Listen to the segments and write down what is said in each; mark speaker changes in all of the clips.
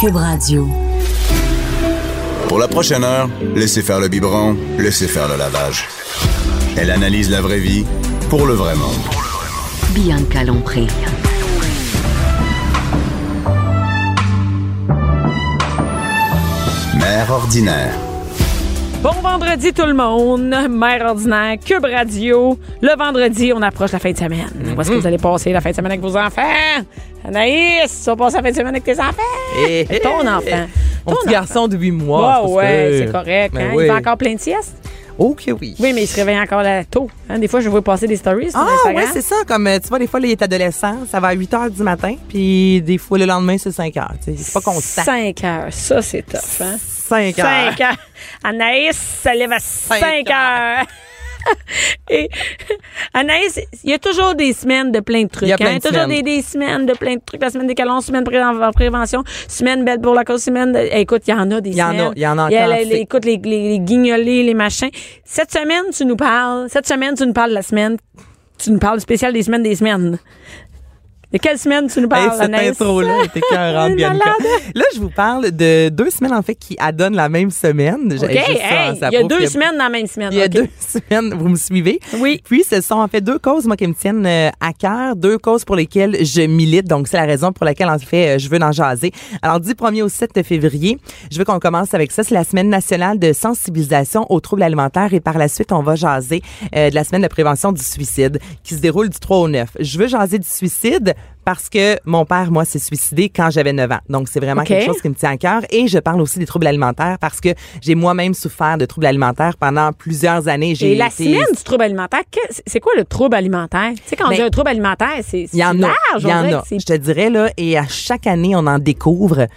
Speaker 1: Cube Radio.
Speaker 2: Pour la prochaine heure, laissez faire le biberon, laissez faire le lavage. Elle analyse la vraie vie pour le vrai monde.
Speaker 1: Bianca Lompré.
Speaker 2: Mère ordinaire.
Speaker 3: Bon vendredi tout le monde, Mère ordinaire, Cube Radio. Le vendredi, on approche la fin de semaine. Où est-ce que
Speaker 4: Mhm.
Speaker 3: vous allez passer la fin de semaine avec vos enfants? Anaïs, tu vas passer la fin de semaine avec tes enfants?
Speaker 4: Hé, hé,
Speaker 3: Ton enfant.
Speaker 4: Mon
Speaker 3: Ton
Speaker 4: petit
Speaker 3: enfant.
Speaker 4: garçon de 8 mois.
Speaker 3: Ah
Speaker 4: c'est pas
Speaker 3: ouais,
Speaker 4: sûr.
Speaker 3: c'est correct.
Speaker 4: Ben
Speaker 3: hein?
Speaker 4: oui.
Speaker 3: Il va encore plein de siestes?
Speaker 4: Ok, oui.
Speaker 3: Oui, mais il se réveille encore là tôt. hein. Des fois, je vois passer des stories sur
Speaker 4: Ah,
Speaker 3: Instagram.
Speaker 4: ouais, c'est ça. Comme, euh, tu vois, des fois, là, il est adolescent, ça va à 8 h du matin, puis des fois, le lendemain, c'est 5 h. tu sais. C'est pas constant.
Speaker 3: 5 heures. Ça, c'est tough. Hein?
Speaker 4: 5
Speaker 3: 5 heures. Anaïs, ça lève à 5
Speaker 4: heures.
Speaker 3: heures. Et Anaïs, il y a toujours des semaines de plein de trucs. hein.
Speaker 4: Il y a plein de
Speaker 3: toujours des,
Speaker 4: semaines.
Speaker 3: des semaines de plein de trucs. La semaine des calons, semaine pré prévention, semaine belle pour la cause, semaine. de- Eh, écoute, il y en a des
Speaker 4: Il y en a,
Speaker 3: semaines.
Speaker 4: il y en a
Speaker 3: y
Speaker 4: en
Speaker 3: les-
Speaker 4: quantité.
Speaker 3: les- écoute, les, les, les guignolés, les machins. Cette semaine, tu nous parles. Cette semaine, tu nous parles de la semaine. Tu nous parles spécial des semaines des semaines. De quelle semaine tu nous
Speaker 4: Hey,
Speaker 3: parles,
Speaker 4: cette
Speaker 3: Anaïs?
Speaker 4: intro-là était
Speaker 3: Elle
Speaker 4: écœurante,
Speaker 3: est
Speaker 4: Bianca.
Speaker 3: malade.
Speaker 4: Là, je vous parle de deux semaines, en fait, qui adonnent la même semaine. J'ai
Speaker 3: OK,
Speaker 4: juste ça
Speaker 3: hey,
Speaker 4: en sa
Speaker 3: il y a
Speaker 4: peau,
Speaker 3: deux
Speaker 4: puis
Speaker 3: semaines dans la même semaine.
Speaker 4: Il y a
Speaker 3: OK.
Speaker 4: deux semaines, vous me suivez.
Speaker 3: Oui.
Speaker 4: Puis, ce sont en fait deux causes, moi, qui me tiennent euh, à cœur, deux causes pour lesquelles je milite. Donc, c'est la raison pour laquelle, en fait, euh, je veux en jaser. Alors, du 1er au 7 février, je veux qu'on commence avec ça. C'est la semaine nationale de sensibilisation aux troubles alimentaires et par la suite, on va jaser euh, de la semaine de prévention du suicide qui se déroule du 3 au 9. Je veux jaser du suicide parce que mon père, moi, s'est suicidé quand j'avais 9 ans. Donc, c'est vraiment
Speaker 3: OK.
Speaker 4: quelque chose qui me tient à cœur. Et je parle aussi des troubles alimentaires parce que j'ai moi-même souffert de troubles alimentaires pendant plusieurs années. J'ai
Speaker 3: Et la
Speaker 4: été-
Speaker 3: semaine du trouble alimentaire, que- c'est quoi le trouble alimentaire? Tu sais, quand on
Speaker 4: Ben,
Speaker 3: dit un trouble alimentaire, c'est c'est
Speaker 4: Il y en a.
Speaker 3: large.
Speaker 4: Il y
Speaker 3: on
Speaker 4: en
Speaker 3: dirait
Speaker 4: a.
Speaker 3: que c'est-
Speaker 4: Je te dirais, là, et à chaque année, on en découvre. tu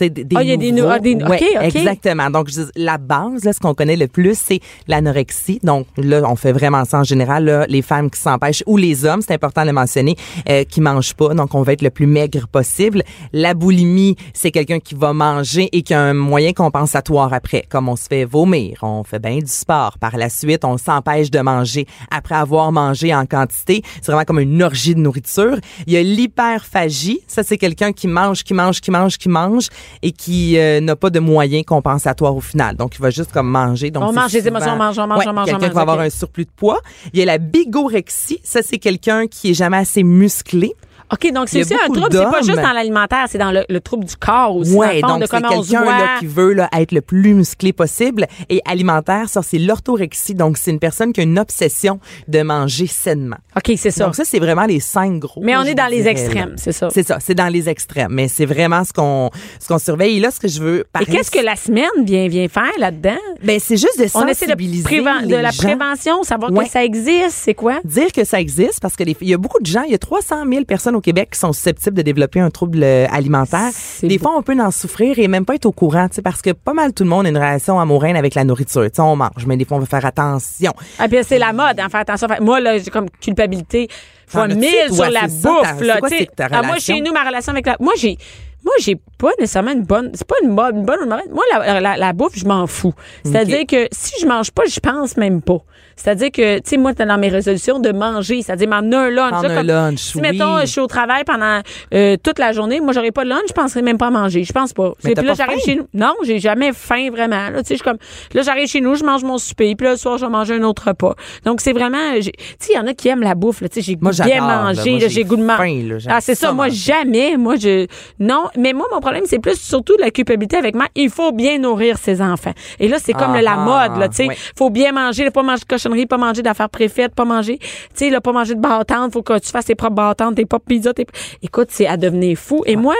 Speaker 4: sais, Des, des
Speaker 3: Ah, il y a des
Speaker 4: nouveaux.
Speaker 3: nou- ah, des-
Speaker 4: Ouais,
Speaker 3: ok, ok.
Speaker 4: Exactement. Donc, je dis, la base, là, ce qu'on connaît le plus, c'est l'anorexie. Donc, là, on fait vraiment ça en général, là, les femmes qui s'empêchent ou les hommes, c'est important de le mentionner, euh, qui mangent pas. Donc, on va être le plus maigre possible. La boulimie, c'est quelqu'un qui va manger et qui a un moyen compensatoire après. Comme on se fait vomir, on fait bien du sport. Par la suite, on s'empêche de manger après avoir mangé en quantité. C'est vraiment comme une orgie de nourriture. Il y a l'hyperphagie. Ça, c'est quelqu'un qui mange, qui mange, qui mange, qui mange et qui euh, n'a pas de moyens compensatoires au final. Donc, il va juste comme manger. Donc,
Speaker 3: On
Speaker 4: c'est
Speaker 3: mange les émotions, on mange, on mange,
Speaker 4: Ouais,
Speaker 3: on mange, on
Speaker 4: Quelqu'un
Speaker 3: mange,
Speaker 4: qui va avoir
Speaker 3: ok.
Speaker 4: un surplus de poids. Il y a la bigorexie. Ça, c'est quelqu'un qui est jamais assez musclé.
Speaker 3: OK, donc
Speaker 4: Il
Speaker 3: c'est
Speaker 4: y a
Speaker 3: aussi un
Speaker 4: beaucoup
Speaker 3: trouble, c'est pas
Speaker 4: d'hommes.
Speaker 3: juste dans l'alimentaire, c'est dans le, le trouble du corps aussi, dans le
Speaker 4: Ouais,
Speaker 3: fond,
Speaker 4: donc
Speaker 3: de
Speaker 4: c'est
Speaker 3: comment on se
Speaker 4: quelqu'un
Speaker 3: voit.
Speaker 4: là, qui veut là, être le plus musclé possible et alimentaire, ça c'est l'orthorexie. Donc c'est une personne qui a une obsession de manger sainement.
Speaker 3: OK, c'est ça.
Speaker 4: Donc ça c'est vraiment les cinq gros.
Speaker 3: Mais on
Speaker 4: je
Speaker 3: est dans les
Speaker 4: dirais,
Speaker 3: extrêmes,
Speaker 4: là.
Speaker 3: c'est ça.
Speaker 4: C'est ça, c'est dans les extrêmes, mais c'est vraiment ce qu'on ce qu'on surveille. Et là, ce que je veux
Speaker 3: Et
Speaker 4: parler,
Speaker 3: qu'est-ce que
Speaker 4: c'est-
Speaker 3: la semaine vient, vient faire là-dedans?
Speaker 4: ben c'est juste de
Speaker 3: On essaie de,
Speaker 4: sensibiliser
Speaker 3: préven- de
Speaker 4: les
Speaker 3: la
Speaker 4: gens.
Speaker 3: prévention, savoir
Speaker 4: Ouais.
Speaker 3: que ça existe, c'est quoi?
Speaker 4: Dire que ça existe parce que les- il y a beaucoup de gens, il y a 300 000 personnes au Québec qui sont susceptibles de développer un trouble euh, alimentaire.
Speaker 3: C'est
Speaker 4: Des
Speaker 3: beau.
Speaker 4: fois, on peut en souffrir et même pas être au courant, tu sais, parce que pas mal tout le monde a une relation amoureuse avec la nourriture. Tu sais, on mange, mais des fois, on veut faire attention.
Speaker 3: Ah, puis c'est la mode, en fait, attention. Fait- Moi, là, j'ai comme culpabilité fois
Speaker 4: T'en as-tu,
Speaker 3: mille
Speaker 4: toi?
Speaker 3: sur la
Speaker 4: C'est ça, ta-
Speaker 3: bouffe,
Speaker 4: c'est
Speaker 3: là.
Speaker 4: quoi,
Speaker 3: tu sais.
Speaker 4: c'est ta
Speaker 3: Ah, moi,
Speaker 4: relation?
Speaker 3: chez nous, ma relation avec la. Moi, j'ai. Moi, j'ai pas nécessairement une bonne. C'est pas une mode, une bonne ou une mauvaise. Moi, la, la- la bouffe, je m'en fous. C'est-à-dire que si je mange pas, je pense même pas. C'est-à-dire que, tu sais, moi, t'es dans mes résolutions de manger. C'est-à-dire m'emmener un lunch.
Speaker 4: Prendre
Speaker 3: Là,
Speaker 4: un
Speaker 3: comme-
Speaker 4: lunch,
Speaker 3: Si, mettons,
Speaker 4: oui.
Speaker 3: je suis au travail pendant euh, toute la journée, moi, j'aurais pas de lunch, je penserais même pas à manger. Je pense pas.
Speaker 4: Mais
Speaker 3: C'est-
Speaker 4: t'as
Speaker 3: puis là,
Speaker 4: pas
Speaker 3: j'arrive
Speaker 4: faim?
Speaker 3: chez nous. Non, j'ai jamais faim vraiment. Là, tu sais, je suis comme, là, j'arrive chez nous, je mange mon souper, puis là, le soir, je vais manger un autre repas. Donc, c'est vraiment, j'ai- tu sais, il y en a qui aiment la bouffe, là, tu sais, j'ai goût
Speaker 4: Moi,
Speaker 3: de bien
Speaker 4: j'adore, là.
Speaker 3: manger,
Speaker 4: Moi,
Speaker 3: là,
Speaker 4: j'ai
Speaker 3: j'ai goût de
Speaker 4: faim,
Speaker 3: manger.
Speaker 4: là. J'aime
Speaker 3: Ah, c'est ça,
Speaker 4: ça,
Speaker 3: moi,
Speaker 4: manger.
Speaker 3: jamais. Moi, je, non, mais moi, mon problème, c'est plus surtout la culpabilité avec moi. Il faut bien nourrir ses enfants. Et là, c'est comme
Speaker 4: Ah,
Speaker 3: le- la
Speaker 4: ah,
Speaker 3: mode, là, tu sais.
Speaker 4: ouais.
Speaker 3: Faut bien manger, là, pas manger de cochonnerie, pas manger d'affaires préfaites, pas manger, tu sais, là, pas manger de bâtante, faut que tu fasses tes propres bâtantes, tes propres pizzas, tes... Écoute, c'est à devenir fou. Et moi,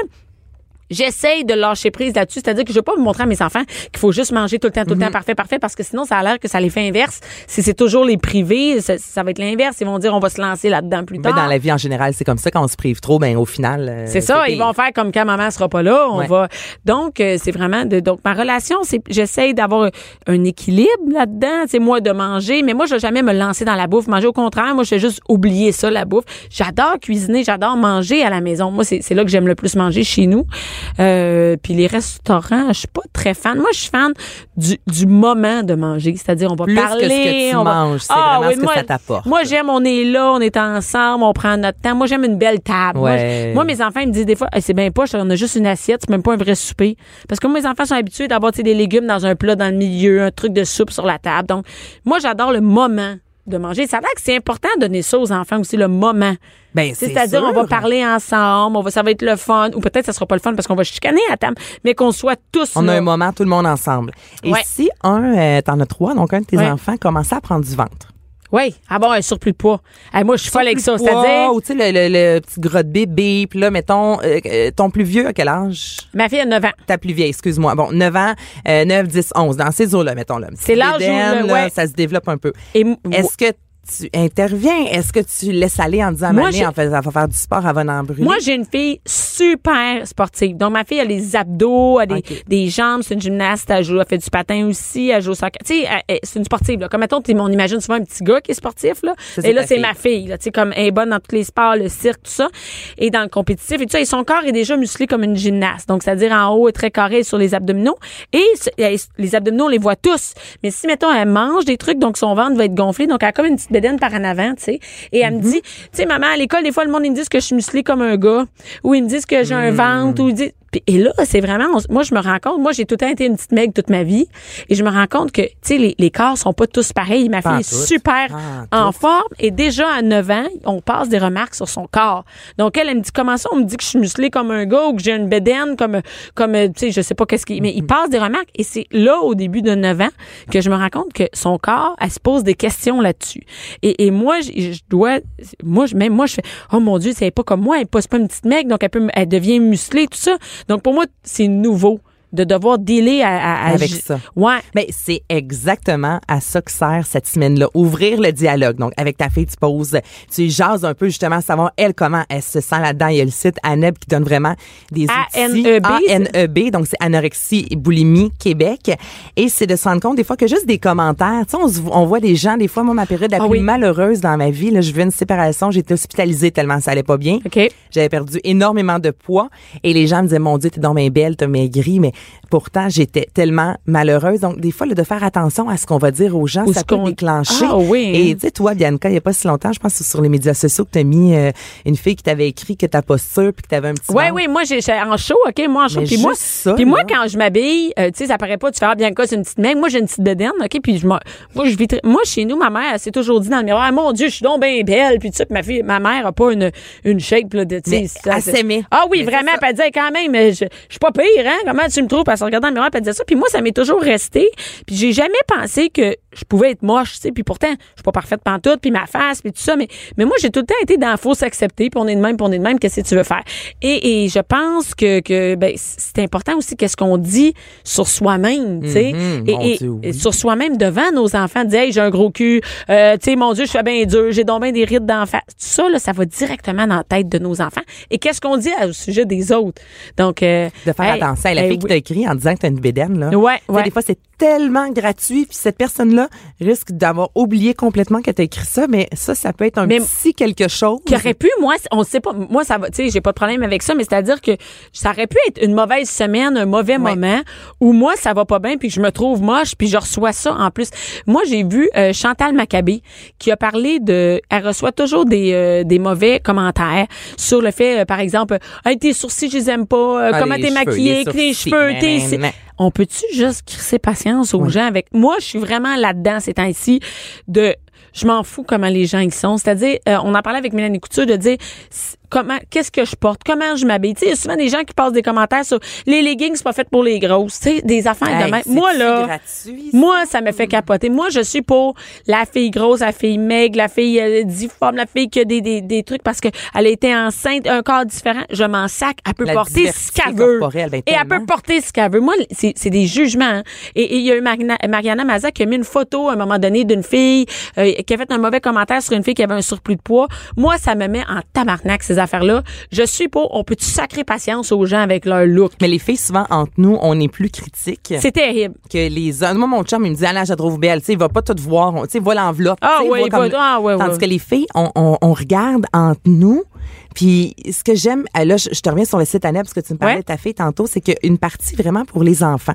Speaker 3: J'essaye de lâcher prise là-dessus, c'est-à-dire que je veux pas me montrer à mes enfants qu'il faut juste manger tout le temps, tout le temps parfait, parfait, parce que sinon ça a l'air que ça les fait inverse. Si c'est toujours les privés, ça, ça va être l'inverse. Ils vont dire on va se lancer là-dedans plus
Speaker 4: Mais
Speaker 3: tard.
Speaker 4: Ben, dans la vie en général, c'est comme ça quand on se prive trop, ben au final. euh,
Speaker 3: C'est ça, ils
Speaker 4: pire.
Speaker 3: vont faire comme quand maman sera pas là, on
Speaker 4: Ouais.
Speaker 3: va. Donc euh, c'est vraiment de donc ma relation, c'est j'essaye d'avoir un équilibre là-dedans, c'est moi de manger, mais moi je vais jamais me lancer dans la bouffe, manger au contraire, moi je vais juste oublier ça la bouffe. J'adore cuisiner, j'adore manger à la maison. Moi c'est c'est là que j'aime le plus manger chez nous. Euh, puis les restaurants, je suis pas très fan. Moi, je suis fan du, du moment de manger. C'est-à-dire, on va
Speaker 4: Plus que ce
Speaker 3: parler.
Speaker 4: que tu
Speaker 3: on va-
Speaker 4: manges, c'est
Speaker 3: Ah,
Speaker 4: vraiment ce que
Speaker 3: moi-
Speaker 4: ça t'apporte.
Speaker 3: Moi, j'aime, on est là, on est ensemble, on prend notre temps. Moi, j'aime une belle table. Moi,
Speaker 4: Ouais.
Speaker 3: je- Moi, mes enfants, ils me disent des fois, Eh, c'est bien poche, on a juste une assiette, c'est même pas un vrai souper. Parce que moi, mes enfants sont habitués d'avoir tu sais, des légumes dans un plat dans le milieu, un truc de soupe sur la table. Donc, moi, j'adore le moment de manger. Ça a l'air que c'est important de donner ça aux enfants aussi, le moment.
Speaker 4: Ben, c'est
Speaker 3: C'est-à-dire, on va
Speaker 4: sûr.
Speaker 3: parler ensemble, on va, ça va être le fun, ou peut-être ça sera pas le fun parce qu'on va chicaner à table, mais qu'on soit tous
Speaker 4: On a
Speaker 3: là.
Speaker 4: un moment, tout le monde ensemble. Et
Speaker 3: Ouais.
Speaker 4: si un, euh, t'en as trois, donc un de tes
Speaker 3: Ouais.
Speaker 4: enfants commençait à prendre du ventre.
Speaker 3: Oui, avoir un surplus de poids. Eh, moi, je suis folle avec ça.
Speaker 4: Plus de poids,
Speaker 3: C'est-à-dire,
Speaker 4: Ou tu sais, le, le- le petit gros de bébé, puis là, mettons, euh, euh, ton plus vieux, à quel âge?
Speaker 3: ma fille a 9 ans.
Speaker 4: Ta plus vieille, excuse-moi. Bon, 9 ans, euh, 9, 10, 11, dans ces eaux-là, mettons. là.
Speaker 3: C'est l'âge où
Speaker 4: Bédaine,
Speaker 3: le-
Speaker 4: là,
Speaker 3: ouais.
Speaker 4: Ça se développe un peu.
Speaker 3: Et m-
Speaker 4: Est-ce que tu interviens? Est-ce que tu laisses aller en disant,
Speaker 3: Moi,
Speaker 4: Maman,
Speaker 3: j'ai-
Speaker 4: en fait, elle va faire du sport, elle va en brûler?
Speaker 3: Moi, j'ai une fille super sportive. Donc, ma fille a les abdos, elle a des,
Speaker 4: Ok.
Speaker 3: des jambes, c'est une gymnaste, elle, joue, elle fait du patin aussi, elle joue au soccer. Tu sais, elle- elle- c'est une sportive. Là. Comme, mettons, t'es- on imagine souvent un petit gars qui est sportif. Là.
Speaker 4: Ça, c'est
Speaker 3: et là,
Speaker 4: ta
Speaker 3: c'est
Speaker 4: fille.
Speaker 3: ma fille. Là. Tu sais, comme elle est bonne dans tous les sports, le cirque, tout ça. Et dans le compétitif, et tout ça. Et son corps est déjà musclé comme une gymnaste. Donc, c'est-à-dire en haut, est très carré sur les abdominaux. Et ce- elle- les abdominaux, on les voit tous. Mais si, mettons, elle mange des trucs, donc son ventre va être gonflé. Donc, elle a comme une petite bédaine par en avant, tu sais. Et
Speaker 4: Mhm.
Speaker 3: elle me dit, tu sais, maman, à l'école, des fois, le monde, ils me disent que je suis musclée comme un gars. Ou ils me disent que j'ai un
Speaker 4: Mhm.
Speaker 3: ventre. Ou ils disent... Puis- Et là, c'est vraiment, on- moi, je me rends compte, moi, j'ai tout le temps été une petite maigre toute ma vie. Et je me rends compte que, tu sais, les, les corps sont pas tous pareils. Ma
Speaker 4: Pas
Speaker 3: fille est
Speaker 4: en tout.
Speaker 3: super
Speaker 4: Pas en
Speaker 3: en forme. Et déjà, à 9 ans, on passe des remarques sur son corps. Donc, elle, elle me dit, comment ça, on me dit que je suis musclée comme un gars ou que j'ai une bédaine comme, comme, euh, tu sais, je sais pas qu'est-ce qui, mais
Speaker 4: Mm-hmm.
Speaker 3: il passe des remarques. Et c'est là, au début de 9 ans, que je me rends compte que son corps, elle se pose des questions là-dessus. Et, et moi, je je dois, moi, je- même moi, je fais, oh mon Dieu, c'est pas comme moi, elle passe pas une petite mec, donc elle peut, me- elle devient musclée, tout ça. Donc, pour moi, c'est nouveau de devoir dealer à, à- à-
Speaker 4: Avec
Speaker 3: je-
Speaker 4: ça.
Speaker 3: Ouais.
Speaker 4: Mais c'est exactement à ça que sert cette semaine-là, ouvrir le dialogue. Donc, avec ta fille, tu poses, tu jases un peu justement, savoir elle comment elle se sent là-dedans. Il y a le site ANEB qui donne vraiment des outils.
Speaker 3: ANEB, E c'est-
Speaker 4: ANEB, donc c'est anorexie et boulimie Québec. Et c'est de se rendre compte des fois que juste des commentaires, tu sais, on, se- on voit des gens, des fois, moi, ma période la
Speaker 3: Ah
Speaker 4: plus
Speaker 3: oui.
Speaker 4: malheureuse dans ma vie, là, je vivais une séparation, j'étais hospitalisée tellement ça allait pas bien.
Speaker 3: OK.
Speaker 4: J'avais perdu énormément de poids et les gens me disaient, mon Dieu, t'es donc bien belle, t'as maigri, mais pourtant, j'étais tellement malheureuse. Donc, des fois, là, de faire attention à ce qu'on va dire aux gens,
Speaker 3: Ou
Speaker 4: ça
Speaker 3: ce
Speaker 4: peut
Speaker 3: qu'on-
Speaker 4: déclencher.
Speaker 3: Ah oui.
Speaker 4: Et tu sais, toi, Bianca, il n'y a pas si longtemps, je pense que c'est sur les médias sociaux que t'as mis euh, une fille qui t'avait écrit que ta posture puis que t'avais un petit
Speaker 3: Ouais,
Speaker 4: ventre.
Speaker 3: oui, moi, j'ai, j'ai- en show, OK, moi, en show.
Speaker 4: Mais
Speaker 3: Puis moi,
Speaker 4: juste ça,
Speaker 3: puis moi
Speaker 4: là.
Speaker 3: quand je m'habille, euh, tu sais, ça paraît pas, tu fais, ah, bien quoi, c'est une petite mec. Moi, j'ai une petite bedaine, OK, puis je m'en- moi, je vis très- Moi, chez nous, ma mère, elle s'est toujours dit dans le miroir, Ah, mon Dieu, je suis donc bien belle, puis tout ça, puis ma fille, ma mère a pas une, une shape, là, de, tu sais,
Speaker 4: Mais
Speaker 3: ça,
Speaker 4: elle
Speaker 3: c'est-
Speaker 4: s'aimait.
Speaker 3: Ah oui,
Speaker 4: Mais c'est
Speaker 3: vraiment,
Speaker 4: ça.
Speaker 3: puis elle disait, quand même, euh, je, je suis pas pire, hein, comment tu me trouves, Puis elle se regardait dans le miroir, puis elle disait ça, puis moi, ça m'est toujours resté, puis j'ai jamais pensé que je pouvais être moche, tu sais, puis pourtant, je suis pas parfaite pantoute, puis ma face, puis tout ça, mais, mais moi, j'ai tout le temps été dans faut s'accepter, puis on est de même, puis on est de même, qu'est-ce que tu veux faire? Et, et je pense que, que ben, c'est important aussi qu'est-ce qu'on dit sur soi-même, tu sais,
Speaker 4: Mhm,
Speaker 3: et,
Speaker 4: mon
Speaker 3: et-
Speaker 4: Dieu, oui.
Speaker 3: et sur soi-même devant nos enfants, dire, hey, j'ai un gros cul, euh, tu sais, mon Dieu, je suis bien dur, j'ai donc bien des rides d'en face. Tout ça, là, ça va directement dans la tête de nos enfants. Et qu'est-ce qu'on dit au sujet des autres? Donc, euh,
Speaker 4: de faire
Speaker 3: hey,
Speaker 4: attention à la
Speaker 3: hey,
Speaker 4: fille qui
Speaker 3: oui.
Speaker 4: t'a écrit en disant que t'as une bédaine, là.
Speaker 3: Ouais,
Speaker 4: Tu sais,
Speaker 3: ouais.
Speaker 4: Des fois, c'est tellement gratuit, puis cette personne-là risque d'avoir oublié complètement qu'elle t'a écrit ça, mais ça, ça peut être un
Speaker 3: Mais-
Speaker 4: petit quelque chose.
Speaker 3: qui aurait pu moi on sait pas moi ça va tu sais j'ai pas de problème avec ça mais c'est-à-dire que ça aurait pu être une mauvaise semaine un mauvais moment où moi ça va pas bien puis que je me trouve moche puis je reçois ça en plus moi j'ai vu euh, Chantal Maccabé qui a parlé de elle reçoit toujours des euh, des mauvais commentaires sur le fait euh, par exemple euh, hey, tes sourcils je les aime pas euh,
Speaker 4: Ah,
Speaker 3: comment
Speaker 4: les
Speaker 3: t'es
Speaker 4: cheveux,
Speaker 3: maquillée
Speaker 4: les
Speaker 3: que tes
Speaker 4: sourcils,
Speaker 3: cheveux
Speaker 4: nan,
Speaker 3: tes
Speaker 4: nan, nan.
Speaker 3: on peut-tu juste crisser patience aux gens avec moi je suis vraiment là-dedans ces temps-ci de je m'en fous comment les gens ils sont c'est-à-dire euh, on en parlait avec Mélanie Couture de dire s- comment qu'est-ce que je porte comment je m'habille tu sais il y a souvent des gens qui passent des commentaires sur les leggings c'est pas fait pour les grosses tu sais des affaires de
Speaker 4: Hey,
Speaker 3: même.
Speaker 4: c'est-tu
Speaker 3: moi là
Speaker 4: gratuit,
Speaker 3: moi ça me fait capoter moi je suis pour la fille grosse la fille maigre la fille euh, difforme la fille qui a des, des, des trucs parce que elle a été enceinte un corps différent je m'en sac elle peut
Speaker 4: La
Speaker 3: porter ce
Speaker 4: diversité
Speaker 3: qu'elle veut
Speaker 4: corporelle, ben,
Speaker 3: et elle peut
Speaker 4: tellement.
Speaker 3: porter ce qu'elle veut. Moi, c'est c'est des jugements. hein. Et et il y a eu Marina- Mariana Maza qui a mis une photo à un moment donné d'une fille euh, euh, qui a fait un mauvais commentaire sur une fille qui avait un surplus de poids. Moi, ça me met en tabarnak, ces affaires-là. Je suis pour, on peut-tu sacrer patience aux gens avec leur look?
Speaker 4: Mais les filles, souvent, entre nous, on est plus critiques
Speaker 3: C'est terrible.
Speaker 4: que les hommes. Moi, mon chum, il me dit, Anna, je la trouve belle. Tu sais, il va pas tout voir. On- Tu sais, il voit l'enveloppe.
Speaker 3: Ah
Speaker 4: Tu sais, il
Speaker 3: ouais,
Speaker 4: voit
Speaker 3: il va- ah ouais,
Speaker 4: Tandis
Speaker 3: ouais.
Speaker 4: que les filles, on, on- on regarde entre nous. Puis, ce que j'aime, euh, là, je, je te reviens sur le site Anna, parce que tu me parlais
Speaker 3: Ouais.
Speaker 4: de ta fille tantôt, c'est qu'une partie vraiment pour les enfants.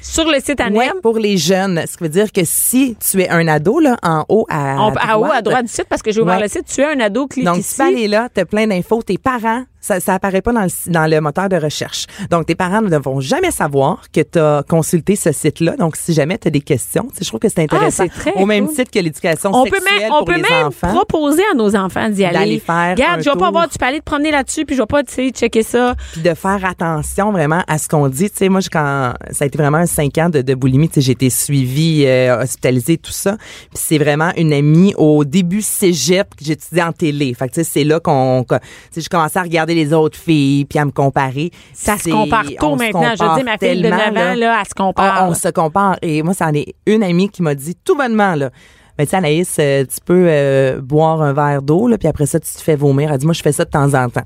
Speaker 3: Sur le site Anem,
Speaker 4: Ouais, pour les jeunes. Ce qui veut dire que si tu es un ado, là, en haut à,
Speaker 3: on,
Speaker 4: droite,
Speaker 3: à haut à droite du site, parce que j'ai ouvert
Speaker 4: Ouais.
Speaker 3: le site, tu es un ado clique
Speaker 4: donc,
Speaker 3: ici.
Speaker 4: tu peux aller là, t'as plein d'infos, tes parents, ça, ça apparaît pas dans le, si- dans le moteur de recherche. Donc, tes parents ne vont jamais savoir que t'as consulté ce site-là. Donc, si jamais t'as des questions, tu sais, je trouve que c'est intéressant.
Speaker 3: Ah, c'est très
Speaker 4: Au même
Speaker 3: cool.
Speaker 4: titre que l'éducation
Speaker 3: on peut
Speaker 4: sexuelle
Speaker 3: même, on
Speaker 4: pour
Speaker 3: peut
Speaker 4: les
Speaker 3: même
Speaker 4: enfants.
Speaker 3: proposer à nos enfants d'y aller.
Speaker 4: D'aller faire
Speaker 3: Regarde,
Speaker 4: un
Speaker 3: je vais pas
Speaker 4: tour.
Speaker 3: avoir du palais de promener là-dessus, puis je vais pas, tu sais, checker ça.
Speaker 4: puis de faire attention vraiment à ce qu'on dit. Tu sais, moi, je- quand ça a été vraiment un cinq ans de, de boulimie, tu sais, j'ai été suivie, euh, hospitalisée, tout ça. Puis c'est vraiment une amie au début cégep que j'étudiais en télé. Fait que, tu sais, c'est là qu'on, que- tu sais, je commençais à regarder les autres filles puis à me comparer.
Speaker 3: Ça se
Speaker 4: C'est-
Speaker 3: compare
Speaker 4: on
Speaker 3: tôt
Speaker 4: se
Speaker 3: maintenant. Je
Speaker 4: compare
Speaker 3: dis, ma fille de
Speaker 4: tellement,
Speaker 3: 9 ans, là, elle se
Speaker 4: on,
Speaker 3: compare.
Speaker 4: on se compare. Et moi, ça en est une amie qui m'a dit tout bonnement, là. Mais tu sais, Anaïs, euh, tu peux euh, boire un verre d'eau, là, puis après ça, tu te fais vomir. Elle dit, moi, je fais ça de temps en temps.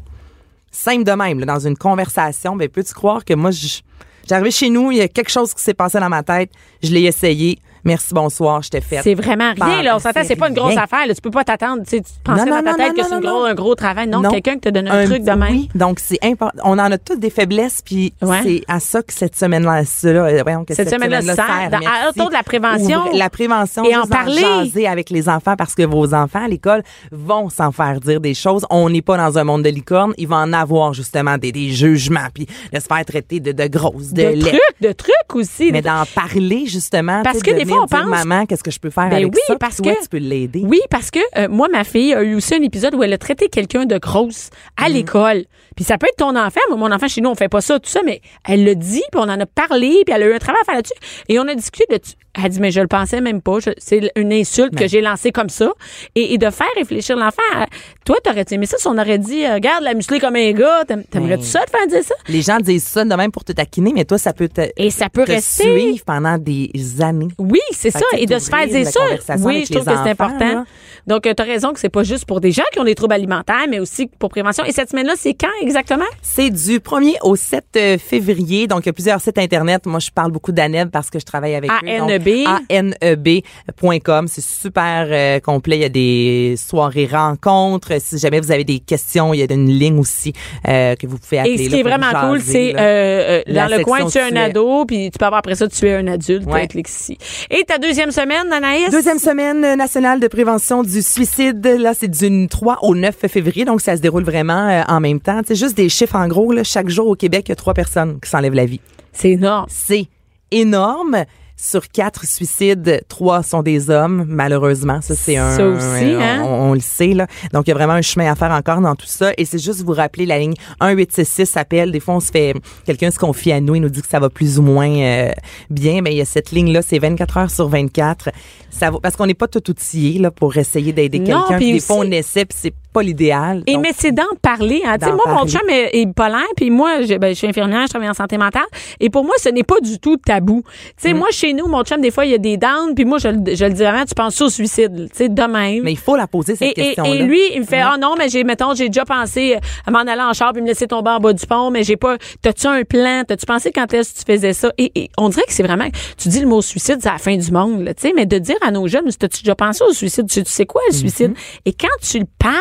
Speaker 4: Simple de même, là, dans une conversation. Mais peux-tu croire que moi, je- j'arrivais chez nous, il y a quelque chose qui s'est passé dans ma tête. Je l'ai essayé. Merci, bonsoir, je t'ai fait.
Speaker 3: C'est vraiment rien,
Speaker 4: Par-
Speaker 3: là. On s'entend, c'est pas une grosse
Speaker 4: rien.
Speaker 3: affaire, là. Tu peux pas t'attendre, tu sais, tu pensais
Speaker 4: Non,
Speaker 3: dans ta
Speaker 4: non,
Speaker 3: tête
Speaker 4: non,
Speaker 3: que
Speaker 4: non,
Speaker 3: c'est une
Speaker 4: non,
Speaker 3: gros-
Speaker 4: non.
Speaker 3: un gros travail. Non,
Speaker 4: Non.
Speaker 3: quelqu'un qui te donne un, truc de même.
Speaker 4: Oui, donc c'est important. On en a toutes des faiblesses, puis
Speaker 3: Ouais.
Speaker 4: c'est à ça que cette semaine-là, cela, euh, voyons, que
Speaker 3: Cette
Speaker 4: cette,
Speaker 3: semaine-là sert, dans- à- autour de la prévention.
Speaker 4: Ouvrez- la prévention,
Speaker 3: Et
Speaker 4: juste
Speaker 3: en parler.
Speaker 4: jaser avec les enfants parce que vos enfants à l'école vont s'en faire dire des choses. On n'est pas dans un monde de licorne. Il va en avoir justement des, des jugements, puis de se faire traiter de, de grosse, de,
Speaker 3: De
Speaker 4: laide.
Speaker 3: trucs, de trucs aussi.
Speaker 4: Mais d'en parler justement.
Speaker 3: Parce
Speaker 4: tu sais,
Speaker 3: que
Speaker 4: de
Speaker 3: des fois,
Speaker 4: venir
Speaker 3: on
Speaker 4: dire,
Speaker 3: pense-
Speaker 4: Maman, qu'est-ce que je peux faire
Speaker 3: Ben
Speaker 4: avec
Speaker 3: oui,
Speaker 4: ça? Puis
Speaker 3: parce
Speaker 4: toi,
Speaker 3: que-
Speaker 4: tu peux l'aider.
Speaker 3: Oui, parce que euh, moi, ma fille a eu aussi un épisode où elle a traité quelqu'un de grosse
Speaker 4: Mhm.
Speaker 3: à l'école. Puis ça peut être ton enfant. Moi, mon enfant, chez nous, on fait pas ça, tout ça, mais elle le dit, puis on en a parlé, puis elle a eu un travail à faire là-dessus. Et on a discuté de... Elle dit, mais je le pensais même pas. Je- C'est une insulte
Speaker 4: Ben.
Speaker 3: que j'ai lancée comme ça. Et, et de faire réfléchir l'enfant. à- Toi, t'aurais-tu aimé ça si on aurait dit, euh, regarde, la musclée comme un gars, t'aim- t'aimerais-tu
Speaker 4: Ben.
Speaker 3: ça de faire dire ça?
Speaker 4: Les gens disent ça de même pour te taquiner, mais toi, ça peut te,
Speaker 3: Et ça peut
Speaker 4: te
Speaker 3: rester.
Speaker 4: suivre pendant des années.
Speaker 3: Oui, c'est
Speaker 4: Fait
Speaker 3: ça.
Speaker 4: que
Speaker 3: Et de se faire
Speaker 4: d'ouvrir
Speaker 3: dire
Speaker 4: la
Speaker 3: ça.
Speaker 4: conversation
Speaker 3: Oui,
Speaker 4: avec
Speaker 3: je trouve
Speaker 4: les
Speaker 3: que c'est
Speaker 4: enfants,
Speaker 3: important.
Speaker 4: là.
Speaker 3: Donc, tu as raison que c'est pas juste pour des gens qui ont des troubles alimentaires, mais aussi pour prévention. Et cette semaine-là, c'est quand exactement?
Speaker 4: C'est du 1er au 7 euh, février. Donc, il y a plusieurs sites Internet. Moi, je parle beaucoup d'ANEB parce que je travaille avec
Speaker 3: ANEB.
Speaker 4: eux. ANEB. ANEB.com. C'est super euh, complet. Il y a des soirées rencontres. Si jamais vous avez des questions, il y a une ligne aussi euh, que vous pouvez appeler.
Speaker 3: Et ce
Speaker 4: là,
Speaker 3: qui est
Speaker 4: pour
Speaker 3: vraiment
Speaker 4: jaser,
Speaker 3: cool,
Speaker 4: là.
Speaker 3: c'est euh, euh,
Speaker 4: La
Speaker 3: dans le coin,
Speaker 4: section
Speaker 3: tu es un
Speaker 4: tuer.
Speaker 3: ado, puis tu peux avoir après ça, tu es un adulte
Speaker 4: Ouais.
Speaker 3: avec l'exi. Et ta deuxième semaine, Anaïs?
Speaker 4: Deuxième semaine nationale de prévention du suicide. Là, c'est du 3 au 9 février, donc ça se déroule vraiment euh, en même temps. C'est juste des chiffres en gros. Là, chaque jour au Québec, il y a trois personnes qui s'enlèvent la vie.
Speaker 3: C'est énorme.
Speaker 4: C'est énorme. Sur quatre suicides, trois sont des hommes, malheureusement. Ça, c'est un. euh,
Speaker 3: Ça aussi, hein?
Speaker 4: on, on le sait, là. Donc, il y a vraiment un chemin à faire encore dans tout ça. Et c'est juste vous rappeler la ligne 1866 appel. Des fois, on se fait. Quelqu'un se confie à nous et nous dit que ça va plus ou moins euh, bien. Mais il y a cette ligne-là, c'est 24 heures sur 24. Ça va, parce qu'on n'est pas tout outillé, là, pour essayer d'aider
Speaker 3: Non,
Speaker 4: quelqu'un.
Speaker 3: puis
Speaker 4: Puis Des fois,
Speaker 3: aussi-
Speaker 4: on essaie, puis c'est pas l'idéal.
Speaker 3: Et
Speaker 4: Donc,
Speaker 3: mais c'est d'en parler. Hein. Tu sais,
Speaker 4: D'en
Speaker 3: moi, mon
Speaker 4: parler.
Speaker 3: chum est, est bipolaire, puis moi, je, ben, je suis infirmière, je travaille en santé mentale. Et pour moi, ce n'est pas du tout tabou. Tu sais,
Speaker 4: Mm.
Speaker 3: moi, chez nous, mon chum, des fois, il y a des downs, puis moi, je, le- je le dis vraiment, tu penses au suicide, tu sais, de même.
Speaker 4: mais il faut la poser, cette
Speaker 3: Et, et-
Speaker 4: question-là.
Speaker 3: et lui, il me fait Ah non, mais j'ai, mettons, j'ai déjà pensé à m'en aller en char puis me laisser tomber en bas du pont, mais j'ai pas. T'as-tu un plan? T'as-tu pensé quand est-ce que tu faisais ça? Et, et on dirait que c'est vraiment. Tu dis le mot suicide, c'est la fin du monde, là, tu sais, mais de dire à nos jeunes, t'as-tu déjà pensé au suicide? Tu, tu sais quoi, le
Speaker 4: Mhm.
Speaker 3: suicide? Et quand tu le parles,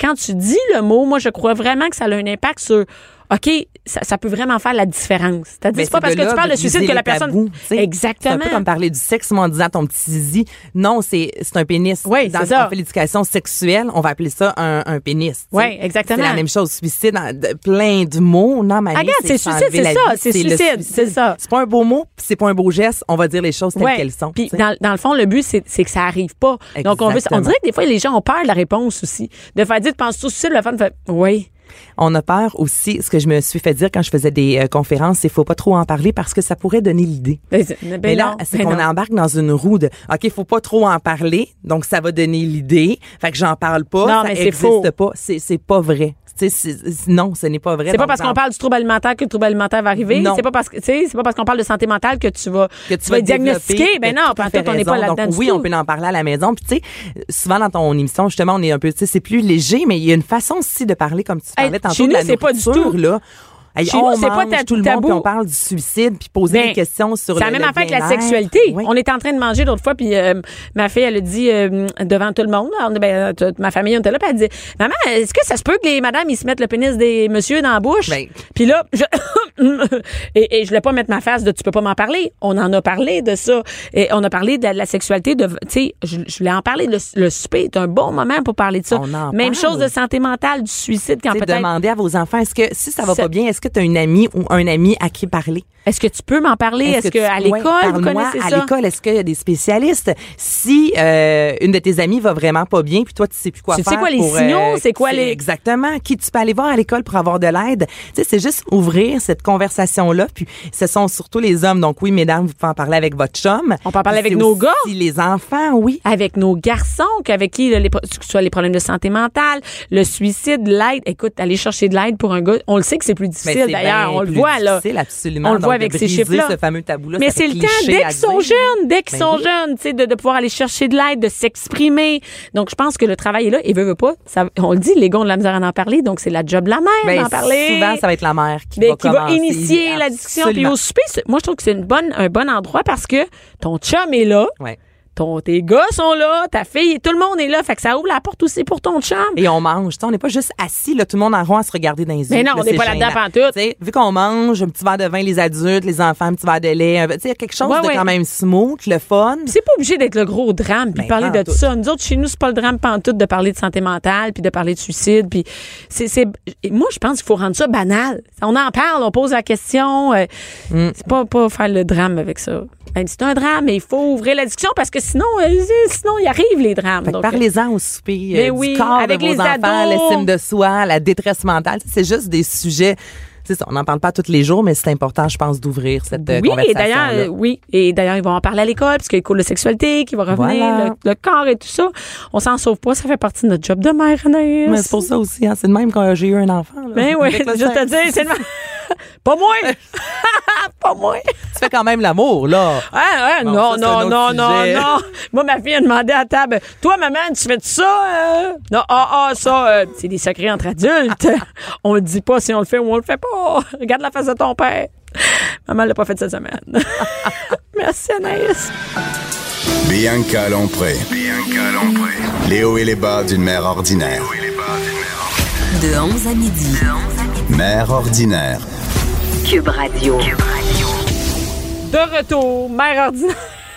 Speaker 3: quand tu dis le mot, moi, je crois vraiment que ça a un impact sur. OK, ça, ça peut vraiment faire la différence. C'est-à-dire,
Speaker 4: Mais
Speaker 3: c'est pas parce
Speaker 4: de
Speaker 3: que
Speaker 4: là
Speaker 3: tu parles de
Speaker 4: viser
Speaker 3: suicide que
Speaker 4: les
Speaker 3: la personne.
Speaker 4: tabous, tu sais.
Speaker 3: Exactement.
Speaker 4: C'est un peu comme parler du sexe, moi, en disant ton petit zizi. Non, c'est c'est un pénis.
Speaker 3: Oui,
Speaker 4: Dans-
Speaker 3: c'est ça.
Speaker 4: On fait l'éducation sexuelle, on va appeler ça un, un pénis. tu sais.
Speaker 3: Oui, exactement.
Speaker 4: C'est la même chose. Suicide, en- de- plein de mots. Non, mais
Speaker 3: Ah, regarde, c'est suicide, c'est ça, c'est suicide, c'est ça.
Speaker 4: C'est pas un beau mot, puis c'est pas un beau geste. On va dire les choses telles
Speaker 3: Ouais.
Speaker 4: qu'elles sont.
Speaker 3: Puis
Speaker 4: tu sais.
Speaker 3: dans, dans le fond, le but, c'est c'est que ça arrive pas. Donc, on, veut, on
Speaker 4: Exactement.
Speaker 3: dirait que des fois, les gens ont peur de la réponse aussi. De faire dire, penses-tu au suicide? Le fan fait, oui.
Speaker 4: On a peur aussi, ce que je me suis fait dire quand je faisais des euh, conférences, c'est faut pas trop en parler parce que ça pourrait donner l'idée.
Speaker 3: Ben, c'est- ben
Speaker 4: mais là,
Speaker 3: non,
Speaker 4: c'est
Speaker 3: ben
Speaker 4: qu'on
Speaker 3: non.
Speaker 4: embarque dans une roue de OK, faut pas trop en parler, donc ça va donner l'idée. Fait que j'en parle pas,
Speaker 3: Non,
Speaker 4: ça
Speaker 3: mais c'est
Speaker 4: existe
Speaker 3: faux.
Speaker 4: pas, c'est c'est pas vrai. Tu sais, c'est- c'est- non, ce n'est pas vrai.
Speaker 3: C'est pas
Speaker 4: Donc,
Speaker 3: parce
Speaker 4: dans-
Speaker 3: qu'on parle du trouble alimentaire que le trouble alimentaire va arriver.
Speaker 4: Non.
Speaker 3: C'est pas parce que tu sais, c'est pas parce qu'on parle de santé mentale que tu vas
Speaker 4: que
Speaker 3: tu vas être
Speaker 4: développer,
Speaker 3: diagnostiqué. Ben
Speaker 4: t'as
Speaker 3: non,
Speaker 4: tout à
Speaker 3: en
Speaker 4: fait
Speaker 3: fait, on n'est
Speaker 4: raison.
Speaker 3: pas là-dedans.
Speaker 4: Donc,
Speaker 3: du
Speaker 4: oui,
Speaker 3: tout.
Speaker 4: on peut en parler à la maison. Puis, tu sais, souvent dans ton émission, justement, on est un peu, tu sais, c'est plus léger, mais il y a une façon aussi de parler, comme tu
Speaker 3: Hey,
Speaker 4: parlais tantôt,
Speaker 3: chez
Speaker 4: de la
Speaker 3: nous, c'est pas du
Speaker 4: nourriture,
Speaker 3: tout.
Speaker 4: là. Hey,
Speaker 3: Chez
Speaker 4: on
Speaker 3: nous, c'est pas
Speaker 4: mange
Speaker 3: ta-
Speaker 4: tout le monde,
Speaker 3: tabou.
Speaker 4: puis on parle du suicide, puis poser
Speaker 3: Ben,
Speaker 4: des questions sur
Speaker 3: C'est la
Speaker 4: le-
Speaker 3: même
Speaker 4: le
Speaker 3: affaire que la
Speaker 4: bien-être.
Speaker 3: sexualité.
Speaker 4: Oui.
Speaker 3: On était en train de manger l'autre fois, puis euh, ma fille, elle a dit euh, devant tout le monde, là, on- ben, toute ma famille, on était là, puis elle dit Maman, est-ce que ça se peut que les madames, ils se mettent le pénis des messieurs dans la bouche
Speaker 4: Ben.
Speaker 3: Puis là, je. et, et je voulais pas mettre ma face de tu peux pas m'en parler. On en a parlé de ça. Et on a parlé de la, de la sexualité. de- Tu sais, je, je voulais en parler. Le, le souper est un bon moment pour parler de ça.
Speaker 4: On en
Speaker 3: même
Speaker 4: parle.
Speaker 3: chose de santé mentale, du suicide, quand
Speaker 4: Tu sais,
Speaker 3: Ah, peut-être.
Speaker 4: demander à vos enfants, est-ce que si ça va
Speaker 3: Ça-
Speaker 4: pas bien, est-ce que tu as une amie ou un ami à qui parler?
Speaker 3: Est-ce que tu peux m'en parler Est-ce que,
Speaker 4: tu-
Speaker 3: à
Speaker 4: ouais,
Speaker 3: l'école, vous
Speaker 4: parle-moi,
Speaker 3: connaissez
Speaker 4: à
Speaker 3: ça
Speaker 4: l'école, est-ce qu'il y a des spécialistes? Si euh, une de tes amies va vraiment pas bien, puis toi, tu sais plus quoi
Speaker 3: Tu sais
Speaker 4: faire.
Speaker 3: quoi les
Speaker 4: pour, euh,
Speaker 3: signaux, c'est quoi les-
Speaker 4: Exactement. Qui tu peux aller voir à l'école pour avoir de l'aide? Tu sais, c'est juste ouvrir cette conversation-là. Puis ce sont surtout les hommes. Donc oui, mesdames, vous pouvez en parler avec votre chum.
Speaker 3: On peut en parler
Speaker 4: Puis
Speaker 3: avec
Speaker 4: c'est
Speaker 3: nos
Speaker 4: aussi
Speaker 3: gars.
Speaker 4: les enfants, oui.
Speaker 3: avec nos garçons, qu'avec qui là, les, pro- que ce soit les problèmes de santé mentale, le suicide, l'aide. Écoute, aller chercher de l'aide pour un gars, on le sait que c'est plus
Speaker 4: Mais
Speaker 3: difficile
Speaker 4: Ben, c'est
Speaker 3: d'ailleurs,
Speaker 4: bien
Speaker 3: on le
Speaker 4: plus
Speaker 3: voit là.
Speaker 4: difficile, absolument.
Speaker 3: On le
Speaker 4: Donc,
Speaker 3: voit
Speaker 4: de
Speaker 3: avec ces
Speaker 4: briser
Speaker 3: chiffres-là.
Speaker 4: ce fameux tabou-là,
Speaker 3: Mais
Speaker 4: ça fait
Speaker 3: c'est le temps
Speaker 4: cliché
Speaker 3: dès
Speaker 4: à
Speaker 3: qu'ils sont
Speaker 4: dire.
Speaker 3: jeunes, dès qu'ils
Speaker 4: Ben
Speaker 3: sont
Speaker 4: oui.
Speaker 3: jeunes, tu sais, de, de pouvoir aller chercher de l'aide, de s'exprimer. Donc je pense que le travail est là et veut, veut pas. ça- on le dit, les gars ont de la misère à en parler, donc c'est la job de la mère
Speaker 4: Ben,
Speaker 3: d'en parler.
Speaker 4: Souvent, ça va être la mère qui
Speaker 3: Ben,
Speaker 4: va
Speaker 3: qui va
Speaker 4: commencer.
Speaker 3: initier la discussion. Puis au
Speaker 4: Absolument.
Speaker 3: souper, c'est- moi, je trouve que c'est une bonne, un bon endroit parce que ton chum est là.
Speaker 4: Ouais.
Speaker 3: Ton, tes gars sont là, ta fille, tout le monde est là. Fait que ça ouvre la porte aussi pour ton chum.
Speaker 4: Et on mange. tu sais, on n'est pas juste assis, là, tout le monde en rond à se regarder dans les yeux.
Speaker 3: Mais non,
Speaker 4: Là,
Speaker 3: on n'est
Speaker 4: c'est
Speaker 3: pas là-dedans
Speaker 4: gênant.
Speaker 3: pantoute.
Speaker 4: Tu sais, Vu qu'on mange, un petit verre de vin, les adultes, les enfants, un petit verre de lait. un- tu sais, Il y a quelque chose
Speaker 3: Ouais,
Speaker 4: de
Speaker 3: ouais.
Speaker 4: quand même smooth, le fun.
Speaker 3: Puis C'est pas obligé d'être le gros drame puis
Speaker 4: Ben,
Speaker 3: parler de
Speaker 4: pantoute.
Speaker 3: ça. Nous autres, chez nous, c'est pas le drame pantoute de parler de santé mentale puis de parler de suicide. Puis c'est, c'est, et moi, je pense qu'il faut rendre ça banal. On en parle, on pose la question. euh,
Speaker 4: Mm.
Speaker 3: C'est pas, pas faire le drame avec ça. Même si c'est un drame, mais il faut ouvrir la discussion parce que sinon, euh, sinon, il arrive les drames.
Speaker 4: Fait que
Speaker 3: Donc, euh,
Speaker 4: Parlez-en au souper,
Speaker 3: Ben
Speaker 4: euh, du
Speaker 3: oui,
Speaker 4: corps
Speaker 3: avec
Speaker 4: de vos
Speaker 3: les
Speaker 4: enfants,
Speaker 3: ados.
Speaker 4: l'estime de soi, la détresse mentale. Tu sais, C'est juste des sujets. tu sais, ça, on n'en parle pas tous les jours, mais c'est important, je pense, d'ouvrir cette euh,
Speaker 3: oui, et
Speaker 4: conversation.
Speaker 3: d'ailleurs, euh, oui, et d'ailleurs, ils vont en parler à l'école, puisqu'il y a le cours de sexualité qui va revenir,
Speaker 4: Voilà.
Speaker 3: le, le corps et tout ça. On s'en sauve pas, ça fait partie de notre job de mère, Anaïs.
Speaker 4: Mais c'est pour ça aussi, hein, c'est de même quand j'ai eu un enfant. là.
Speaker 3: Ben oui,
Speaker 4: Avec le
Speaker 3: juste
Speaker 4: sein.
Speaker 3: te dire, c'est le... Pas moi! pas moi!
Speaker 4: Tu fais quand même l'amour, là.
Speaker 3: Ah, ah,
Speaker 4: Bon,
Speaker 3: non,
Speaker 4: ça, c'est
Speaker 3: non,
Speaker 4: un
Speaker 3: non,
Speaker 4: autre
Speaker 3: non,
Speaker 4: sujet.
Speaker 3: non! Moi, ma fille a demandé à la table, « Toi, maman, tu fais de ça? euh? Non, ah, ah, ça, euh, c'est des secrets entre adultes. on le dit pas si on le fait ou on le fait pas. Regarde la face de ton père. Maman l'a pas fait cette semaine. Merci, Anaïs.
Speaker 2: Bianca Lompré. Léo et les bas d'une mère ordinaire.
Speaker 1: De 11 à midi.
Speaker 2: Mère ordinaire.
Speaker 1: Cube Radio.
Speaker 3: De retour, mère ordinaire.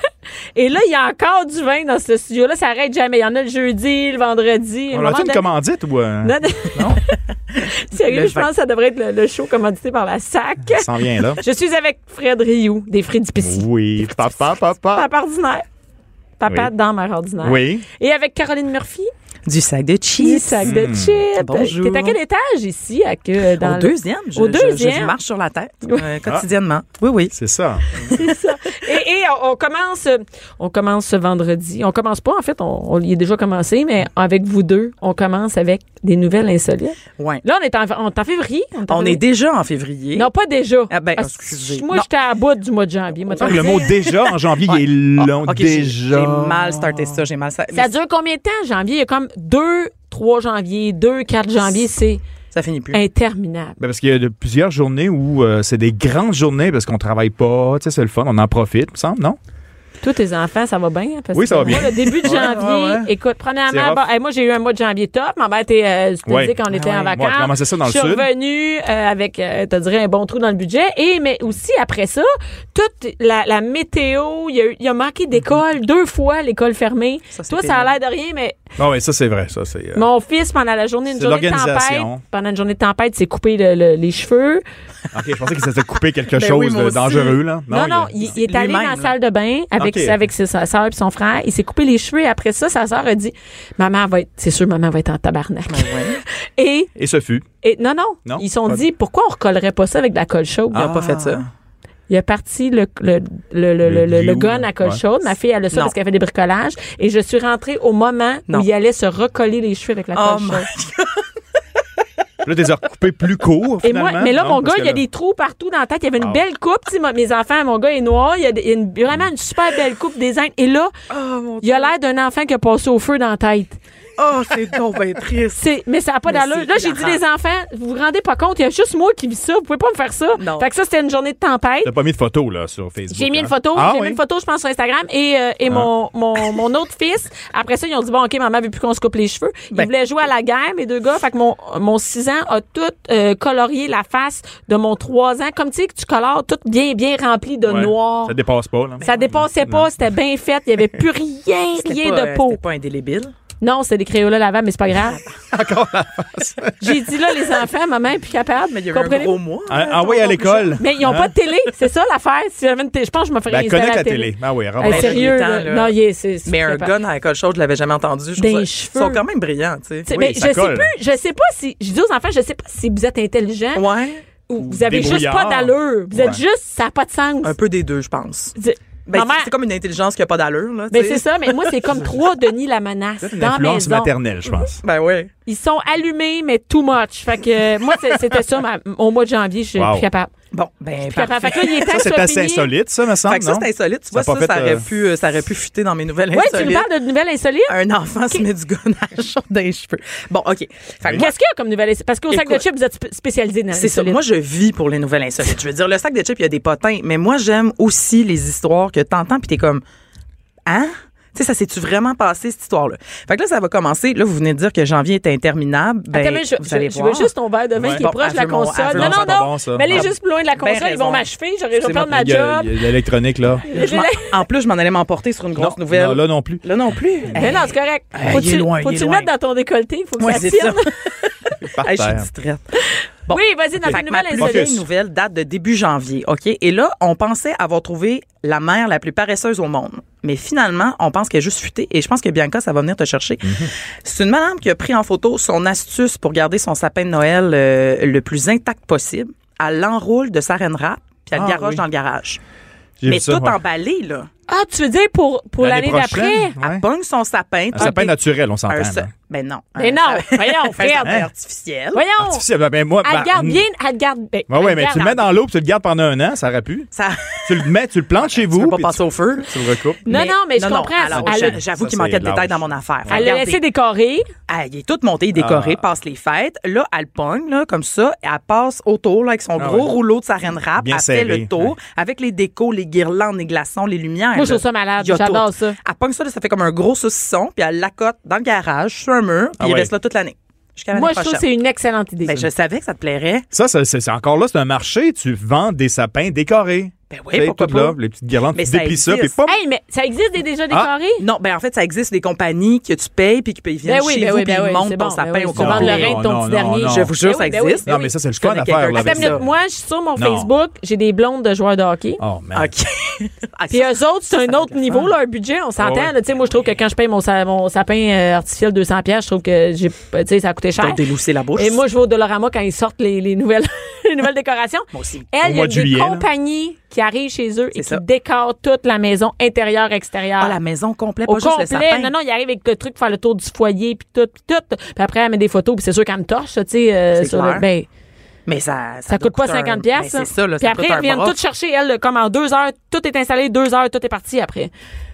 Speaker 3: Et là, il y a encore du vin dans ce studio-là. Ça arrête jamais. Il y en a le jeudi, le vendredi. À un
Speaker 5: On
Speaker 3: moment
Speaker 5: a-tu une
Speaker 3: donné-
Speaker 5: commandite ou. euh,
Speaker 3: Non, non.
Speaker 5: Non?
Speaker 3: Sérieux,
Speaker 5: Le
Speaker 3: je pense que ça devrait être le, le show commandité par la SAC.
Speaker 5: Ça s'en vient là.
Speaker 3: Je suis avec Fred Rioux, des Fridipici.
Speaker 5: Oui, papa, papa.
Speaker 3: Papa ordinaire. Papa
Speaker 5: Oui.
Speaker 3: dans Mère ordinaire.
Speaker 5: Oui.
Speaker 3: Et avec Caroline Murphy,
Speaker 6: Du sac de
Speaker 3: du
Speaker 6: cheese.
Speaker 3: sac de
Speaker 5: Mm.
Speaker 3: chips.
Speaker 6: Bonjour.
Speaker 3: T'es à quel étage ici? À que, dans
Speaker 6: Au
Speaker 3: le-
Speaker 6: deuxième. Je,
Speaker 3: Au
Speaker 6: je- je
Speaker 3: deuxième. Ah.
Speaker 6: marche sur la tête
Speaker 3: Oui.
Speaker 6: euh, quotidiennement. Oui, oui.
Speaker 5: C'est ça.
Speaker 3: Et, et on, on commence on commence ce vendredi. On commence pas, en fait, on, on y est déjà commencé, mais avec vous deux, on commence avec des nouvelles insolites.
Speaker 6: Ouais.
Speaker 3: Là, on est en, on est en février. en
Speaker 6: On est
Speaker 3: février.
Speaker 6: déjà en février.
Speaker 3: Non, pas déjà.
Speaker 6: Ah ben,
Speaker 3: Ah,
Speaker 6: excusez.
Speaker 3: Moi,
Speaker 6: Non.
Speaker 3: j'étais à bout du mois de janvier. moi, tu
Speaker 5: Ah, Le
Speaker 3: vois.
Speaker 5: mot déjà en janvier, il est long.
Speaker 6: Ah, ok, j'ai-
Speaker 5: déjà.
Speaker 6: J'ai mal starté ça, j'ai mal ça.
Speaker 3: Ça
Speaker 6: mais
Speaker 3: dure combien de temps, janvier? Il y a comme 2, 3 janvier, 2, 4 janvier. C'est
Speaker 6: ça finit plus.
Speaker 3: interminable.
Speaker 5: Ben, parce qu'il y a de- plusieurs journées où euh, c'est des grandes journées parce qu'on travaille pas, tu sais, c'est le fun, on en profite, il me semble, non?
Speaker 3: Tous tes enfants, ça va bien? hein, parce
Speaker 5: Oui,
Speaker 3: que
Speaker 5: ça va
Speaker 3: moi,
Speaker 5: bien.
Speaker 3: le début de
Speaker 5: Ouais,
Speaker 3: janvier,
Speaker 5: ouais, ouais.
Speaker 3: écoute,
Speaker 5: C'est
Speaker 3: premièrement,
Speaker 5: rough.
Speaker 3: bon, hey, moi, j'ai eu un mois de janvier top. Ma mère était, euh, je te
Speaker 5: Ouais.
Speaker 3: disais qu'on était en
Speaker 5: Ah ouais.
Speaker 3: vacances.
Speaker 5: Moi, j'ai commencé ça dans le
Speaker 3: Je suis
Speaker 5: sud.
Speaker 3: revenue euh, avec, euh, te dirais, un bon trou dans le budget. Et, mais aussi, après ça, toute la, la météo, il y a, eu- il y a
Speaker 5: Mm-hmm.
Speaker 3: manqué d'école. Deux fois, l'école fermée.
Speaker 6: Ça, c'est
Speaker 3: Toi, ça a l'air de rien, mais
Speaker 5: Non, oui, ça c'est vrai, ça c'est. euh,
Speaker 3: Mon fils, pendant la journée, une
Speaker 5: C'est
Speaker 3: journée de tempête,
Speaker 5: l'organisation.
Speaker 3: pendant une journée de tempête, s'est coupé le- le- les cheveux.
Speaker 5: Ok, je pensais que ça s'était coupé quelque
Speaker 6: Ben
Speaker 5: chose
Speaker 6: oui, moi
Speaker 5: de
Speaker 6: aussi.
Speaker 5: dangereux, là.
Speaker 3: Non, non, il, il est allé dans
Speaker 6: Ben hein. Lui-même,
Speaker 3: la
Speaker 6: là.
Speaker 3: salle de bain avec,
Speaker 5: Ok.
Speaker 3: avec ses- sa soeur et son frère. Il s'est coupé les cheveux et après ça, sa soeur a dit Maman va être, c'est sûr, maman va être en tabarnak.
Speaker 6: Ben ouais.
Speaker 3: Et,
Speaker 5: Et ce fut.
Speaker 3: et non, non,
Speaker 5: Non,
Speaker 3: ils se sont
Speaker 5: pas-
Speaker 3: dit Pourquoi on recollerait pas ça avec de la colle chaude
Speaker 6: Ils n'ont pas fait ça.
Speaker 3: Il a parti le, le, le, le, le,
Speaker 5: Le
Speaker 3: le- le
Speaker 5: glue,
Speaker 3: gun
Speaker 5: là.
Speaker 3: à colle
Speaker 5: Ouais.
Speaker 3: chaude. Ma fille, elle a ça
Speaker 6: Non.
Speaker 3: parce qu'elle fait des bricolages. Et je suis rentrée au moment
Speaker 6: Non.
Speaker 3: où il allait se recoller les cheveux avec la
Speaker 6: Oh
Speaker 3: colle
Speaker 6: my
Speaker 3: chaude.
Speaker 5: Là, des heures coupées plus court.
Speaker 3: Et moi,
Speaker 5: finalement.
Speaker 3: mais là,
Speaker 5: Non,
Speaker 3: mon gars,
Speaker 5: parce que
Speaker 3: il y a
Speaker 5: là-
Speaker 3: des trous partout dans la tête. Il y avait une
Speaker 5: Ah.
Speaker 3: belle coupe. tu sais, moi, mes enfants, mon gars est noir. Il y a des- il y a une- vraiment une super belle coupe des Indes. Et là,
Speaker 6: Oh, mon
Speaker 3: il a l'air d'un enfant qui a passé au feu dans la tête.
Speaker 6: Oh, c'est donc bien triste.
Speaker 3: C'est- mais ça n'a pas
Speaker 6: Mais
Speaker 3: d'allure.
Speaker 6: c'est
Speaker 3: Là, j'ai dit,
Speaker 6: hilarant.
Speaker 3: les enfants, vous vous rendez pas compte, il y a juste moi qui vis ça. Vous pouvez pas me faire ça.
Speaker 6: Non.
Speaker 3: Fait que ça, c'était une journée de tempête.
Speaker 5: T'as pas mis de photo, là, sur Facebook.
Speaker 3: J'ai mis
Speaker 5: hein?
Speaker 3: une photo,
Speaker 5: Ah
Speaker 3: j'ai
Speaker 5: oui?
Speaker 3: mis une photo, je pense, sur Instagram. Et, euh,
Speaker 6: Ah.
Speaker 3: et mon, mon, mon autre fils, après ça, ils ont dit, bon, OK, maman veut plus qu'on se coupe les cheveux. Ils
Speaker 6: Ben.
Speaker 3: voulaient jouer à la guerre, mes deux gars. Fait que mon, mon 6 ans a tout euh, colorié la face de mon 3 ans. Comme tu sais que tu colores tout bien, bien rempli de
Speaker 5: Ouais.
Speaker 3: noir.
Speaker 5: Ça dépasse pas, là.
Speaker 3: Ça dépassait pas, c'était bien fait, il y avait plus rien, rien
Speaker 6: pas,
Speaker 3: de
Speaker 6: euh,
Speaker 3: peau.
Speaker 6: C'était pas indélébile.
Speaker 3: Non, c'est des créolas lavables, mais c'est pas grave. J'ai dit là, les enfants, maman est plus capable.
Speaker 6: Mais il y avait un
Speaker 3: comprenez-vous?
Speaker 6: gros mois.
Speaker 5: Ah,
Speaker 6: hein,
Speaker 5: Envoyé à
Speaker 6: ton
Speaker 5: l'école.
Speaker 3: Mais ils n'ont
Speaker 5: Hein?
Speaker 3: pas de télé, c'est ça l'affaire. Si j'avais une télé, je pense que je me ferais
Speaker 5: Ben,
Speaker 3: installer
Speaker 5: connecte
Speaker 3: la
Speaker 5: la
Speaker 3: télé.
Speaker 5: télé. Ah oui,
Speaker 3: Hey,
Speaker 5: rembourse.
Speaker 6: c'est-
Speaker 3: sérieux,
Speaker 6: dernier
Speaker 3: là.
Speaker 6: temps, là.
Speaker 3: Non, yeah, c'est
Speaker 6: Mais un
Speaker 3: flippant.
Speaker 6: gars dans la colle chaude, je l'avais jamais entendu. Je
Speaker 3: Des
Speaker 6: trouve ça-
Speaker 3: cheveux.
Speaker 6: Ils sont quand même brillants, tu
Speaker 3: Tu sais,
Speaker 6: sais.
Speaker 3: mais
Speaker 5: ça
Speaker 3: je
Speaker 5: colle.
Speaker 3: sais plus, je sais pas si, je dis aux enfants, je sais pas si vous êtes intelligent
Speaker 6: Ouais.
Speaker 3: ou vous avez juste
Speaker 5: débrouillard.
Speaker 3: pas d'allure. Vous
Speaker 5: Ouais.
Speaker 3: êtes juste, ça n'a pas de sens.
Speaker 6: Un peu des deux, je pense.
Speaker 3: Dis- Ma
Speaker 6: Ben, c'est-
Speaker 3: mère-
Speaker 6: C'est comme une intelligence qui n'a pas d'allure, là.
Speaker 3: Ben,
Speaker 6: tu sais.
Speaker 3: c'est ça, mais moi, c'est comme trois Denis la menace
Speaker 5: C'est une
Speaker 3: dans la
Speaker 5: influence
Speaker 3: maison.
Speaker 5: maternelle, je pense.
Speaker 6: Ben ouais.
Speaker 3: Ils sont allumés, mais too much. Fait que euh, moi, c'est- c'était ça, ma- au mois de janvier, je suis
Speaker 5: Wow.
Speaker 3: plus capable.
Speaker 6: Bon, ben,
Speaker 3: Plus capable.
Speaker 6: parfait.
Speaker 3: Fait que là, il est temps
Speaker 5: Ça,
Speaker 3: que
Speaker 5: c'est
Speaker 3: ça
Speaker 5: assez
Speaker 3: finisse.
Speaker 5: insolite, ça, me semble.
Speaker 6: Fait que ça,
Speaker 5: non?
Speaker 6: c'est insolite. Tu
Speaker 5: Ça a
Speaker 6: vois,
Speaker 5: pas
Speaker 6: ça,
Speaker 5: fait,
Speaker 6: ça aurait
Speaker 5: euh,
Speaker 6: pu, euh, ça aurait pu fuiter dans mes nouvelles
Speaker 3: Ouais, tu nous
Speaker 6: insolites.
Speaker 3: parles de nouvelles insolites?
Speaker 6: Un enfant se met du gonage chaud dans les cheveux. Bon, OK. Fait que moi,
Speaker 3: Qu'est-ce qu'il y a comme nouvelle insolite? Parce qu'au sac de
Speaker 6: Écoute.
Speaker 3: chips, vous êtes sp- spécialisé dans
Speaker 6: C'est ça.
Speaker 3: l'insolite.
Speaker 6: Moi, je vis pour les nouvelles insolites. Je veux dire, le sac de chips, il y a des potins, mais moi, j'aime aussi les histoires que t'entends puis t'es comme, hein? Tu sais, ça s'est-tu vraiment passé, cette histoire-là? Fait que là, ça va commencer. Là, vous venez de dire que janvier est interminable. Ben,
Speaker 3: Attends, mais je,
Speaker 6: vous
Speaker 3: je-
Speaker 6: allez
Speaker 3: je
Speaker 6: voir.
Speaker 3: veux juste ton verre de vin
Speaker 5: Ouais.
Speaker 3: qui est
Speaker 5: Bon,
Speaker 3: proche de la
Speaker 6: elle veut mon-
Speaker 3: console.
Speaker 6: elle veut
Speaker 3: Non,
Speaker 5: mon-
Speaker 3: non,
Speaker 5: c'est pas
Speaker 3: non.
Speaker 5: bon, ça.
Speaker 3: mais elle est
Speaker 5: Ah.
Speaker 3: juste plus loin de la console. Ils
Speaker 6: raison.
Speaker 3: vont m'achever. J'aurais je vais perdre ma
Speaker 5: Il y
Speaker 3: job.
Speaker 5: a, il y a de l'électronique, là.
Speaker 6: Je m'en- en plus, je m'en allais m'emporter sur une grosse
Speaker 5: Non,
Speaker 6: nouvelle.
Speaker 5: non, là non plus.
Speaker 6: Là non plus.
Speaker 3: Mais non, c'est correct.
Speaker 6: Hey,
Speaker 3: Faut
Speaker 6: il est
Speaker 3: tu,
Speaker 6: loin,
Speaker 3: faut
Speaker 6: il est
Speaker 3: tu le
Speaker 6: loin.
Speaker 3: mettre dans ton décolleté. Faut que
Speaker 6: Ouais,
Speaker 3: ça
Speaker 6: c'est
Speaker 3: tienne.
Speaker 5: Par
Speaker 6: Hey, je suis
Speaker 5: terre.
Speaker 6: distraite.
Speaker 3: Oui, vas-y, dans ta
Speaker 6: Fait que ma
Speaker 3: nouvelle
Speaker 6: plus
Speaker 5: Focus.
Speaker 3: insolite.
Speaker 6: vieille nouvelle date de début janvier, OK? Et là, on pensait avoir trouvé la mère la plus paresseuse au monde. Mais finalement, on pense qu'elle est juste futée et je pense que Bianca, ça va venir te chercher.
Speaker 5: Mhm.
Speaker 6: C'est une madame qui a pris en photo son astuce pour garder son sapin de Noël euh, le plus intact possible. Elle l'enroule de saran wrap puis elle
Speaker 5: Ah,
Speaker 6: le garoche
Speaker 5: oui.
Speaker 6: dans le garage.
Speaker 5: J'ai
Speaker 6: Mais
Speaker 5: vu ça,
Speaker 6: tout
Speaker 5: ouais.
Speaker 6: emballé, là.
Speaker 3: Ah, tu veux dire pour, pour l'année d'après?
Speaker 5: prochaine, ouais.
Speaker 6: Elle pogne son sapin.
Speaker 5: Un sapin naturel, on s'entend.
Speaker 6: Un sa-
Speaker 5: là.
Speaker 6: Ben non.
Speaker 3: Mais
Speaker 6: Un
Speaker 3: non,
Speaker 6: sapin-
Speaker 3: voyons,
Speaker 6: un
Speaker 3: Fred.
Speaker 6: sapin
Speaker 3: Hein?
Speaker 6: artificiel.
Speaker 3: Voyons.
Speaker 5: Artificiel. Ben, moi,
Speaker 3: Elle
Speaker 5: ben,
Speaker 3: garde Ah, bien. Elle garde bien.
Speaker 5: Ouais, ouais, mais tu le mets
Speaker 3: garde.
Speaker 5: dans l'eau puis tu le gardes pendant un an, ça aurait pu.
Speaker 6: Ça
Speaker 5: Tu le mets, tu le plantes chez
Speaker 6: tu
Speaker 5: vous.
Speaker 6: peux pas
Speaker 5: puis
Speaker 6: passer au feu. là.
Speaker 5: Tu, tu le recoupes.
Speaker 3: Non, non, mais je comprends.
Speaker 6: Alors,
Speaker 3: Elle
Speaker 6: je-
Speaker 3: a-
Speaker 6: j'avoue
Speaker 5: Ça,
Speaker 6: qu'il manquait
Speaker 5: c'est
Speaker 6: de
Speaker 5: lâche.
Speaker 6: détails dans mon affaire.
Speaker 3: Elle l'a
Speaker 6: Regardez.
Speaker 3: laissé décorer.
Speaker 6: Ah, il est tout monté,
Speaker 5: Ah.
Speaker 6: décoré, passe les fêtes. Là, elle pogne, là, comme ça. Elle passe autour, là, avec son
Speaker 5: Ah
Speaker 6: gros
Speaker 5: ouais.
Speaker 6: rouleau de saran wrap.
Speaker 5: Bien
Speaker 6: elle fait
Speaker 5: serré,
Speaker 6: le tour.
Speaker 5: ouais.
Speaker 6: Avec les décos, les guirlandes, les glaçons, les lumières.
Speaker 3: Moi, je
Speaker 6: là.
Speaker 3: trouve ça malade.
Speaker 6: Il y a
Speaker 3: J'adore
Speaker 6: tout.
Speaker 3: ça.
Speaker 6: Elle pogne ça, là, ça fait comme un gros saucisson, puis elle l'accote dans le garage, sur un mur, puis
Speaker 5: Ah
Speaker 6: il
Speaker 5: ouais.
Speaker 6: reste là toute l'année. Jusqu'à l'année
Speaker 3: Moi, je
Speaker 6: prochaine.
Speaker 3: trouve que c'est une excellente idée.
Speaker 6: Ben, je savais que ça te plairait.
Speaker 5: Ça, ça, c'est c'est encore là, c'est un marché. Tu vends des sapins décorés.
Speaker 6: Ben oui,
Speaker 5: Tu sais,
Speaker 6: pourquoi
Speaker 5: tout
Speaker 6: pas?
Speaker 5: là, les petites guirlandes,
Speaker 6: Mais
Speaker 5: tu
Speaker 6: ça
Speaker 5: déplies ça, puis
Speaker 6: existe.
Speaker 5: pom!
Speaker 3: Hey, mais ça existe des déjà
Speaker 5: Ah.
Speaker 3: décorés?
Speaker 6: Non, ben en fait, ça existe des compagnies que tu payes, puis qui peuvent- ils viennent
Speaker 3: Ben oui,
Speaker 6: chez
Speaker 3: ben
Speaker 6: vous,
Speaker 3: oui,
Speaker 6: puis
Speaker 3: ben oui,
Speaker 6: ils montent
Speaker 3: c'est
Speaker 6: ton
Speaker 3: bon,
Speaker 6: sapin
Speaker 3: ben oui, c'est
Speaker 6: au
Speaker 3: bon.
Speaker 6: complet.
Speaker 3: le rein de ton petit dernier.
Speaker 6: Je vous jure,
Speaker 3: Ben
Speaker 6: ça
Speaker 3: oui, ben oui,
Speaker 6: existe.
Speaker 5: Non, mais ça, c'est le
Speaker 6: Je
Speaker 5: fun
Speaker 6: connais
Speaker 5: à faire,
Speaker 6: quelqu'un
Speaker 5: là,
Speaker 6: qui
Speaker 5: avec
Speaker 3: Attends une
Speaker 6: fait
Speaker 5: ça.
Speaker 3: minute. Moi, je suis sur mon
Speaker 5: Non.
Speaker 3: Facebook, j'ai des blondes de joueurs de hockey.
Speaker 5: Oh, man.
Speaker 6: OK. Ah,
Speaker 3: Puis
Speaker 6: ça,
Speaker 3: eux autres, c'est un
Speaker 6: doit
Speaker 3: autre
Speaker 6: être le
Speaker 3: niveau,
Speaker 6: fun.
Speaker 3: leur budget, on s'entend.
Speaker 5: Ah ouais.
Speaker 3: là. Tu sais, moi, je trouve que quand je paye mon, sa- mon sapin euh, artificiel 200$, piastres, je trouve que j'ai, euh, tu sais, ça a coûté
Speaker 6: T'as
Speaker 3: cher.
Speaker 6: déloussé la bouche.
Speaker 3: Ben, Et moi, je vais au Dolorama quand ils sortent les, les nouvelles, les nouvelles décorations.
Speaker 6: Moi aussi.
Speaker 3: Elles, il y
Speaker 5: mois
Speaker 3: a
Speaker 5: de
Speaker 3: des
Speaker 5: juillet, là.
Speaker 3: compagnies qui arrivent chez eux et
Speaker 6: C'est
Speaker 3: qui
Speaker 6: ça.
Speaker 3: décorent toute la maison intérieure, extérieure.
Speaker 6: Ah, la maison complète, pas
Speaker 3: au
Speaker 6: juste le
Speaker 3: complet.
Speaker 6: sapin.
Speaker 3: Non, non, il arrive avec le truc, faire le tour du foyer, puis tout, puis tout. Puis après, elle met des photos, puis c'est sûr qu'elle me torche, ça, tu sais, euh,
Speaker 6: C'est
Speaker 3: sur
Speaker 6: clair.
Speaker 3: le- ben,
Speaker 6: Mais ça,
Speaker 3: ça
Speaker 6: doit
Speaker 3: coûte pas
Speaker 6: coûter un-
Speaker 3: 50
Speaker 6: Ben,
Speaker 3: pièces.
Speaker 6: C'est ça, là.
Speaker 3: Puis
Speaker 6: ça
Speaker 3: après,
Speaker 6: coûte un
Speaker 3: elles viennent
Speaker 6: bras.
Speaker 3: toutes chercher, elles, comme en deux heures, tout est installé, deux heures, tout est parti après.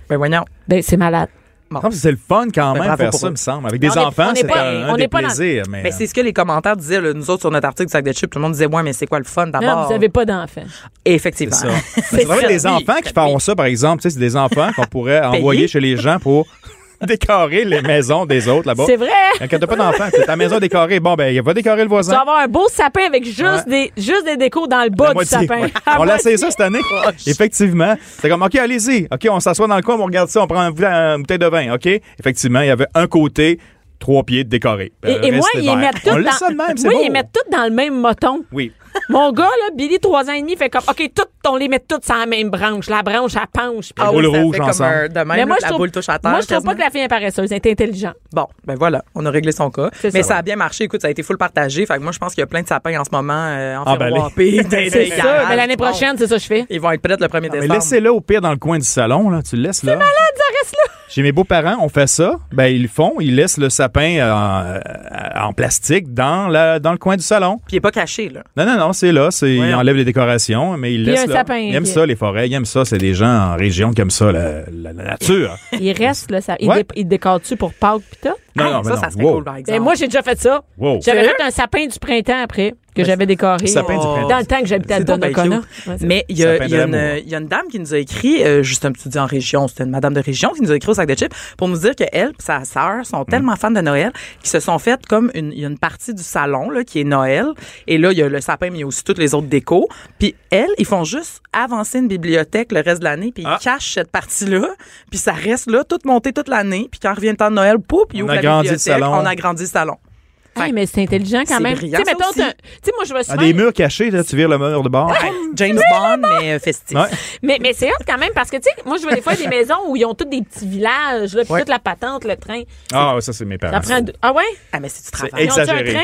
Speaker 6: Ben, voyons.
Speaker 3: Ben, c'est malade.
Speaker 5: Il me semble que Ah C'est le fun quand
Speaker 6: Ben,
Speaker 5: même,
Speaker 6: bravo
Speaker 5: faire
Speaker 6: pour
Speaker 5: ça,
Speaker 6: eux.
Speaker 5: me semble. Avec
Speaker 3: Mais
Speaker 5: des
Speaker 3: on est-
Speaker 5: enfants,
Speaker 3: on est
Speaker 5: c'est
Speaker 3: pas-
Speaker 5: un
Speaker 3: on
Speaker 5: un des
Speaker 3: est pas dans-
Speaker 5: plaisirs. Mais euh,
Speaker 6: Ben, c'est ce que les commentaires disaient, là, nous autres, sur notre article du sac de chips, tout le monde disait, ouais, mais c'est quoi le fun
Speaker 3: Non,
Speaker 6: d'abord?
Speaker 3: vous avez pas d'enfants.
Speaker 6: Effectivement.
Speaker 5: ça. C'est vraiment des
Speaker 6: servi.
Speaker 5: enfants qui font ça, par exemple. Tu sais, C'est des enfants qu'on pourrait envoyer chez les gens pour décorer les maisons des autres là-bas.
Speaker 3: C'est vrai.
Speaker 5: Quand t'as pas d'enfants, c'est ta maison décorée. Bon, ben, il va décorer le
Speaker 3: Tu vas
Speaker 5: voisin.
Speaker 3: avoir un beau sapin avec juste, des, juste des décos dans le
Speaker 5: La
Speaker 3: bas du
Speaker 5: moitié,
Speaker 3: sapin.
Speaker 5: ouais.
Speaker 3: À
Speaker 5: On l'a
Speaker 3: moitié.
Speaker 5: essayé ça cette année. Effectivement. C'est comme, OK, allez-y. OK, on s'assoit dans le coin, on regarde ça, on prend une bouteille- une bouteille de vin. OK? Effectivement, il y avait un côté, trois pieds décorés.
Speaker 3: Et, et moi, ils les mettent
Speaker 5: mettent
Speaker 3: toutes
Speaker 5: On laisse
Speaker 3: dans,
Speaker 5: ça de même, c'est
Speaker 3: moi, ils
Speaker 5: beau.
Speaker 3: les mettent toutes dans le même moton.
Speaker 5: Oui.
Speaker 3: Mon gars, là, Billy, trois ans et demi, fait comme, OK, toutes, on les met toutes sur la même branche. La branche, elle penche. puis-
Speaker 5: Ah,
Speaker 6: Ah,
Speaker 5: boule
Speaker 6: oui, ça fait
Speaker 5: rouge
Speaker 6: comme
Speaker 5: ensemble.
Speaker 6: un- de même,
Speaker 3: mais moi,
Speaker 6: là,
Speaker 3: je
Speaker 6: la
Speaker 3: trouve,
Speaker 6: boule touche à terre.
Speaker 3: moi, je trouve pas que
Speaker 6: quasiment.
Speaker 3: la fille est paresseuse, elle est intelligente.
Speaker 6: Bon, ben voilà, on a réglé son cas.
Speaker 3: C'est
Speaker 6: Mais
Speaker 3: ça.
Speaker 6: ça a bien marché. Écoute, ça a été full partagé. Fait que moi, je pense qu'il y a plein de sapins en ce moment euh, en
Speaker 5: Emballés.
Speaker 6: ferroapé, dans les
Speaker 3: C'est
Speaker 6: garages.
Speaker 3: ça. Mais l'année
Speaker 6: Bon,
Speaker 3: prochaine, c'est ça que je fais.
Speaker 6: Ils vont être prêts le 1er
Speaker 5: Ah, Mais
Speaker 6: décembre.
Speaker 5: laissez-le au pire dans le coin du salon, là. Tu le laisses là.
Speaker 3: Malade, ça reste là.
Speaker 5: Chez mes beaux-parents, on fait ça. Ben, ils le font. Ils laissent le sapin euh, en, en plastique dans, la, dans le coin du salon.
Speaker 4: Puis il n'est pas caché, là.
Speaker 5: Non, non, non, c'est là. C'est, ils
Speaker 4: Voyons.
Speaker 5: enlèvent les décorations, mais ils
Speaker 3: Puis
Speaker 5: laissent.
Speaker 3: un
Speaker 5: là.
Speaker 3: sapin,
Speaker 5: Ils aiment
Speaker 3: puis-
Speaker 5: ça, les forêts. Ils aiment ça. C'est des gens en région qui aiment ça, la, la- la nature.
Speaker 3: Il reste, là, ça. Il,
Speaker 5: Ouais.
Speaker 3: dé- il décore-tu pour Pâques pis tout?
Speaker 5: Non,
Speaker 4: Hey,
Speaker 5: non, mais
Speaker 4: ça,
Speaker 5: non.
Speaker 4: ça serait
Speaker 5: Wow.
Speaker 4: cool, par exemple.
Speaker 3: Ben, moi, j'ai déjà fait ça.
Speaker 5: Wow.
Speaker 3: J'avais
Speaker 4: Sérieux?
Speaker 3: fait un sapin du printemps après, que j'avais décoré.
Speaker 5: Sapin du printemps.
Speaker 3: Dans le temps que j'habitais à
Speaker 4: C'est donc bien
Speaker 3: Donnacona.
Speaker 4: cute.
Speaker 3: Ouais, c'est-
Speaker 4: Mais il y, a-
Speaker 5: Sapin
Speaker 4: il
Speaker 5: de
Speaker 4: y a une-
Speaker 5: l'amour.
Speaker 4: il y a une dame qui nous a écrit, euh, juste un petit dit en région, c'était une madame de région qui nous a écrit au sac de chips pour nous dire que elle et sa sœur sont
Speaker 5: Mm.
Speaker 4: tellement fans de Noël qu'ils se sont faites comme une, il y a une partie du salon là, qui est Noël. Et là, il y a le sapin, mais il y a aussi toutes les autres décos. Puis elles, ils font juste avancer une bibliothèque le reste de l'année, puis ils
Speaker 5: Ah.
Speaker 4: cachent cette partie-là, puis ça reste là, toute montée toute l'année. Puis quand revient le temps de Noël, poup, ils
Speaker 5: On
Speaker 4: ouvrent la
Speaker 5: agrandit le
Speaker 4: bibliothèque,
Speaker 5: salon.
Speaker 4: on agrandit le salon.
Speaker 3: Hey, mais c'est intelligent quand
Speaker 4: C'est
Speaker 3: même.
Speaker 4: brillant,
Speaker 3: Tu sais,
Speaker 4: ça
Speaker 3: mettons,
Speaker 4: aussi.
Speaker 3: t'as- tu sais, moi, je me
Speaker 5: Ah, des
Speaker 3: souviens.
Speaker 5: murs cachés, là, tu vires le mur de bord.
Speaker 4: Hey, James Bond, mais euh, festif.
Speaker 5: Ouais.
Speaker 3: Mais, mais c'est hot quand même parce que, tu sais, moi, je vois des fois des maisons où ils ont tous des petits villages, là, puis toute la patente, le train.
Speaker 5: Ah, ça, c'est mes
Speaker 3: Ça
Speaker 5: parents.
Speaker 3: prend deux- Ah ouais?
Speaker 4: Ah, mais c'est du
Speaker 5: C'est
Speaker 4: travail.
Speaker 3: Ils ont-tu un
Speaker 5: Exagéré.
Speaker 3: train?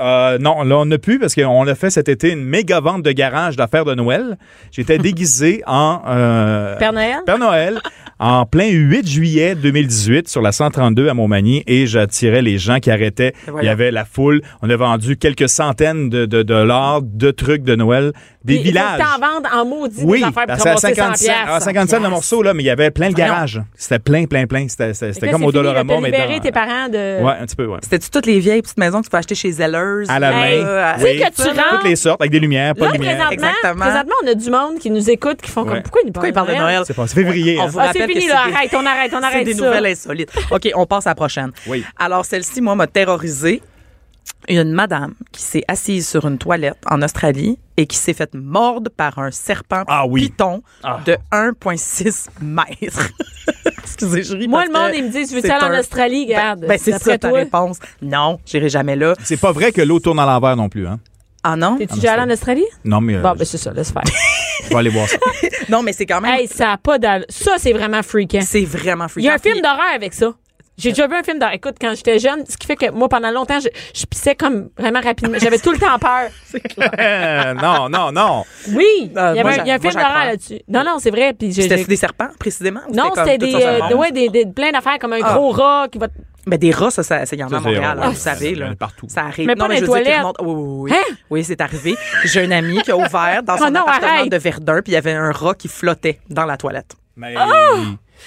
Speaker 5: Euh, non, là, on n'a plus parce qu'on a fait cet été une méga vente de garage d'affaires de Noël. J'étais déguisé en. euh,
Speaker 3: Père Noël?
Speaker 5: Père Noël, en plein 8 juillet 2018 sur la 132 à Montmagny et j'attirais les gens qui arrêtaient.
Speaker 4: Voyons.
Speaker 5: Il y avait la foule. On a vendu quelques centaines de, de dollars de trucs de Noël. Des
Speaker 3: Puis,
Speaker 5: villages.
Speaker 3: Il faut que t'en vendes en maudit
Speaker 5: Oui,
Speaker 3: des affaires pour
Speaker 5: parce que à
Speaker 3: ramasser
Speaker 5: 50
Speaker 3: 100
Speaker 5: cents, à 50 cents le morceau, là, mais il y avait plein le
Speaker 4: Voyons.
Speaker 5: garage. C'était plein, plein, plein. C'était, c'était- c'était
Speaker 3: Fait que
Speaker 5: comme
Speaker 3: là,
Speaker 5: au
Speaker 3: c'est fini,
Speaker 5: Dollarama.
Speaker 3: là, t'as
Speaker 5: mais
Speaker 3: libéré
Speaker 5: dans-
Speaker 3: tes parents de...
Speaker 5: Ouais, un petit peu, ouais.
Speaker 4: C'était-tu toutes les vieilles petites maisons que tu peux acheter chez Zellers?
Speaker 5: À la
Speaker 3: Hey,
Speaker 4: euh,
Speaker 5: main.
Speaker 3: tu sais que tu rentres-
Speaker 5: Toutes les sortes, avec des lumières, pas
Speaker 3: Là,
Speaker 5: de lumière.
Speaker 3: présentement,
Speaker 4: Exactement.
Speaker 3: présentement, on a du monde qui nous écoute, qui font
Speaker 5: Ouais.
Speaker 3: comme... Pourquoi ils
Speaker 4: Pourquoi il
Speaker 3: parlent
Speaker 4: parle de Noël?
Speaker 5: C'est pas- c'est février,
Speaker 4: On
Speaker 5: hein.
Speaker 4: vous
Speaker 3: Ah,
Speaker 4: rappelle
Speaker 3: c'est
Speaker 4: que
Speaker 3: fini,
Speaker 4: c'est
Speaker 3: là.
Speaker 4: des-
Speaker 3: Arrête, on arrête, on
Speaker 4: C'est
Speaker 3: arrête
Speaker 4: des
Speaker 3: ça.
Speaker 4: nouvelles insolites. OK, on passe à la prochaine.
Speaker 5: Oui.
Speaker 4: Alors, celle-ci, moi, m'a terrorisée. Une madame qui s'est assise sur une toilette en Australie et qui s'est faite mordre par un serpent
Speaker 5: Ah oui.
Speaker 4: python de
Speaker 5: Ah.
Speaker 4: 1,6 mètres. Excusez, je ris.
Speaker 3: Moi,
Speaker 4: parce
Speaker 3: le monde,
Speaker 4: que
Speaker 3: ils me disent,
Speaker 4: c'est
Speaker 3: veux-tu aller en
Speaker 4: un-
Speaker 3: Australie? Garde.
Speaker 4: Ben, c'est
Speaker 3: D'après
Speaker 4: ça ta
Speaker 3: toi,
Speaker 4: réponse. Non, j'irai jamais là.
Speaker 5: C'est pas vrai que l'eau tourne à l'envers non plus, hein?
Speaker 4: Ah non?
Speaker 3: T'es-tu déjà allé en Australie?
Speaker 5: Non, mais euh,
Speaker 3: Bon, ben, c'est ça, laisse faire.
Speaker 5: je vais aller voir ça.
Speaker 4: Non, mais c'est quand même...
Speaker 3: hey, ça a pas d'all- Ça, c'est vraiment freaking.
Speaker 4: C'est vraiment
Speaker 3: Il y a un
Speaker 4: freakant.
Speaker 3: film d'horreur avec ça. J'ai déjà vu un film d'horreur. Écoute, quand j'étais jeune, ce qui fait que moi, pendant longtemps, je, je pissais comme vraiment rapidement. J'avais tout le temps peur.
Speaker 5: Euh, non, non, non.
Speaker 3: Oui!
Speaker 4: Euh,
Speaker 3: il y
Speaker 4: moi,
Speaker 3: avait un- il y a un
Speaker 4: j'ai- moi,
Speaker 3: film
Speaker 4: j'ai
Speaker 3: d'horreur
Speaker 4: peur.
Speaker 3: là-dessus. Non, non, c'est vrai. Puis j'ai- j'ai-
Speaker 4: C'était des serpents, précisément? ou
Speaker 3: Non,
Speaker 4: comme
Speaker 3: c'était
Speaker 4: tout
Speaker 3: des,
Speaker 4: ça, Ah. ça
Speaker 3: euh,
Speaker 4: monte?
Speaker 3: ouais, des, des- plein d'affaires comme un gros rat qui va. te-
Speaker 4: Mais des rats, ça, ça, ça y en a
Speaker 5: Ça,
Speaker 4: à
Speaker 5: c'est-
Speaker 4: Montréal,
Speaker 5: ouais,
Speaker 4: hein, vous
Speaker 5: ça,
Speaker 4: savez.
Speaker 5: ça,
Speaker 4: Là.
Speaker 5: partout.
Speaker 4: Ça arrive.
Speaker 3: Mais pas dans
Speaker 4: je veux
Speaker 3: les
Speaker 4: dire que
Speaker 3: toilettes.
Speaker 4: le monde- Oui, oui, oui.
Speaker 3: Hein?
Speaker 4: Oui, c'est arrivé. J'ai un ami qui a ouvert dans
Speaker 3: Oh
Speaker 4: son
Speaker 3: non,
Speaker 4: appartement
Speaker 3: arrête.
Speaker 4: de Verdun, puis il y avait un rat qui flottait dans la toilette.
Speaker 5: Mais
Speaker 4: Ah!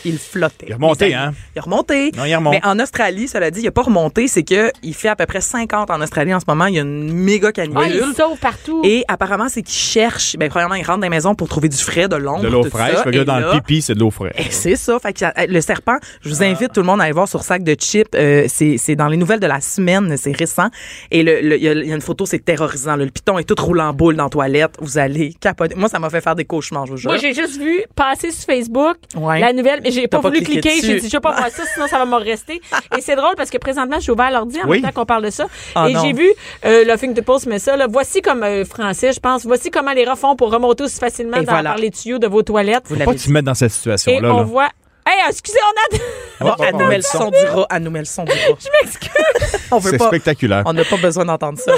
Speaker 4: Il flottait.
Speaker 5: Il est remonté,
Speaker 4: mes amis.
Speaker 5: hein?
Speaker 4: Il est remonté.
Speaker 5: Non, il remonte.
Speaker 4: Mais en Australie, cela dit, il n'a pas remonté. C'est que il fait à peu près 50 en Australie en ce moment. Il y a une méga
Speaker 3: Ah, il
Speaker 4: canicule.
Speaker 3: sauve partout.
Speaker 4: et apparemment, c'est qu'ils cherchent. Ben, premièrement, ils rentrent dans les maisons pour trouver du frais, de l'ombre.
Speaker 5: de l'eau
Speaker 4: tout
Speaker 5: fraîche,
Speaker 4: ça.
Speaker 5: fait que là,
Speaker 4: Et
Speaker 5: dans
Speaker 4: là,
Speaker 5: le pipi, c'est de l'eau fraîche.
Speaker 4: Eh, C'est ça. Fait que ça- eh, le serpent, je vous invite tout le monde à aller voir sur Sac de Chips. Euh, c'est c'est dans les nouvelles de la semaine, c'est récent. Et le- le- il y, a- il y a une photo, c'est terrorisant. là. Le piton est tout roulé en boule dans la toilette. Vous allez capoter. Moi, ça m'a fait faire des cauchemars, je vous jure.
Speaker 3: Moi, j'ai juste vu passer sur Facebook
Speaker 4: Ouais.
Speaker 3: la nouvelle, mais j'ai
Speaker 4: T'as
Speaker 3: pas,
Speaker 4: pas
Speaker 3: voulu
Speaker 4: cliqué
Speaker 3: cliquer. J'ai
Speaker 4: dessus.
Speaker 3: dit, je vais pas voir ça, sinon ça va me rester. Et c'est drôle parce que présentement, j'ai ouvert l'ordi en
Speaker 5: Oui.
Speaker 3: même temps qu'on parle de ça.
Speaker 4: Ah
Speaker 3: et
Speaker 4: non.
Speaker 3: j'ai vu euh, le film de Post, mais ça, là, voici comme euh, français, je pense, voici comment les rats font pour remonter aussi facilement
Speaker 4: Et
Speaker 3: dans-
Speaker 4: voilà.
Speaker 3: par les tuyaux de vos toilettes.
Speaker 4: Vous
Speaker 5: Faut
Speaker 4: l'avez
Speaker 5: pas que tu
Speaker 4: dit.
Speaker 5: te mettes dans cette
Speaker 3: Et
Speaker 5: situation-là.
Speaker 3: on
Speaker 5: là.
Speaker 3: voit. Hey, excusez, on a.
Speaker 5: Ah,
Speaker 4: À
Speaker 5: ah,
Speaker 4: nous le
Speaker 5: ah,
Speaker 4: son du rat. À nous le son du rat.
Speaker 3: je m'excuse.
Speaker 4: On veut
Speaker 5: C'est
Speaker 4: pas.
Speaker 5: spectaculaire.
Speaker 4: On n'a pas besoin d'entendre ça.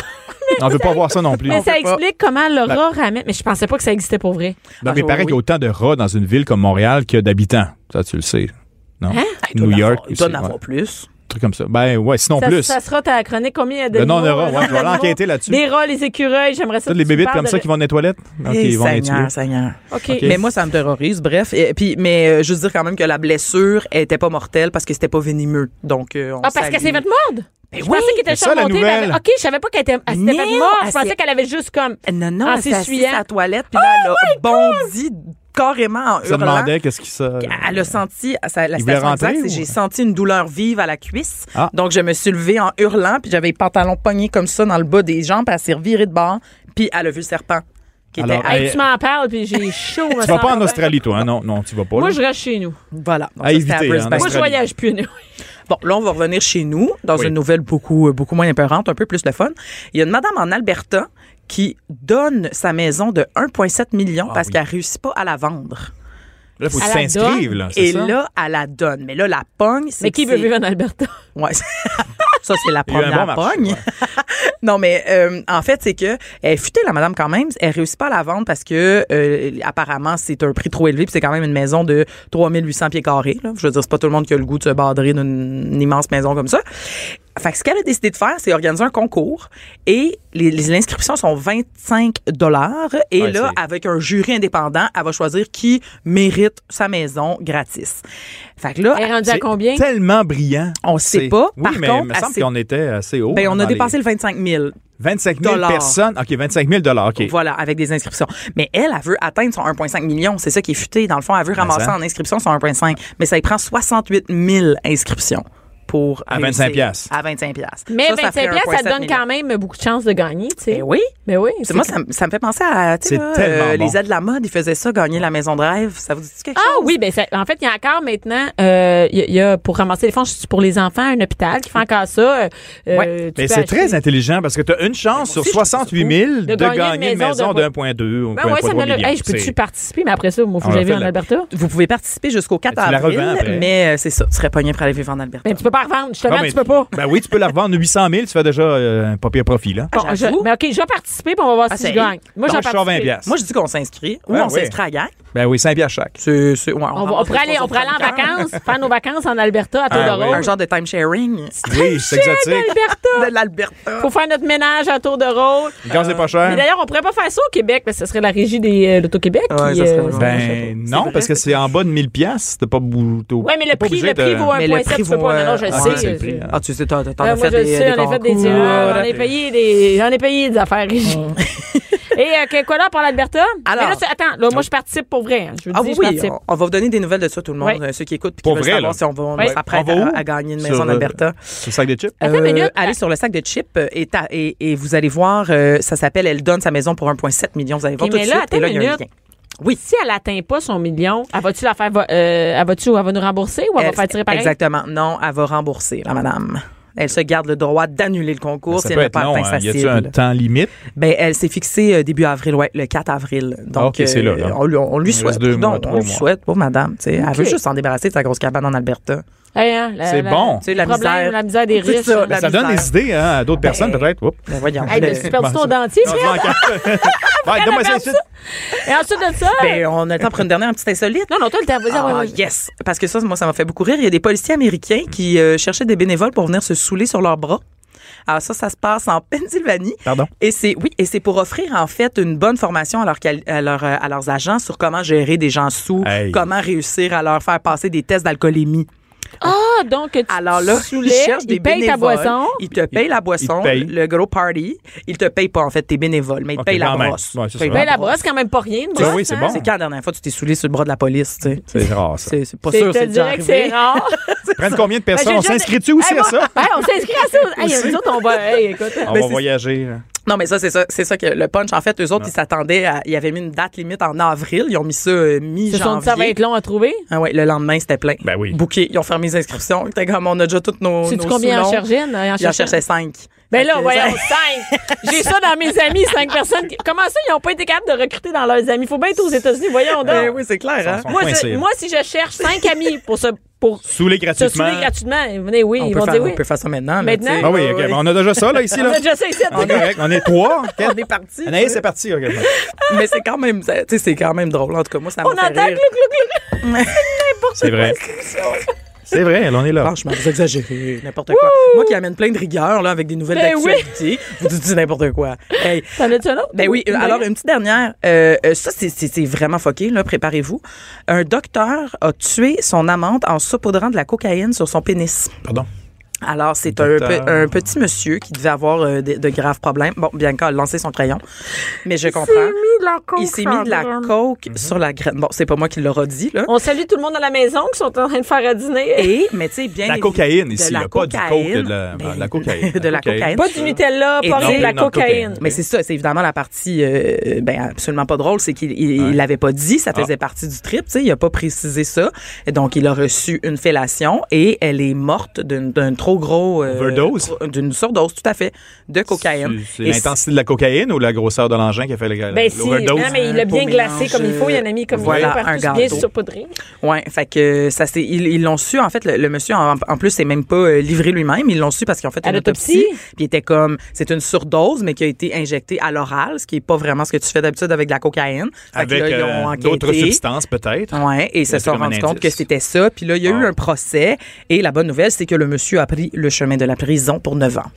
Speaker 5: On veut pas voir ça non plus.
Speaker 3: Mais ça
Speaker 4: peut pas.
Speaker 3: explique comment le rat ramène. Mais je pensais pas que ça existait pour vrai.
Speaker 4: Ah,
Speaker 5: Non, mais il
Speaker 4: oui,
Speaker 5: paraît
Speaker 4: oui.
Speaker 5: qu'il y a autant de rats dans une ville comme Montréal que d'habitants. Ça, tu le sais. Non?
Speaker 4: Hein? Il doit
Speaker 5: New
Speaker 4: en avoir-
Speaker 5: York.
Speaker 4: Il doit en
Speaker 5: aussi, ouais.
Speaker 4: avoir plus.
Speaker 5: Un truc comme ça. Ben, ouais, sinon
Speaker 3: Ça,
Speaker 5: plus.
Speaker 3: ça sera ta chronique combien de
Speaker 5: Le nom de
Speaker 3: numéros,
Speaker 5: rat,
Speaker 3: euh,
Speaker 5: ouais, je vais aller
Speaker 3: d'animaux?
Speaker 5: enquêter là-dessus.
Speaker 3: Des rats, les écureuils, j'aimerais ça.
Speaker 5: Ça,
Speaker 3: que
Speaker 5: les
Speaker 3: tu
Speaker 5: bébites
Speaker 3: parles
Speaker 5: comme
Speaker 3: de-
Speaker 5: ça qui vont dans les toilettes? OK,
Speaker 4: Eh,
Speaker 5: ils vont dans les tuyaux.
Speaker 4: Seigneur, Seigneur.
Speaker 3: OK.
Speaker 4: Mais moi, ça me terrorise. Bref, et puis, mais euh, juste dire quand même que la blessure elle était pas mortelle parce que c'était pas venimeux. Donc, euh, on
Speaker 3: Ah, parce
Speaker 4: salue.
Speaker 3: qu'elle s'est faite mordre?
Speaker 4: Ben
Speaker 3: je pensais qu'elle était
Speaker 5: c'est ça, la
Speaker 3: surmontée. mais elle avait-
Speaker 5: nouvelle.
Speaker 3: OK, je savais pas qu'elle était- elle s'était faite
Speaker 4: Non,
Speaker 3: mordre. Je
Speaker 4: elle
Speaker 3: pensais
Speaker 4: s'est-
Speaker 3: qu'elle avait juste comme.
Speaker 4: Non, non,
Speaker 3: En
Speaker 4: elle s'est assise
Speaker 3: s'essuyant.
Speaker 4: à la toilette, puis
Speaker 3: Oh
Speaker 4: là, elle a bondi carrément en
Speaker 5: Ça
Speaker 4: hurlant.
Speaker 5: demandait qu'est-ce qui ça.
Speaker 4: Elle a senti, ça- la
Speaker 5: Il voulait
Speaker 4: station
Speaker 5: rentrer
Speaker 4: exacte, c'est
Speaker 5: ou-
Speaker 4: j'ai senti une douleur vive à la cuisse.
Speaker 5: Ah.
Speaker 4: Donc, je me suis levée en hurlant, puis j'avais les pantalons pognés comme ça dans le bas des jambes, puis elle s'est revirée de bord, puis elle a vu le serpent qui
Speaker 5: Alors,
Speaker 4: était...
Speaker 3: Hey,
Speaker 5: Hey,
Speaker 3: tu m'en parles, puis j'ai chaud. me
Speaker 5: Tu vas
Speaker 3: semble.
Speaker 5: pas en Australie, toi, hein? Non, non, tu vas pas.
Speaker 3: Moi,
Speaker 5: là.
Speaker 3: je reste chez nous.
Speaker 4: Voilà. Donc,
Speaker 5: À
Speaker 4: ça, c'était
Speaker 5: éviter, hein,
Speaker 4: Brisbane.
Speaker 5: dans
Speaker 3: Moi, je
Speaker 5: Australie.
Speaker 3: voyage plus. nous.
Speaker 4: Bon, là, on va revenir chez nous dans
Speaker 5: Oui.
Speaker 4: une nouvelle beaucoup, euh, beaucoup moins épeurante, un peu plus le fun. Il y a une madame en Alberta qui donne sa maison de 1,7 million parce
Speaker 5: Ah oui.
Speaker 4: qu'elle réussit pas à la vendre.
Speaker 5: Là, faut que tu
Speaker 3: à la
Speaker 5: t'inscrives, là. c'est
Speaker 4: Et
Speaker 5: ça?
Speaker 4: là, elle la donne. Mais là, la pogne, c'est.
Speaker 3: Mais
Speaker 4: que
Speaker 3: qui veut
Speaker 4: c'est-
Speaker 3: vivre en Alberta?
Speaker 4: Ouais.
Speaker 6: Ça, c'est la
Speaker 5: Il y a eu un
Speaker 6: première
Speaker 5: bon marché,
Speaker 6: pogne.
Speaker 5: ouais.
Speaker 6: non, mais euh, en fait, c'est que elle est futée, la madame, quand même. Elle réussit pas à la vendre parce que, euh, apparemment, c'est un prix trop élevé. Puis c'est quand même une maison de 3800 pieds carrés. là. Je veux dire, c'est pas tout le monde qui a le goût de se badrer d'une immense maison comme ça. Fait que ce qu'elle a décidé de faire, c'est organiser un concours et les, les inscriptions sont 25 dollars et
Speaker 5: Ouais,
Speaker 6: là
Speaker 5: c'est-
Speaker 6: avec un jury indépendant, elle va choisir qui mérite sa maison gratis. Fait que là,
Speaker 3: Elle est rendue à
Speaker 5: C'est
Speaker 3: combien?
Speaker 5: tellement brillant.
Speaker 6: On sait
Speaker 5: C'est-
Speaker 6: pas.
Speaker 5: Oui,
Speaker 6: Par
Speaker 5: mais
Speaker 6: contre,
Speaker 5: il me semble
Speaker 6: assez-
Speaker 5: qu'on était assez haut.
Speaker 6: ben, on a
Speaker 5: dans les
Speaker 6: dépassé le 25 000.
Speaker 5: 25 000
Speaker 6: dollars.
Speaker 5: personnes. OK, 25 000 OK.
Speaker 6: Voilà, avec des inscriptions. Mais elle, elle veut atteindre son 1,5 million. C'est ça qui est futé. Dans le fond, elle veut ramasser
Speaker 5: ça.
Speaker 6: en inscription son 1,5. Mais ça lui prend 68 000 inscriptions pour.
Speaker 5: À
Speaker 6: réussir.
Speaker 5: 25 piastres.
Speaker 6: À 25 piastres.
Speaker 3: Mais
Speaker 6: Ça,
Speaker 3: 25
Speaker 6: ça,
Speaker 3: piastres, ça te donne quand même beaucoup de chances de gagner, tu
Speaker 4: Ben
Speaker 3: sais.
Speaker 6: Eh oui.
Speaker 3: Mais oui.
Speaker 6: C'est- Moi, ça, me- ça me fait penser à tu sais,
Speaker 5: C'est
Speaker 6: là,
Speaker 5: tellement
Speaker 6: euh,
Speaker 5: bon.
Speaker 6: les aides de la mode, ils faisaient ça, gagner la maison de rêve. Ça vous dit quelque
Speaker 3: Ah
Speaker 6: chose?
Speaker 3: oui, ben ça- en fait, il y a encore maintenant, euh, il y a- il y, a pour ramasser les fonds c'est pour les enfants, un hôpital qui fait encore ça. euh,
Speaker 6: Ouais.
Speaker 3: tu
Speaker 5: Mais
Speaker 3: peux
Speaker 5: c'est
Speaker 3: acheter-
Speaker 5: très intelligent parce que tu as une chance sur
Speaker 6: aussi, je trouve ça
Speaker 5: 68 000
Speaker 3: De
Speaker 5: de
Speaker 3: gagner une
Speaker 5: gagner une
Speaker 3: maison
Speaker 5: maison
Speaker 3: de-
Speaker 5: d'un point deux ou
Speaker 3: Ben ouais,
Speaker 5: 1,3
Speaker 3: ça me l'a-
Speaker 5: million.
Speaker 3: Hey, je
Speaker 5: C'est-
Speaker 3: peux-tu participer, mais après ça, moi, faut
Speaker 5: On
Speaker 3: que
Speaker 5: va
Speaker 3: j'aille vivre
Speaker 5: faire
Speaker 3: en
Speaker 5: la-
Speaker 3: Alberta.
Speaker 6: Vous pouvez participer jusqu'au 4
Speaker 5: Mais tu la
Speaker 6: avril,
Speaker 5: revends après.
Speaker 6: mais euh, c'est ça, tu serais pogné pour aller vivre en Alberta.
Speaker 3: Mais Ben, tu peux pas revendre, justement,
Speaker 5: Non, mais-
Speaker 3: tu peux pas.
Speaker 5: Ben oui, tu peux la revendre 800 000, tu fais déjà euh, un pas pire profit, là.
Speaker 3: Bon,
Speaker 6: j'avoue.
Speaker 3: Ah, je- mais OK, je vais participer, puis on va voir
Speaker 6: Ah,
Speaker 3: si
Speaker 6: c'est-
Speaker 3: je gagne. Moi, je
Speaker 5: Donc,
Speaker 3: vais
Speaker 5: je sors 20
Speaker 3: participer.
Speaker 5: piastres.
Speaker 6: Moi, je dis qu'on s'inscrit ou
Speaker 5: Ouais,
Speaker 6: on
Speaker 5: ouais.
Speaker 6: s'inscrit à la gang.
Speaker 5: Ben oui, 5 piastres chaque.
Speaker 6: C'est- c'est- ouais,
Speaker 3: On, va- on
Speaker 6: rentre
Speaker 3: pourrait aller,
Speaker 6: dans
Speaker 3: on pourrait aller en
Speaker 6: trois cents de cœur.
Speaker 3: vacances, faire nos vacances en Alberta, à Todorov.
Speaker 5: Ah, ouais.
Speaker 6: Un genre de time sharing.
Speaker 5: Oui, c'est exotique.
Speaker 3: Alberta!
Speaker 6: de l'Alberta.
Speaker 3: Faut faire notre ménage à tour de rôle.
Speaker 5: Le gaz est pas
Speaker 3: Mais
Speaker 5: cher.
Speaker 3: d'ailleurs, on pourrait pas faire ça au Québec, mais ce serait la régie des, euh, l'Auto-Québec.
Speaker 6: Ouais,
Speaker 3: qui,
Speaker 6: ça serait
Speaker 3: euh,
Speaker 6: vraiment-
Speaker 5: Ben
Speaker 6: C'est
Speaker 5: non,
Speaker 6: vrai,
Speaker 5: parce que c'est en bas de 1000 piastres, t'as pas bou- t'as-
Speaker 3: Ouais, mais le
Speaker 5: t'es pas
Speaker 3: prix,
Speaker 5: obligé
Speaker 3: le
Speaker 5: de-
Speaker 3: prix vaut
Speaker 6: Mais
Speaker 3: 1,7.
Speaker 6: le prix
Speaker 3: tu peux
Speaker 6: vaut,
Speaker 3: pas- non, non, je
Speaker 6: euh,
Speaker 5: Ah,
Speaker 3: sais.
Speaker 5: c'est le
Speaker 3: je-
Speaker 5: prix, hein.
Speaker 6: Ah, tu sais, t'en t'en
Speaker 3: Ah,
Speaker 6: as
Speaker 3: moi,
Speaker 6: fait
Speaker 3: je le
Speaker 6: des,
Speaker 3: sais,
Speaker 6: des
Speaker 3: on a fait des
Speaker 6: concours. euh,
Speaker 3: erreurs, on a payé des, j'en ai payé des affaires riches. Et euh, que- quoi là pour l'Alberta?
Speaker 6: Alors-
Speaker 3: Mais là, c'est- attends, là, moi, je participe pour vrai. hein. Je veux
Speaker 6: Ah
Speaker 3: dire,
Speaker 6: oui,
Speaker 3: je
Speaker 6: oui,
Speaker 3: participe.
Speaker 6: on- on va vous donner des nouvelles de ça, tout le monde,
Speaker 3: Ouais.
Speaker 6: euh, ceux qui écoutent puis qui
Speaker 5: Pour
Speaker 6: veulent
Speaker 5: vrai,
Speaker 6: savoir
Speaker 5: là.
Speaker 6: si on va on
Speaker 3: Ouais.
Speaker 6: s'apprête
Speaker 5: On va
Speaker 6: à,
Speaker 5: où?
Speaker 6: à gagner une
Speaker 5: Sur,
Speaker 6: maison en
Speaker 5: euh,
Speaker 6: Alberta.
Speaker 5: Sur le sac de chips.
Speaker 3: Attends une minute.
Speaker 6: allez sur le sac de chips euh, et, ta- et, et vous allez voir, euh, ça s'appelle Elle donne sa maison pour 1,7 million. Vous allez voir
Speaker 3: Ok,
Speaker 6: tout de
Speaker 3: mais là,
Speaker 6: suite. Et là, il y a un
Speaker 3: attends une
Speaker 6: lien. Oui.
Speaker 3: Si elle atteint pas son million, elle va-tu la faire, va- euh, elle va-tu, elle va nous rembourser ou elle, va
Speaker 6: Elle-
Speaker 3: faire tirer pareil?
Speaker 6: Exactement. Non, elle va rembourser, la madame. Elle se garde le droit d'annuler le concours
Speaker 5: Ça
Speaker 6: si
Speaker 5: peut
Speaker 6: elle n'a
Speaker 5: être
Speaker 6: pas
Speaker 5: long,
Speaker 6: atteint
Speaker 5: hein.
Speaker 6: sa
Speaker 5: Y a-tu
Speaker 6: cible.
Speaker 5: un temps limite?
Speaker 6: Ben, elle s'est fixée euh, début avril, ouais, le 4 avril. Donc, euh,
Speaker 5: Ah, ok, c'est là, là.
Speaker 6: On, lui, on lui
Speaker 5: Il
Speaker 6: souhaite.
Speaker 5: reste deux
Speaker 6: non,
Speaker 5: mois,
Speaker 6: on
Speaker 5: trois
Speaker 6: lui
Speaker 5: mois.
Speaker 6: souhaite, pour madame. tu sais. Elle veut
Speaker 3: Ok.
Speaker 6: juste s'en débarrasser de sa grosse cabane en Alberta.
Speaker 3: Hey, hein, la-
Speaker 5: C'est
Speaker 3: la-
Speaker 5: bon.
Speaker 6: Tu sais, la
Speaker 3: le problème,
Speaker 6: misère.
Speaker 3: la misère des
Speaker 6: C'est
Speaker 3: riches.
Speaker 6: ça,
Speaker 5: Ben,
Speaker 6: la
Speaker 5: ça donne
Speaker 6: misère.
Speaker 5: des idées hein, à d'autres personnes, peut-être. Oups.
Speaker 6: Ben, voyons.
Speaker 3: Hey,
Speaker 6: Le-
Speaker 3: tu perdu
Speaker 5: Ben,
Speaker 3: ton
Speaker 5: ça-
Speaker 3: dentier,
Speaker 5: Non,
Speaker 3: Fred?
Speaker 5: je m'en- Ben, donne-moi ça ici.
Speaker 3: Et ensuite de ça.
Speaker 6: Ben, on a le temps pour une dernière un petit insolite.
Speaker 3: non, non, toi, le temps, vas-y, ouais,
Speaker 6: Ah,
Speaker 3: ouais.
Speaker 6: yes! Parce que ça, moi, ça m'a fait beaucoup rire. Il y a des policiers américains qui euh, cherchaient des bénévoles pour venir se saouler sur leurs bras. Alors ça, ça se passe en Pennsylvanie.
Speaker 5: Pardon?
Speaker 6: Et c'est oui, et c'est pour offrir en fait une bonne formation à, leur quali- à, leur, euh, à leurs agents sur comment gérer des gens sous,
Speaker 5: Hey.
Speaker 6: comment réussir à leur faire passer des tests d'alcoolémie.
Speaker 3: Ah, donc, tu
Speaker 6: Alors là,
Speaker 3: soulais,
Speaker 6: ils cherchent des
Speaker 3: ils payent ta
Speaker 6: bénévoles. Ah,
Speaker 3: boisson.
Speaker 6: Ils te payent la boisson,
Speaker 5: ils te payent.
Speaker 6: le gros party. Ils te payent pas, en fait, tes bénévoles, mais ils te
Speaker 5: Ok,
Speaker 6: payent la
Speaker 5: quand même.
Speaker 6: brosse.
Speaker 5: Ouais, c'est
Speaker 6: Payent
Speaker 5: ça.
Speaker 3: Ben, la brosse, c'est quand même pas rien. une
Speaker 5: Ben
Speaker 3: brosse,
Speaker 5: oui, c'est
Speaker 3: hein.
Speaker 5: bon.
Speaker 6: C'est quand la dernière fois tu t'es saoulé sur le bras de la police, tu sais?
Speaker 5: C'est rare, ça.
Speaker 6: C'est c'est pas
Speaker 3: C'est-
Speaker 6: sûr,
Speaker 3: je te
Speaker 6: c'est déjà
Speaker 3: dirais que c'est
Speaker 6: arrivé.
Speaker 3: rare.
Speaker 5: Prennent combien de
Speaker 3: Ben,
Speaker 5: personnes?
Speaker 3: j'ai
Speaker 5: On
Speaker 3: déjà-
Speaker 5: s'inscrit-tu aussi
Speaker 3: Hey,
Speaker 5: à
Speaker 3: moi-
Speaker 5: ça?
Speaker 3: Hey, on s'inscrit à ça. Hey, nous autres, on va. Hey, écoute.
Speaker 5: On
Speaker 6: Ben,
Speaker 5: va
Speaker 6: c'est-
Speaker 5: voyager. là.
Speaker 6: Non, mais ça, c'est ça, c'est ça que le punch. En fait, eux autres, ils s'attendaient à, ils avaient mis une date limite en avril. Ils ont mis ça euh,
Speaker 3: Ils se sont dit,
Speaker 6: mi-janvier.
Speaker 3: ça va être long à trouver.
Speaker 6: Ah ouais, le lendemain, c'était plein.
Speaker 5: Ben oui.
Speaker 6: Bouquet. Ils ont fermé les inscriptions. C'était comme, on a déjà toutes nos.
Speaker 3: Sais-tu
Speaker 6: nos
Speaker 3: combien en
Speaker 6: sous-noms.
Speaker 3: cherchaient? une, en
Speaker 6: Ils en
Speaker 3: cherchant?
Speaker 6: cherchaient cinq.
Speaker 3: Ben
Speaker 6: Fait
Speaker 3: là,
Speaker 6: que-
Speaker 3: voyons, cinq. J'ai ça dans mes amis, cinq personnes. qui- Comment ça, ils n'ont pas été capables de recruter dans leurs amis? Faut bien être aux États-Unis, voyons
Speaker 6: Ben
Speaker 3: donc.
Speaker 6: oui, c'est clair, hein?
Speaker 5: sont-
Speaker 3: Moi,
Speaker 5: Coincé,
Speaker 3: c'est-
Speaker 5: là.
Speaker 3: moi, si je cherche cinq amis pour se, pour
Speaker 5: Saouler
Speaker 3: se
Speaker 5: gratuitement.
Speaker 3: saouler gratuitement, venez, oui,
Speaker 6: On,
Speaker 3: ils
Speaker 6: peut
Speaker 3: vont
Speaker 6: faire,
Speaker 3: dire
Speaker 6: on
Speaker 3: oui.
Speaker 6: peut faire ça maintenant. là,
Speaker 3: Maintenant?
Speaker 6: tu sais.
Speaker 5: Ah oui, ok,
Speaker 6: Ouais,
Speaker 5: ben,
Speaker 6: ouais.
Speaker 5: on a déjà ça, là, ici,
Speaker 3: On
Speaker 5: là.
Speaker 3: a déjà ça ici.
Speaker 5: On est correct. On est trois.
Speaker 6: On est parti.
Speaker 5: Anaïs, c'est parti. regarde.
Speaker 6: Mais c'est quand même, tu sais, c'est quand même drôle. En tout cas, moi, ça
Speaker 3: On
Speaker 6: m'a fait
Speaker 3: entend
Speaker 6: rire.
Speaker 3: glouc, glouc, glouc.
Speaker 5: C'est vrai. C'est vrai, là, on est là.
Speaker 6: Franchement, vous exagérez n'importe quoi. Moi qui amène plein de rigueur là, avec des nouvelles
Speaker 3: Ben oui.
Speaker 6: d'actualité, vous dites du n'importe quoi. Hey,
Speaker 3: T'en as-tu un autre?
Speaker 6: Ben oui, euh,
Speaker 3: Une
Speaker 6: alors
Speaker 3: dernière?
Speaker 6: une petite dernière. Euh, euh, ça, c'est- c'est c'est vraiment foqué, là, préparez-vous. Un docteur a tué son amante en saupoudrant de la cocaïne sur son pénis.
Speaker 5: Pardon.
Speaker 6: Alors, c'est
Speaker 5: Un
Speaker 6: un,
Speaker 5: docteur.
Speaker 6: pe- un petit monsieur qui devait avoir euh, de, de graves problèmes. Bon, Bianca a lancé son crayon, mais je comprends. Il s'est mis de la coke
Speaker 5: Mm-hmm.
Speaker 6: sur la graine. Bon, c'est pas moi qui l'aura dit, là.
Speaker 3: On salue tout le monde à la maison qui sont en train de faire à dîner.
Speaker 6: Et, mais tu sais, bien...
Speaker 5: La
Speaker 6: évi-
Speaker 5: cocaïne
Speaker 6: de
Speaker 5: ici,
Speaker 6: la
Speaker 5: là, pas du coke,
Speaker 6: cocaïne.
Speaker 5: de la-
Speaker 6: Ben,
Speaker 5: de la cocaïne.
Speaker 6: de la
Speaker 5: La cocaïne.
Speaker 6: cocaïne.
Speaker 3: Pas du Nutella,
Speaker 6: Et
Speaker 3: pas rien
Speaker 6: non,
Speaker 3: de la
Speaker 5: non, cocaïne.
Speaker 3: cocaïne.
Speaker 6: Mais c'est ça, c'est évidemment la partie euh, ben absolument pas drôle, c'est qu'il il- il l'avait pas dit, ça faisait partie du trip, tu sais, il a pas précisé ça. Et Donc il a reçu une fellation et elle est morte d'une- d'un trop gros euh,
Speaker 5: Overdose?
Speaker 6: trop- d'une surdose tout à fait de cocaïne.
Speaker 5: C'est c'est
Speaker 6: Et
Speaker 5: l'intensité de la cocaïne ou la grosseur de l'engin qui a fait le
Speaker 3: Ben, s'il
Speaker 5: overdose.
Speaker 3: Non, mais il l'a bien
Speaker 6: Pour
Speaker 3: glacé
Speaker 6: mélange,
Speaker 3: comme il faut. Il en a mis comme
Speaker 6: voilà,
Speaker 3: il faut
Speaker 6: un
Speaker 3: partout, c'est
Speaker 6: gâteau.
Speaker 3: bien saupoudré.
Speaker 6: Ouais, fait que ça c'est ils ils l'ont su en fait le, le monsieur en, en plus c'est même pas euh, livré lui-même, ils l'ont su parce qu'ils ont fait
Speaker 3: À
Speaker 6: une
Speaker 3: l'autopsie?
Speaker 6: autopsie, puis il était comme c'est une surdose mais qui a été injectée à l'oral, ce qui est pas vraiment ce que tu fais d'habitude avec de la cocaïne. Fait que
Speaker 5: Avec
Speaker 6: là, ils
Speaker 5: euh,
Speaker 6: ont
Speaker 5: d'autres
Speaker 6: enquêté.
Speaker 5: substances, peut-être.
Speaker 6: Ouais, et ils se
Speaker 5: Là, c'est
Speaker 6: sont
Speaker 5: comme un
Speaker 6: rendus compte
Speaker 5: indice.
Speaker 6: que c'était ça. Puis là, il y a eu
Speaker 5: Ah.
Speaker 6: un procès. Et la bonne nouvelle, c'est que le monsieur a pris le chemin de la prison pour 9 ans.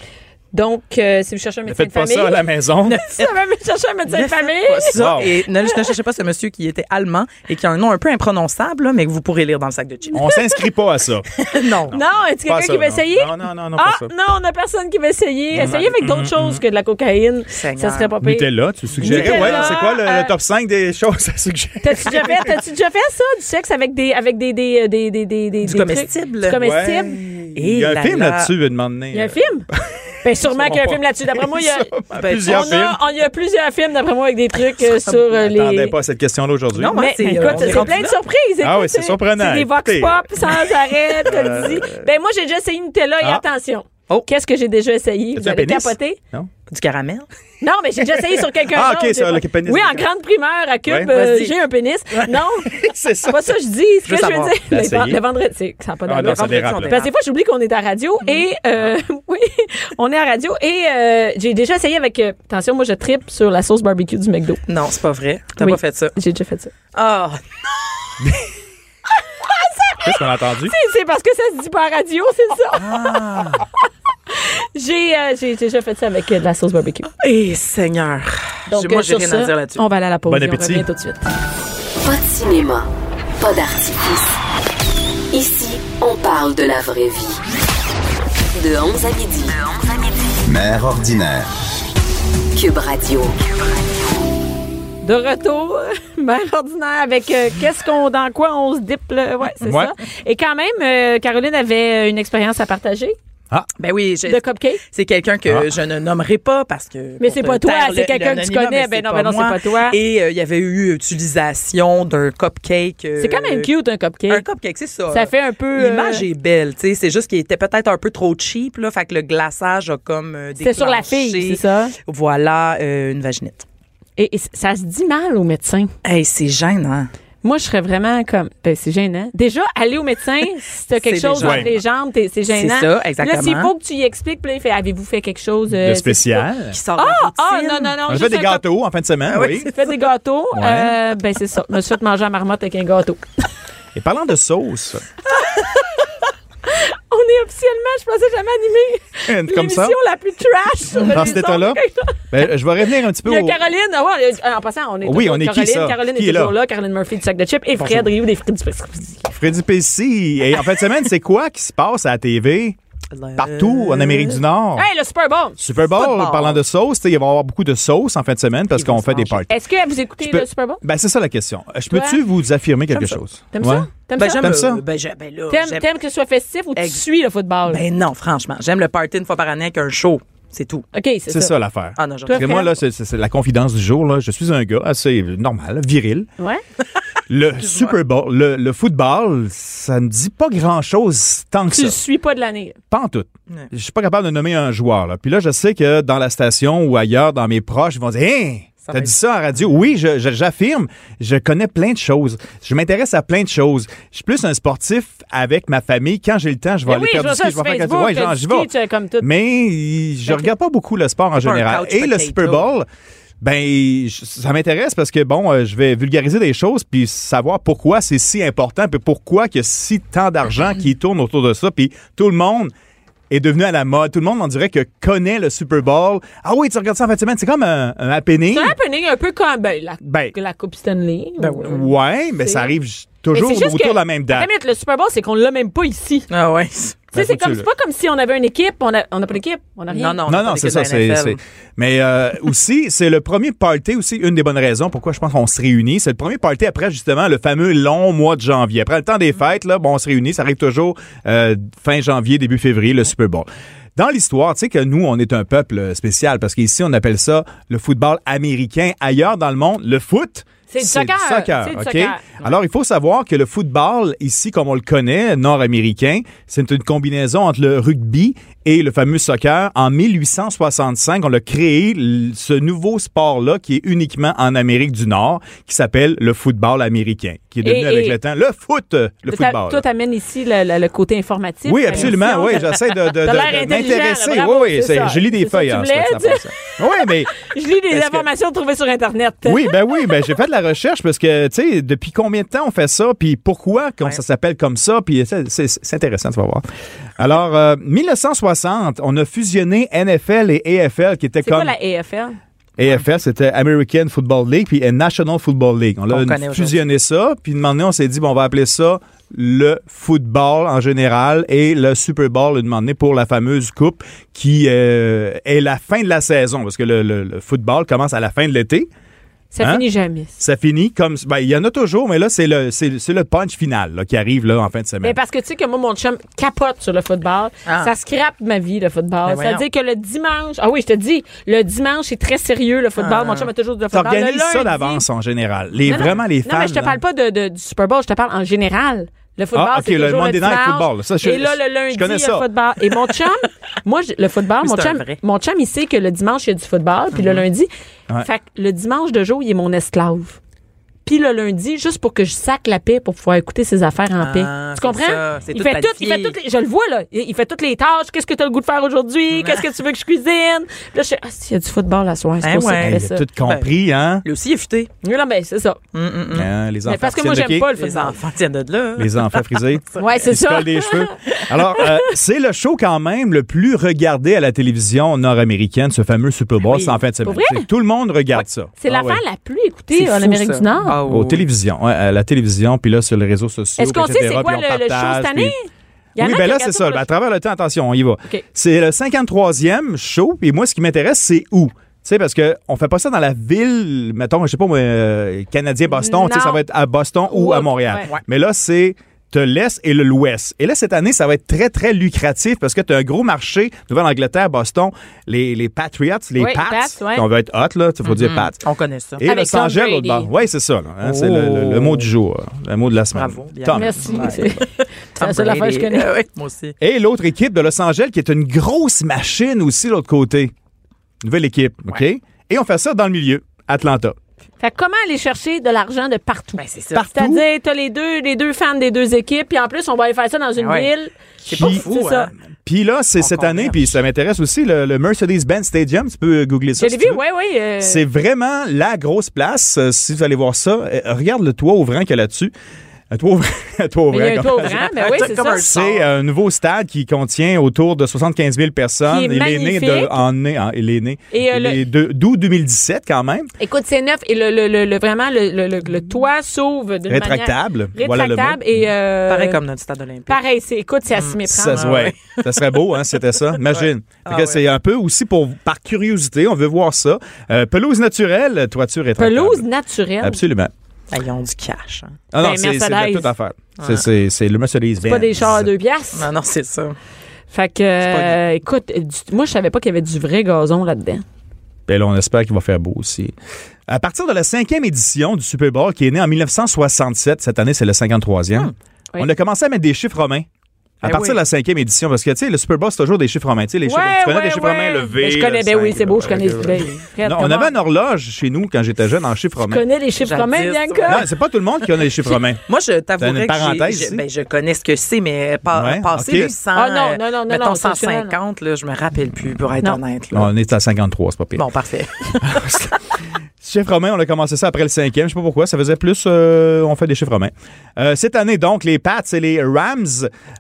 Speaker 3: Donc, euh, si vous cherchez un
Speaker 5: Ne
Speaker 3: médecin
Speaker 5: faites
Speaker 3: de
Speaker 5: pas
Speaker 3: famille.
Speaker 5: ça à la maison.
Speaker 3: Si vous avez cherché un médecin de
Speaker 6: Ne faites
Speaker 3: famille.
Speaker 6: pas ça.
Speaker 5: Wow.
Speaker 6: Et ne, ne cherchez pas ce monsieur qui était allemand et qui a un nom un peu imprononçable, là, mais que vous pourrez lire dans le sac de chips.
Speaker 5: On s'inscrit pas à ça.
Speaker 6: non.
Speaker 3: Non, est-ce quelqu'un
Speaker 5: Pas ça,
Speaker 3: qui va
Speaker 5: non.
Speaker 3: essayer?
Speaker 5: Non, non, non, non,
Speaker 3: Ah,
Speaker 5: pas ça. Mm-hmm.
Speaker 3: non, on a personne qui va essayer. Essayez avec d'autres choses que de la cocaïne.
Speaker 6: Seigneur.
Speaker 3: Ça serait pas pire.
Speaker 5: Nutella, tu suggérais. Ouais,
Speaker 3: Nutella,
Speaker 5: c'est quoi le, le
Speaker 3: euh,
Speaker 5: top 5 des choses à suggérer?
Speaker 3: T'as-tu déjà, fait- t'as-tu déjà fait ça, du sexe avec des, avec des, des, euh, des, des, des, des- des
Speaker 6: Du
Speaker 3: trucs?
Speaker 6: comestible.
Speaker 3: Du comestible.
Speaker 5: Ouais. Il y a
Speaker 6: Et
Speaker 5: un
Speaker 6: là
Speaker 5: film
Speaker 6: là.
Speaker 5: là-dessus, Euh, une demandé.
Speaker 3: Il y a un film? Ben, sûrement
Speaker 5: Ça, on
Speaker 3: qu'il y a un
Speaker 5: pas-
Speaker 3: film là-dessus. D'après moi, il y a,
Speaker 6: Ben,
Speaker 5: plusieurs
Speaker 3: on
Speaker 5: films.
Speaker 3: a, on- il y a plusieurs films, d'après moi, avec des trucs euh, sur euh,
Speaker 5: Je m'attendais
Speaker 3: les.
Speaker 5: pas à cette question-là aujourd'hui.
Speaker 6: Non,
Speaker 3: Mais
Speaker 6: c'est- euh,
Speaker 3: écoute,
Speaker 6: on est
Speaker 3: c'est
Speaker 6: rendu
Speaker 3: plein de
Speaker 6: là.
Speaker 3: surprises.
Speaker 5: Ah
Speaker 3: écoute,
Speaker 5: oui, c'est surprenant.
Speaker 3: C'est des vox
Speaker 5: Écoutez. Euh,
Speaker 3: pop sans arrêt, tu le dis. Ben moi, j'ai déjà essayé Nutella et
Speaker 5: Ah.
Speaker 3: attention.
Speaker 6: Oh.
Speaker 3: Qu'est-ce que j'ai déjà essayé?
Speaker 5: T'as-tu
Speaker 3: Vous
Speaker 5: un
Speaker 3: avez
Speaker 5: pénis?
Speaker 3: capoté?
Speaker 5: Non?
Speaker 6: Du caramel.
Speaker 3: Non, mais j'ai déjà essayé sur quelqu'un
Speaker 5: Ah,
Speaker 3: d'autre.
Speaker 5: ok,
Speaker 3: j'ai
Speaker 5: ça,
Speaker 3: pas-
Speaker 5: le pénis
Speaker 3: Oui,
Speaker 5: de
Speaker 3: en grande primeur à Cube,
Speaker 5: Ouais.
Speaker 3: euh,
Speaker 6: Vas-y.
Speaker 3: j'ai un pénis. Non,
Speaker 5: C'est ça.
Speaker 3: c'est pas ça que je dis. Ce que
Speaker 6: Juste
Speaker 3: je veux
Speaker 6: savoir.
Speaker 3: dire, le,
Speaker 5: L'essayer.
Speaker 3: vend- le vendredi, c'est- ça n'a pas
Speaker 5: Ah
Speaker 3: d'allure.
Speaker 5: non, ça dérape.
Speaker 6: on
Speaker 5: là.
Speaker 3: Parce que des fois, j'oublie qu'on est à radio
Speaker 6: Mm-hmm.
Speaker 3: et euh,
Speaker 6: Ah.
Speaker 3: oui, on est à radio et euh, j'ai déjà essayé avec. euh, attention, moi, je tripe sur la sauce barbecue du McDo.
Speaker 6: Non, c'est pas vrai. T'as
Speaker 3: Oui.
Speaker 6: pas fait ça.
Speaker 3: J'ai déjà fait ça.
Speaker 6: Ah,
Speaker 5: Qu'est-ce qu'on a entendu?
Speaker 3: C'est parce que ça se dit pas à radio, c'est ça.
Speaker 6: Ah.
Speaker 3: j'ai, euh, j'ai déjà fait ça avec euh, de la sauce barbecue.
Speaker 6: et Eh, Seigneur.
Speaker 3: Donc, euh,
Speaker 6: Moi, Ah.
Speaker 3: sur
Speaker 6: j'ai rien
Speaker 3: ça,
Speaker 6: à dire là-dessus.
Speaker 3: On va aller à la pause.
Speaker 5: Bon
Speaker 3: et on
Speaker 5: appétit.
Speaker 3: revient tout de suite.
Speaker 1: Pas de cinéma, pas d'artifice. Ici, on parle de la vraie vie. De 11 à midi. De 11 à midi.
Speaker 2: Mère ordinaire.
Speaker 1: Cube Radio.
Speaker 3: De retour, mère ordinaire avec euh, qu'est-ce qu'on dans quoi on se dippe là. ouais, c'est
Speaker 5: Ouais.
Speaker 3: ça. Et quand même, euh, Caroline avait une expérience à partager
Speaker 6: Ben oui, je-
Speaker 3: de cupcake.
Speaker 6: c'est quelqu'un que
Speaker 5: Ah.
Speaker 6: je ne nommerai pas parce que.
Speaker 3: Mais
Speaker 6: pour
Speaker 3: c'est
Speaker 6: te
Speaker 3: pas toi,
Speaker 6: taire
Speaker 3: c'est
Speaker 6: le-
Speaker 3: quelqu'un que tu
Speaker 6: l'anonymat,
Speaker 3: connais.
Speaker 6: mais
Speaker 3: Ben
Speaker 6: c'est
Speaker 3: non, ben non, c'est
Speaker 6: moi.
Speaker 3: pas toi.
Speaker 6: Et euh, il y avait eu utilisation d'un cupcake. euh,
Speaker 3: C'est quand même cute un cupcake.
Speaker 6: Un cupcake, c'est ça.
Speaker 3: Ça fait un peu. euh,
Speaker 6: L'image est belle, tu sais. C'est juste qu'il était peut-être un peu trop cheap, là. Fait que le glaçage a comme. euh,
Speaker 3: C'était sur la
Speaker 6: déclenché,
Speaker 3: fille, c'est ça?
Speaker 6: Voilà, euh, une vaginette.
Speaker 3: Et, et ça se dit mal au médecin.
Speaker 6: Hey, c'est gênant. hein.
Speaker 3: Moi, je serais vraiment comme. Ben, c'est gênant. Déjà, aller au médecin, si t'as quelque
Speaker 6: C'est
Speaker 3: chose
Speaker 6: déjà-
Speaker 3: entre les jambes, t'es- c'est gênant.
Speaker 6: C'est ça,
Speaker 3: Là,
Speaker 6: exactement.
Speaker 3: s'il faut que tu y expliques, puis là, il fait Avez-vous fait quelque chose euh,
Speaker 5: De spécial.
Speaker 6: Qui sort de
Speaker 3: Ah,
Speaker 6: la
Speaker 3: ah,
Speaker 6: routine.
Speaker 3: non, non, non.
Speaker 5: On a
Speaker 3: juste Ah
Speaker 5: fait des
Speaker 3: un
Speaker 5: gâteaux en fin de semaine, oui.
Speaker 3: cupcake. Fais des gâteaux.
Speaker 5: Ouais.
Speaker 3: euh, ben, c'est ça. Je me suis fait manger à marmotte avec un gâteau.
Speaker 5: Et parlant de sauce,
Speaker 3: On est officiellement, je pensais jamais animer.
Speaker 5: Comme ça.
Speaker 3: L'émission la plus trash sur le
Speaker 5: dans cet
Speaker 3: désordre.
Speaker 5: état-là, ben, je vais revenir un petit
Speaker 3: Il
Speaker 5: peu
Speaker 3: y a
Speaker 5: au...
Speaker 3: Caroline, ah ouais, euh, en passant, on est
Speaker 5: Oui,
Speaker 3: toujours
Speaker 5: on est qui,
Speaker 3: Caroline,
Speaker 5: ça?
Speaker 3: Caroline
Speaker 5: Qui
Speaker 3: est
Speaker 5: est là?
Speaker 3: toujours là, Caroline Murphy du sac de chips et Fred Rioux des frites du Pescopédie.
Speaker 5: Freddy Pessi. Et en fin de semaine, c'est quoi qui se passe à la TV partout en Amérique du Nord?
Speaker 3: Hey, le Super Bowl!
Speaker 5: Super Bowl,
Speaker 6: Football.
Speaker 5: parlant de sauce, tu sais, il va y avoir beaucoup de sauce en fin de semaine parce
Speaker 6: Ils vont
Speaker 5: qu'on
Speaker 6: se
Speaker 5: fait des
Speaker 6: manger.
Speaker 5: parties.
Speaker 3: Est-ce que vous écoutez
Speaker 5: Je peux-
Speaker 3: le Super Bowl?
Speaker 5: Ben, c'est ça la question. Je peux-tu vous affirmer quelque chose?
Speaker 3: T'aimes
Speaker 5: Ouais.
Speaker 3: ça? T'aimes
Speaker 6: Ben,
Speaker 3: ça?
Speaker 6: j'aime
Speaker 5: T'aimes
Speaker 6: le-
Speaker 5: ça?
Speaker 6: Ben, j'ai- ben là,
Speaker 3: T'aimes,
Speaker 6: j'aime-
Speaker 3: t'aimes que ce soit festif ou tu
Speaker 6: Ex-
Speaker 3: suis le football?
Speaker 6: Ben non, franchement. J'aime le party une fois par année avec un show. C'est tout.
Speaker 3: OK, c'est,
Speaker 5: C'est ça, l'affaire.
Speaker 6: Ah non, j'en
Speaker 3: Toi,
Speaker 5: Parce que moi,
Speaker 3: Fred?
Speaker 5: là, c'est- c'est c'est la confidence du jour. Là. Je suis un gars assez normal, viril.
Speaker 3: Ouais.
Speaker 5: Le Super Bowl, le, le football, ça ne dit pas grand-chose tant que
Speaker 3: Tu le
Speaker 5: ça.
Speaker 3: suis pas de l'année.
Speaker 5: Pas en tout.
Speaker 6: Ouais.
Speaker 5: Je suis pas capable de nommer un joueur. Là. Puis là, je sais que dans la station ou ailleurs, dans mes proches, ils vont dire Hein, t'as
Speaker 6: Ça va
Speaker 5: dit ça à radio. Oui, je- je- j'affirme. Je, connais plein de choses. Je m'intéresse à plein de choses. Je suis plus un sportif avec ma famille. Quand j'ai le temps, je vais
Speaker 3: Ben
Speaker 5: aller
Speaker 3: oui, je
Speaker 5: faire
Speaker 3: vois
Speaker 5: du
Speaker 3: ça
Speaker 5: ski. Je
Speaker 3: sur
Speaker 5: vais faire
Speaker 3: Facebook.
Speaker 5: Ouais, genre,
Speaker 3: t'as
Speaker 5: j'y
Speaker 3: du ski,
Speaker 5: vais.
Speaker 3: tu es comme tout.
Speaker 5: Mais il-
Speaker 3: Ben,
Speaker 5: je regarde pas beaucoup le sport en
Speaker 6: pas un
Speaker 5: général.
Speaker 6: couch
Speaker 5: Et le
Speaker 6: potato.
Speaker 5: Super Bowl, ben, je- ça m'intéresse parce que, bon, euh, je vais vulgariser des choses puis savoir pourquoi c'est si important puis pourquoi qu'il y a si tant d'argent qui tourne autour de ça. Puis tout le monde est devenu à la mode. Tout le monde, on dirait que connaît le Super Bowl. Ah oui, tu regardes ça en fin de semaine, c'est comme un, un happening.
Speaker 3: C'est un happening un peu comme ben, la,
Speaker 5: Hmm. Ben,
Speaker 3: la Coupe Stanley. ou-
Speaker 5: ouais, mais
Speaker 3: C'est-
Speaker 5: ça arrive j-
Speaker 3: Mais
Speaker 5: toujours
Speaker 3: c'est juste
Speaker 5: autour
Speaker 3: que-
Speaker 5: de la même date. Ben,
Speaker 3: Attends une minute, le Super Bowl, c'est qu'on l'a même pas ici. Tu
Speaker 6: Ah ouais.
Speaker 3: sais, c'est,
Speaker 5: faut-tu,
Speaker 3: comme,
Speaker 5: là.
Speaker 3: c'est pas comme si on avait une équipe. On a, on a pas d'équipe. On a rien.
Speaker 6: Non, non,
Speaker 5: Non, non, c'est ça. c'est- c'est- Mais euh, aussi, c'est le premier party, aussi, une des bonnes raisons pourquoi je pense qu'on se réunit. C'est le premier party après, justement, le fameux long mois de janvier. Après le temps des fêtes, là, bon, on se réunit. Ça arrive toujours euh, fin janvier, début février, le Super Bowl. Dans l'histoire, tu sais que nous, on est un peuple euh, spécial parce qu'ici, on appelle ça le football américain. Ailleurs dans le monde, le foot,
Speaker 3: C'est du soccer. C'est du
Speaker 5: OK?
Speaker 3: soccer.
Speaker 5: Alors, il faut savoir que le football, ici, comme on le connaît, nord-américain, c'est une combinaison entre le rugby et le fameux soccer. En 1865, on a créé l- ce nouveau sport-là qui est uniquement en Amérique du Nord, qui s'appelle le football américain, qui est devenu
Speaker 3: Et-
Speaker 5: avec
Speaker 3: et-
Speaker 5: le temps le foot, euh, le
Speaker 3: Toi,
Speaker 5: football.
Speaker 3: toi, t'amènes ici le, le- le côté informatif. Ben,
Speaker 5: Oui,
Speaker 3: la
Speaker 5: absolument.
Speaker 3: mission.
Speaker 5: Oui, j'essaie de, de, de-
Speaker 3: hein. T'as l'air
Speaker 5: de
Speaker 3: intelligent,
Speaker 5: m'intéresser.
Speaker 3: là,
Speaker 5: Oui,
Speaker 3: bravo,
Speaker 5: oui,
Speaker 3: c'est
Speaker 5: c'est- hein,
Speaker 3: ça.
Speaker 5: je lis des
Speaker 3: C'est ça
Speaker 5: feuilles.
Speaker 3: que tu
Speaker 5: en fait,
Speaker 3: voulais,
Speaker 5: ça passe. Oui, mais
Speaker 3: Je lis des
Speaker 5: Est-ce que-
Speaker 3: informations trouvées sur Internet.
Speaker 5: oui, ben oui, ben j'ai fait de la recherche parce que, tu sais, depuis combien de temps on fait ça, puis pourquoi qu'on- ça s'appelle comme ça, puis c'est- c'est c'est intéressant, tu vas voir. Alors, euh, 1960, on a fusionné NFL et AFL, qui étaient
Speaker 3: C'est quoi
Speaker 5: comme...
Speaker 3: la EFL?
Speaker 5: AFL, c'était American Football League, puis euh, National Football League. On
Speaker 6: Qu'on
Speaker 5: a
Speaker 6: connaît
Speaker 5: fusionné ça, puis de un moment donné, on s'est dit, bon, on va appeler ça le football en général et le Super Bowl, une moment donné, pour la fameuse coupe qui euh, est la fin de la saison, parce que le, le- le football commence à la fin de l'été.
Speaker 3: Ça
Speaker 5: Hein?
Speaker 3: finit jamais.
Speaker 5: Ça finit comme. Ben, il y en a toujours, mais là, c'est le, c'est, c'est le punch final là, qui arrive là, en fin de
Speaker 3: Mais
Speaker 5: semaine.
Speaker 3: parce que tu sais que moi, mon chum capote sur le football.
Speaker 6: Ah.
Speaker 3: Ça scrape ma vie, le football.
Speaker 6: Ben
Speaker 3: ça veut
Speaker 6: voyons.
Speaker 3: dire que le dimanche, ah oui, je te dis, le dimanche, c'est très sérieux, le
Speaker 6: Ah.
Speaker 3: football. Mon chum a toujours du football. Le
Speaker 5: T'organises ça
Speaker 3: lundi-
Speaker 5: d'avance en général. Les,
Speaker 3: Non, non.
Speaker 5: vraiment, les
Speaker 3: Non,
Speaker 5: fans.
Speaker 3: mais je te
Speaker 5: là.
Speaker 3: parle pas de, de- du Super Bowl, je te parle en général. Le football,
Speaker 5: Ah, ok,
Speaker 3: c'est
Speaker 5: le
Speaker 3: toujours
Speaker 5: Monday Night
Speaker 3: dimanche.
Speaker 5: Football, ça, je-
Speaker 3: Et là,
Speaker 5: je
Speaker 3: le lundi,
Speaker 5: connais
Speaker 3: il y a
Speaker 5: ça.
Speaker 3: le football. Et mon chum, moi, je- le football,
Speaker 6: Lui,
Speaker 3: mon
Speaker 6: c'est un
Speaker 3: chum,
Speaker 6: vrai.
Speaker 3: mon chum, il sait que le dimanche, il y a du football, puis le lundi.
Speaker 5: Ouais.
Speaker 3: Fait que le dimanche de jour, il est mon esclave. Puis le lundi, juste pour que je sac la paix pour pouvoir écouter ses affaires en
Speaker 6: Ah,
Speaker 3: paix. Tu
Speaker 6: c'est
Speaker 3: comprends?
Speaker 6: ça, c'est
Speaker 3: il,
Speaker 6: tout
Speaker 3: fait tout, il fait
Speaker 6: planifié.
Speaker 3: toutes les- je le vois, là. Il, il fait toutes les tâches. Qu'est-ce que tu as le goût de faire aujourd'hui? Qu'est-ce que tu veux que je cuisine? Puis là, je sais, ah, s'il y a du football la soirée, c'est
Speaker 6: Hein,
Speaker 3: pour ça
Speaker 6: ouais.
Speaker 3: qu'il
Speaker 5: Hey,
Speaker 3: fait
Speaker 5: il a
Speaker 3: ça.
Speaker 5: tout compris, hein?
Speaker 6: Lui aussi, il est futé.
Speaker 3: Non, mais c'est ça.
Speaker 6: Hum, hum, hum.
Speaker 5: Hein, les enfants.
Speaker 3: Mais parce que moi,
Speaker 5: tiennent de
Speaker 3: j'aime
Speaker 5: qui?
Speaker 3: pas le
Speaker 6: Les
Speaker 3: football.
Speaker 6: enfants tiennent de là.
Speaker 5: Les enfants frisés.
Speaker 3: Ouais, c'est
Speaker 5: Ils se
Speaker 3: ça.
Speaker 5: collent des cheveux. Alors, euh, c'est le show quand même le plus regardé à la télévision nord-américaine, ce fameux Super Bowl,
Speaker 6: Oui.
Speaker 5: c'est en fin de semaine.
Speaker 3: Ah Pour vrai?
Speaker 5: C'est- Tout le monde regarde ça.
Speaker 3: C'est
Speaker 5: Ah
Speaker 3: l'affaire
Speaker 5: ouais.
Speaker 3: la plus écoutée en Amérique du Nord.
Speaker 5: Aux télévisions, ouais, à la télévision, puis là, sur les réseaux sociaux.
Speaker 3: Est-ce qu'on
Speaker 5: etc.,
Speaker 3: sait c'est quoi
Speaker 5: puis on
Speaker 3: le, le show
Speaker 5: partage,
Speaker 3: cette
Speaker 5: puis-
Speaker 3: année? Il y en a
Speaker 5: Oui, ben
Speaker 3: qui
Speaker 5: là,
Speaker 3: regardent
Speaker 5: c'est
Speaker 3: tout
Speaker 5: ça.
Speaker 3: le
Speaker 5: Ben, à
Speaker 3: show.
Speaker 5: travers le temps, attention, on y va.
Speaker 3: OK.
Speaker 5: C'est le 53e show, et moi, ce qui m'intéresse, c'est où? Tu sais, parce qu'on fait pas ça dans la ville, mettons, je sais pas moi, euh, Canadien-Boston, tu sais,
Speaker 3: Non.
Speaker 5: ça va être à Boston ou,
Speaker 3: Ou-
Speaker 5: à Montréal.
Speaker 3: ouais. Ouais.
Speaker 5: Mais là, c'est te l'Est et le l'Ouest. Et là, cette année, ça va être très, très lucratif parce que tu as un gros marché. Nouvelle-Angleterre, Boston, les, les Patriots, les
Speaker 3: Oui,
Speaker 5: Pats.
Speaker 3: Pats, ouais. Mm-hmm.
Speaker 5: On va être hot, là. Il faut dire Pats.
Speaker 6: On connaît ça.
Speaker 5: Et
Speaker 3: Avec
Speaker 5: Los Angeles,
Speaker 3: Tom
Speaker 5: l'autre
Speaker 3: Brady. Oh.
Speaker 5: bord. Oui, c'est ça. là, hein, C'est le, le- le mot du jour, hein, le mot de la semaine.
Speaker 6: Bravo, bien.
Speaker 5: Tom.
Speaker 3: Merci.
Speaker 6: Ouais.
Speaker 3: C'est- C'est
Speaker 6: Tom
Speaker 3: la seule affaire que je
Speaker 6: Brady.
Speaker 3: connais.
Speaker 6: Ah oui, Moi aussi.
Speaker 5: Et l'autre équipe de Los Angeles qui est une grosse machine aussi de l'autre côté. Nouvelle équipe, OK? Et on fait ça dans le milieu, Atlanta.
Speaker 3: Fait que comment aller chercher de l'argent de partout?
Speaker 6: Ben, c'est ça.
Speaker 5: Partout.
Speaker 3: C'est-à-dire, t'as les deux, les deux fans des deux équipes, puis en plus, on va aller faire ça dans une
Speaker 6: Ah ouais.
Speaker 3: ville.
Speaker 6: C'est pas
Speaker 5: Puis-
Speaker 6: fou,
Speaker 3: C'est ça.
Speaker 6: hein.
Speaker 5: Puis là, c'est
Speaker 6: On
Speaker 5: cette
Speaker 6: convient.
Speaker 5: année, puis ça m'intéresse aussi, le, le Mercedes-Benz Stadium, tu peux googler
Speaker 3: Je
Speaker 5: ça.
Speaker 3: l'ai
Speaker 5: si
Speaker 3: vu,
Speaker 5: tu veux.
Speaker 3: oui, oui. euh,
Speaker 5: C'est vraiment la grosse place. Euh, si vous allez voir ça, euh, regarde le toit ouvrant qu'il y a là-dessus. Un toit ouvrant. un toit
Speaker 3: mais il y a
Speaker 5: ouvrant,
Speaker 3: un
Speaker 5: comme-
Speaker 3: toit ouvrant, mais oui, c'est
Speaker 6: Comme
Speaker 3: ça.
Speaker 6: un-
Speaker 5: C'est euh, un nouveau stade qui contient autour de 75 000 personnes.
Speaker 3: Qui est
Speaker 5: il est né de,
Speaker 3: magnifique.
Speaker 5: en, en- il est né.
Speaker 3: Et, euh,
Speaker 5: il
Speaker 3: le-
Speaker 5: est de- d'août 2017 quand même.
Speaker 3: Écoute, c'est neuf et le, le, le, le- vraiment, le, le, le, le toit s'ouvre de
Speaker 5: Rétractable.
Speaker 3: Manière...
Speaker 5: Voilà le mot. Mm.
Speaker 3: Rétractable et... euh,
Speaker 6: Pareil comme notre stade olympique.
Speaker 3: Pareil, c'est, écoute, c'est à 6
Speaker 5: Ça, se-
Speaker 6: Ah
Speaker 5: ouais.
Speaker 6: ouais.
Speaker 5: ça serait beau, hein, c'était ça. Imagine.
Speaker 6: Ah
Speaker 5: Fait que
Speaker 6: ouais.
Speaker 5: C'est un peu aussi pour, par curiosité, on veut voir ça. Euh, pelouse naturelle, toiture et
Speaker 3: Pelouse naturelle.
Speaker 5: Absolument.
Speaker 6: Ah, ils ont du cash. hein.
Speaker 5: Ah non,
Speaker 3: Ben,
Speaker 5: c'est c'est
Speaker 3: Mercedes. Ah.
Speaker 5: de toute affaire. C'est- C'est c'est le Mercedes-Benz.
Speaker 3: C'est pas des chars à deux piastres.
Speaker 6: Non, non, c'est ça.
Speaker 3: Fait que, euh, écoute, euh, du- moi, je savais pas qu'il y avait du vrai gazon là-dedans.
Speaker 5: Ben là, on espère qu'il va faire beau aussi. À partir de la cinquième édition du Super Bowl, qui est née en 1967, cette année, c'est le 53e,
Speaker 3: Hmm. oui. Ben
Speaker 5: on a commencé à mettre des chiffres romains. À
Speaker 6: Eh
Speaker 5: partir
Speaker 6: oui.
Speaker 5: de la cinquième édition, parce que, tu sais, le Super Bowl, c'est toujours des chiffres romains. Tu sais, les chiffres, tu connais des chiffres romains, le V.
Speaker 3: Mais je connais,
Speaker 5: le
Speaker 3: ben oui,
Speaker 5: 5,
Speaker 3: c'est beau,
Speaker 5: le-
Speaker 3: je connais. ben, Fred,
Speaker 5: Non, on
Speaker 3: comment-
Speaker 5: avait une horloge chez nous quand j'étais jeune en chiffres
Speaker 3: Tu
Speaker 5: romains.
Speaker 3: connais les chiffres
Speaker 6: Jadis,
Speaker 3: romains,
Speaker 5: Non,
Speaker 3: Bianca?
Speaker 5: c'est pas tout le monde qui connaît les chiffres romains.
Speaker 6: Moi, je
Speaker 5: Dans une
Speaker 6: t'avouerais que j'ai-
Speaker 5: parenthèse,
Speaker 6: j'ai-
Speaker 5: ici.
Speaker 6: ben, je connais ce que c'est, mais pa-
Speaker 5: Ouais,
Speaker 6: passer
Speaker 5: ok.
Speaker 6: le 100,
Speaker 3: Ah, non, non, non,
Speaker 6: euh,
Speaker 3: non,
Speaker 6: mettons
Speaker 3: non, c'est sûr,
Speaker 6: 150, là, je me rappelle plus, pour être
Speaker 3: Non.
Speaker 6: honnête. là.
Speaker 5: Non, on est à 53, c'est pas pire.
Speaker 6: Bon, parfait.
Speaker 5: Chiffres romains, on a commencé ça après le cinquième. Je sais pas pourquoi, ça faisait plus. euh, on fait des chiffres romains. Euh, cette année, donc, les Pats et les Rams,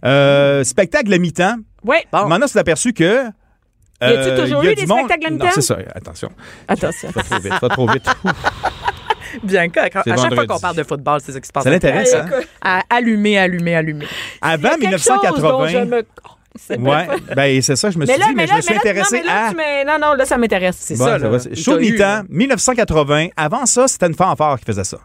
Speaker 5: euh, spectacle à mi-temps.
Speaker 3: Oui,
Speaker 6: Bon.
Speaker 5: Maintenant, on s'est aperçu que.
Speaker 3: Oh. a-tu toujours
Speaker 5: il y a
Speaker 3: eu
Speaker 5: du
Speaker 3: des
Speaker 5: monde-
Speaker 3: spectacles à
Speaker 5: Non,
Speaker 3: mi-temps?
Speaker 5: c'est ça. Attention.
Speaker 3: attention.
Speaker 5: Pas trop vite. Pas trop vite. Ouf,
Speaker 6: Bianca, à, à chaque fois
Speaker 5: vendredi.
Speaker 6: qu'on parle de football, c'est ça qui se passe.
Speaker 5: ça l'intéresse, hein?
Speaker 3: Écoute,
Speaker 6: À allumer, allumer, allumer.
Speaker 3: il y a
Speaker 5: Avant
Speaker 3: quelque chose dont je
Speaker 5: 1980.
Speaker 3: me-
Speaker 5: Ouais, ben c'est ça, je me suis
Speaker 3: Mais là,
Speaker 5: dit, mais,
Speaker 3: mais
Speaker 5: je
Speaker 3: là,
Speaker 5: me suis
Speaker 3: mais là, non,
Speaker 5: intéressé
Speaker 3: mais là,
Speaker 5: à.
Speaker 3: tu mets- non, non, là, ça m'intéresse.
Speaker 6: C'est
Speaker 5: Bon,
Speaker 6: ça,
Speaker 5: ça
Speaker 6: là.
Speaker 5: va, c'est-
Speaker 6: Il
Speaker 5: Show
Speaker 6: t'a eu,
Speaker 5: mi-temps,
Speaker 6: là.
Speaker 5: 1980. Avant ça, c'était une fanfare qui faisait ça.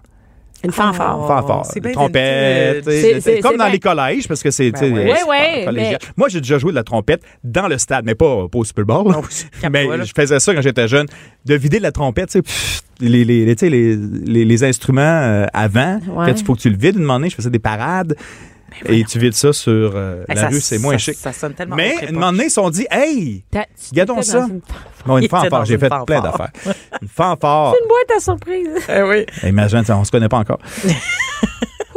Speaker 3: Une fanfare.
Speaker 6: Oh,
Speaker 5: fanfare,
Speaker 6: c'est bien
Speaker 5: trompette,
Speaker 6: vintage.
Speaker 5: tu sais,
Speaker 3: C'est- c'est-
Speaker 5: comme
Speaker 3: c'est
Speaker 5: dans
Speaker 3: bien.
Speaker 5: les collèges parce que c'est tu sais,
Speaker 6: Ben ouais.
Speaker 5: les-
Speaker 3: Ouais,
Speaker 5: c'est
Speaker 3: ouais,
Speaker 5: collégial.
Speaker 3: mais-
Speaker 5: Moi j'ai déjà joué de la trompette dans le stade mais pas, pas au Super Bowl.
Speaker 6: Non, Ah oui, quatre
Speaker 5: mais
Speaker 6: fois, là.
Speaker 5: je faisais ça quand j'étais jeune de vider de la trompette, tu sais, pff, les, les, les, tu sais, les, les- les instruments euh, avant
Speaker 3: Ouais.
Speaker 5: quand il faut que tu le vides une moment donné, je faisais des parades. Et tu vides ça sur euh, la
Speaker 6: Hey, Ben ça-
Speaker 5: rue, c'est moins
Speaker 6: ça-
Speaker 5: chic.
Speaker 6: ça sonne tellement
Speaker 5: Mais,
Speaker 6: autre
Speaker 5: à un
Speaker 6: époque.
Speaker 5: moment donné, ils se sont dit, hey,
Speaker 3: T'as- tu
Speaker 5: Regardons
Speaker 3: t'étais
Speaker 5: ça.
Speaker 3: dans une-
Speaker 5: Bon,
Speaker 6: Il
Speaker 5: une
Speaker 6: était dans
Speaker 5: fanfare, j'ai
Speaker 6: une
Speaker 5: fait
Speaker 6: fanfare.
Speaker 5: plein d'affaires. Une fanfare.
Speaker 3: Une boîte à surprise.
Speaker 6: Eh oui.
Speaker 5: Imagine, on se connaît pas encore.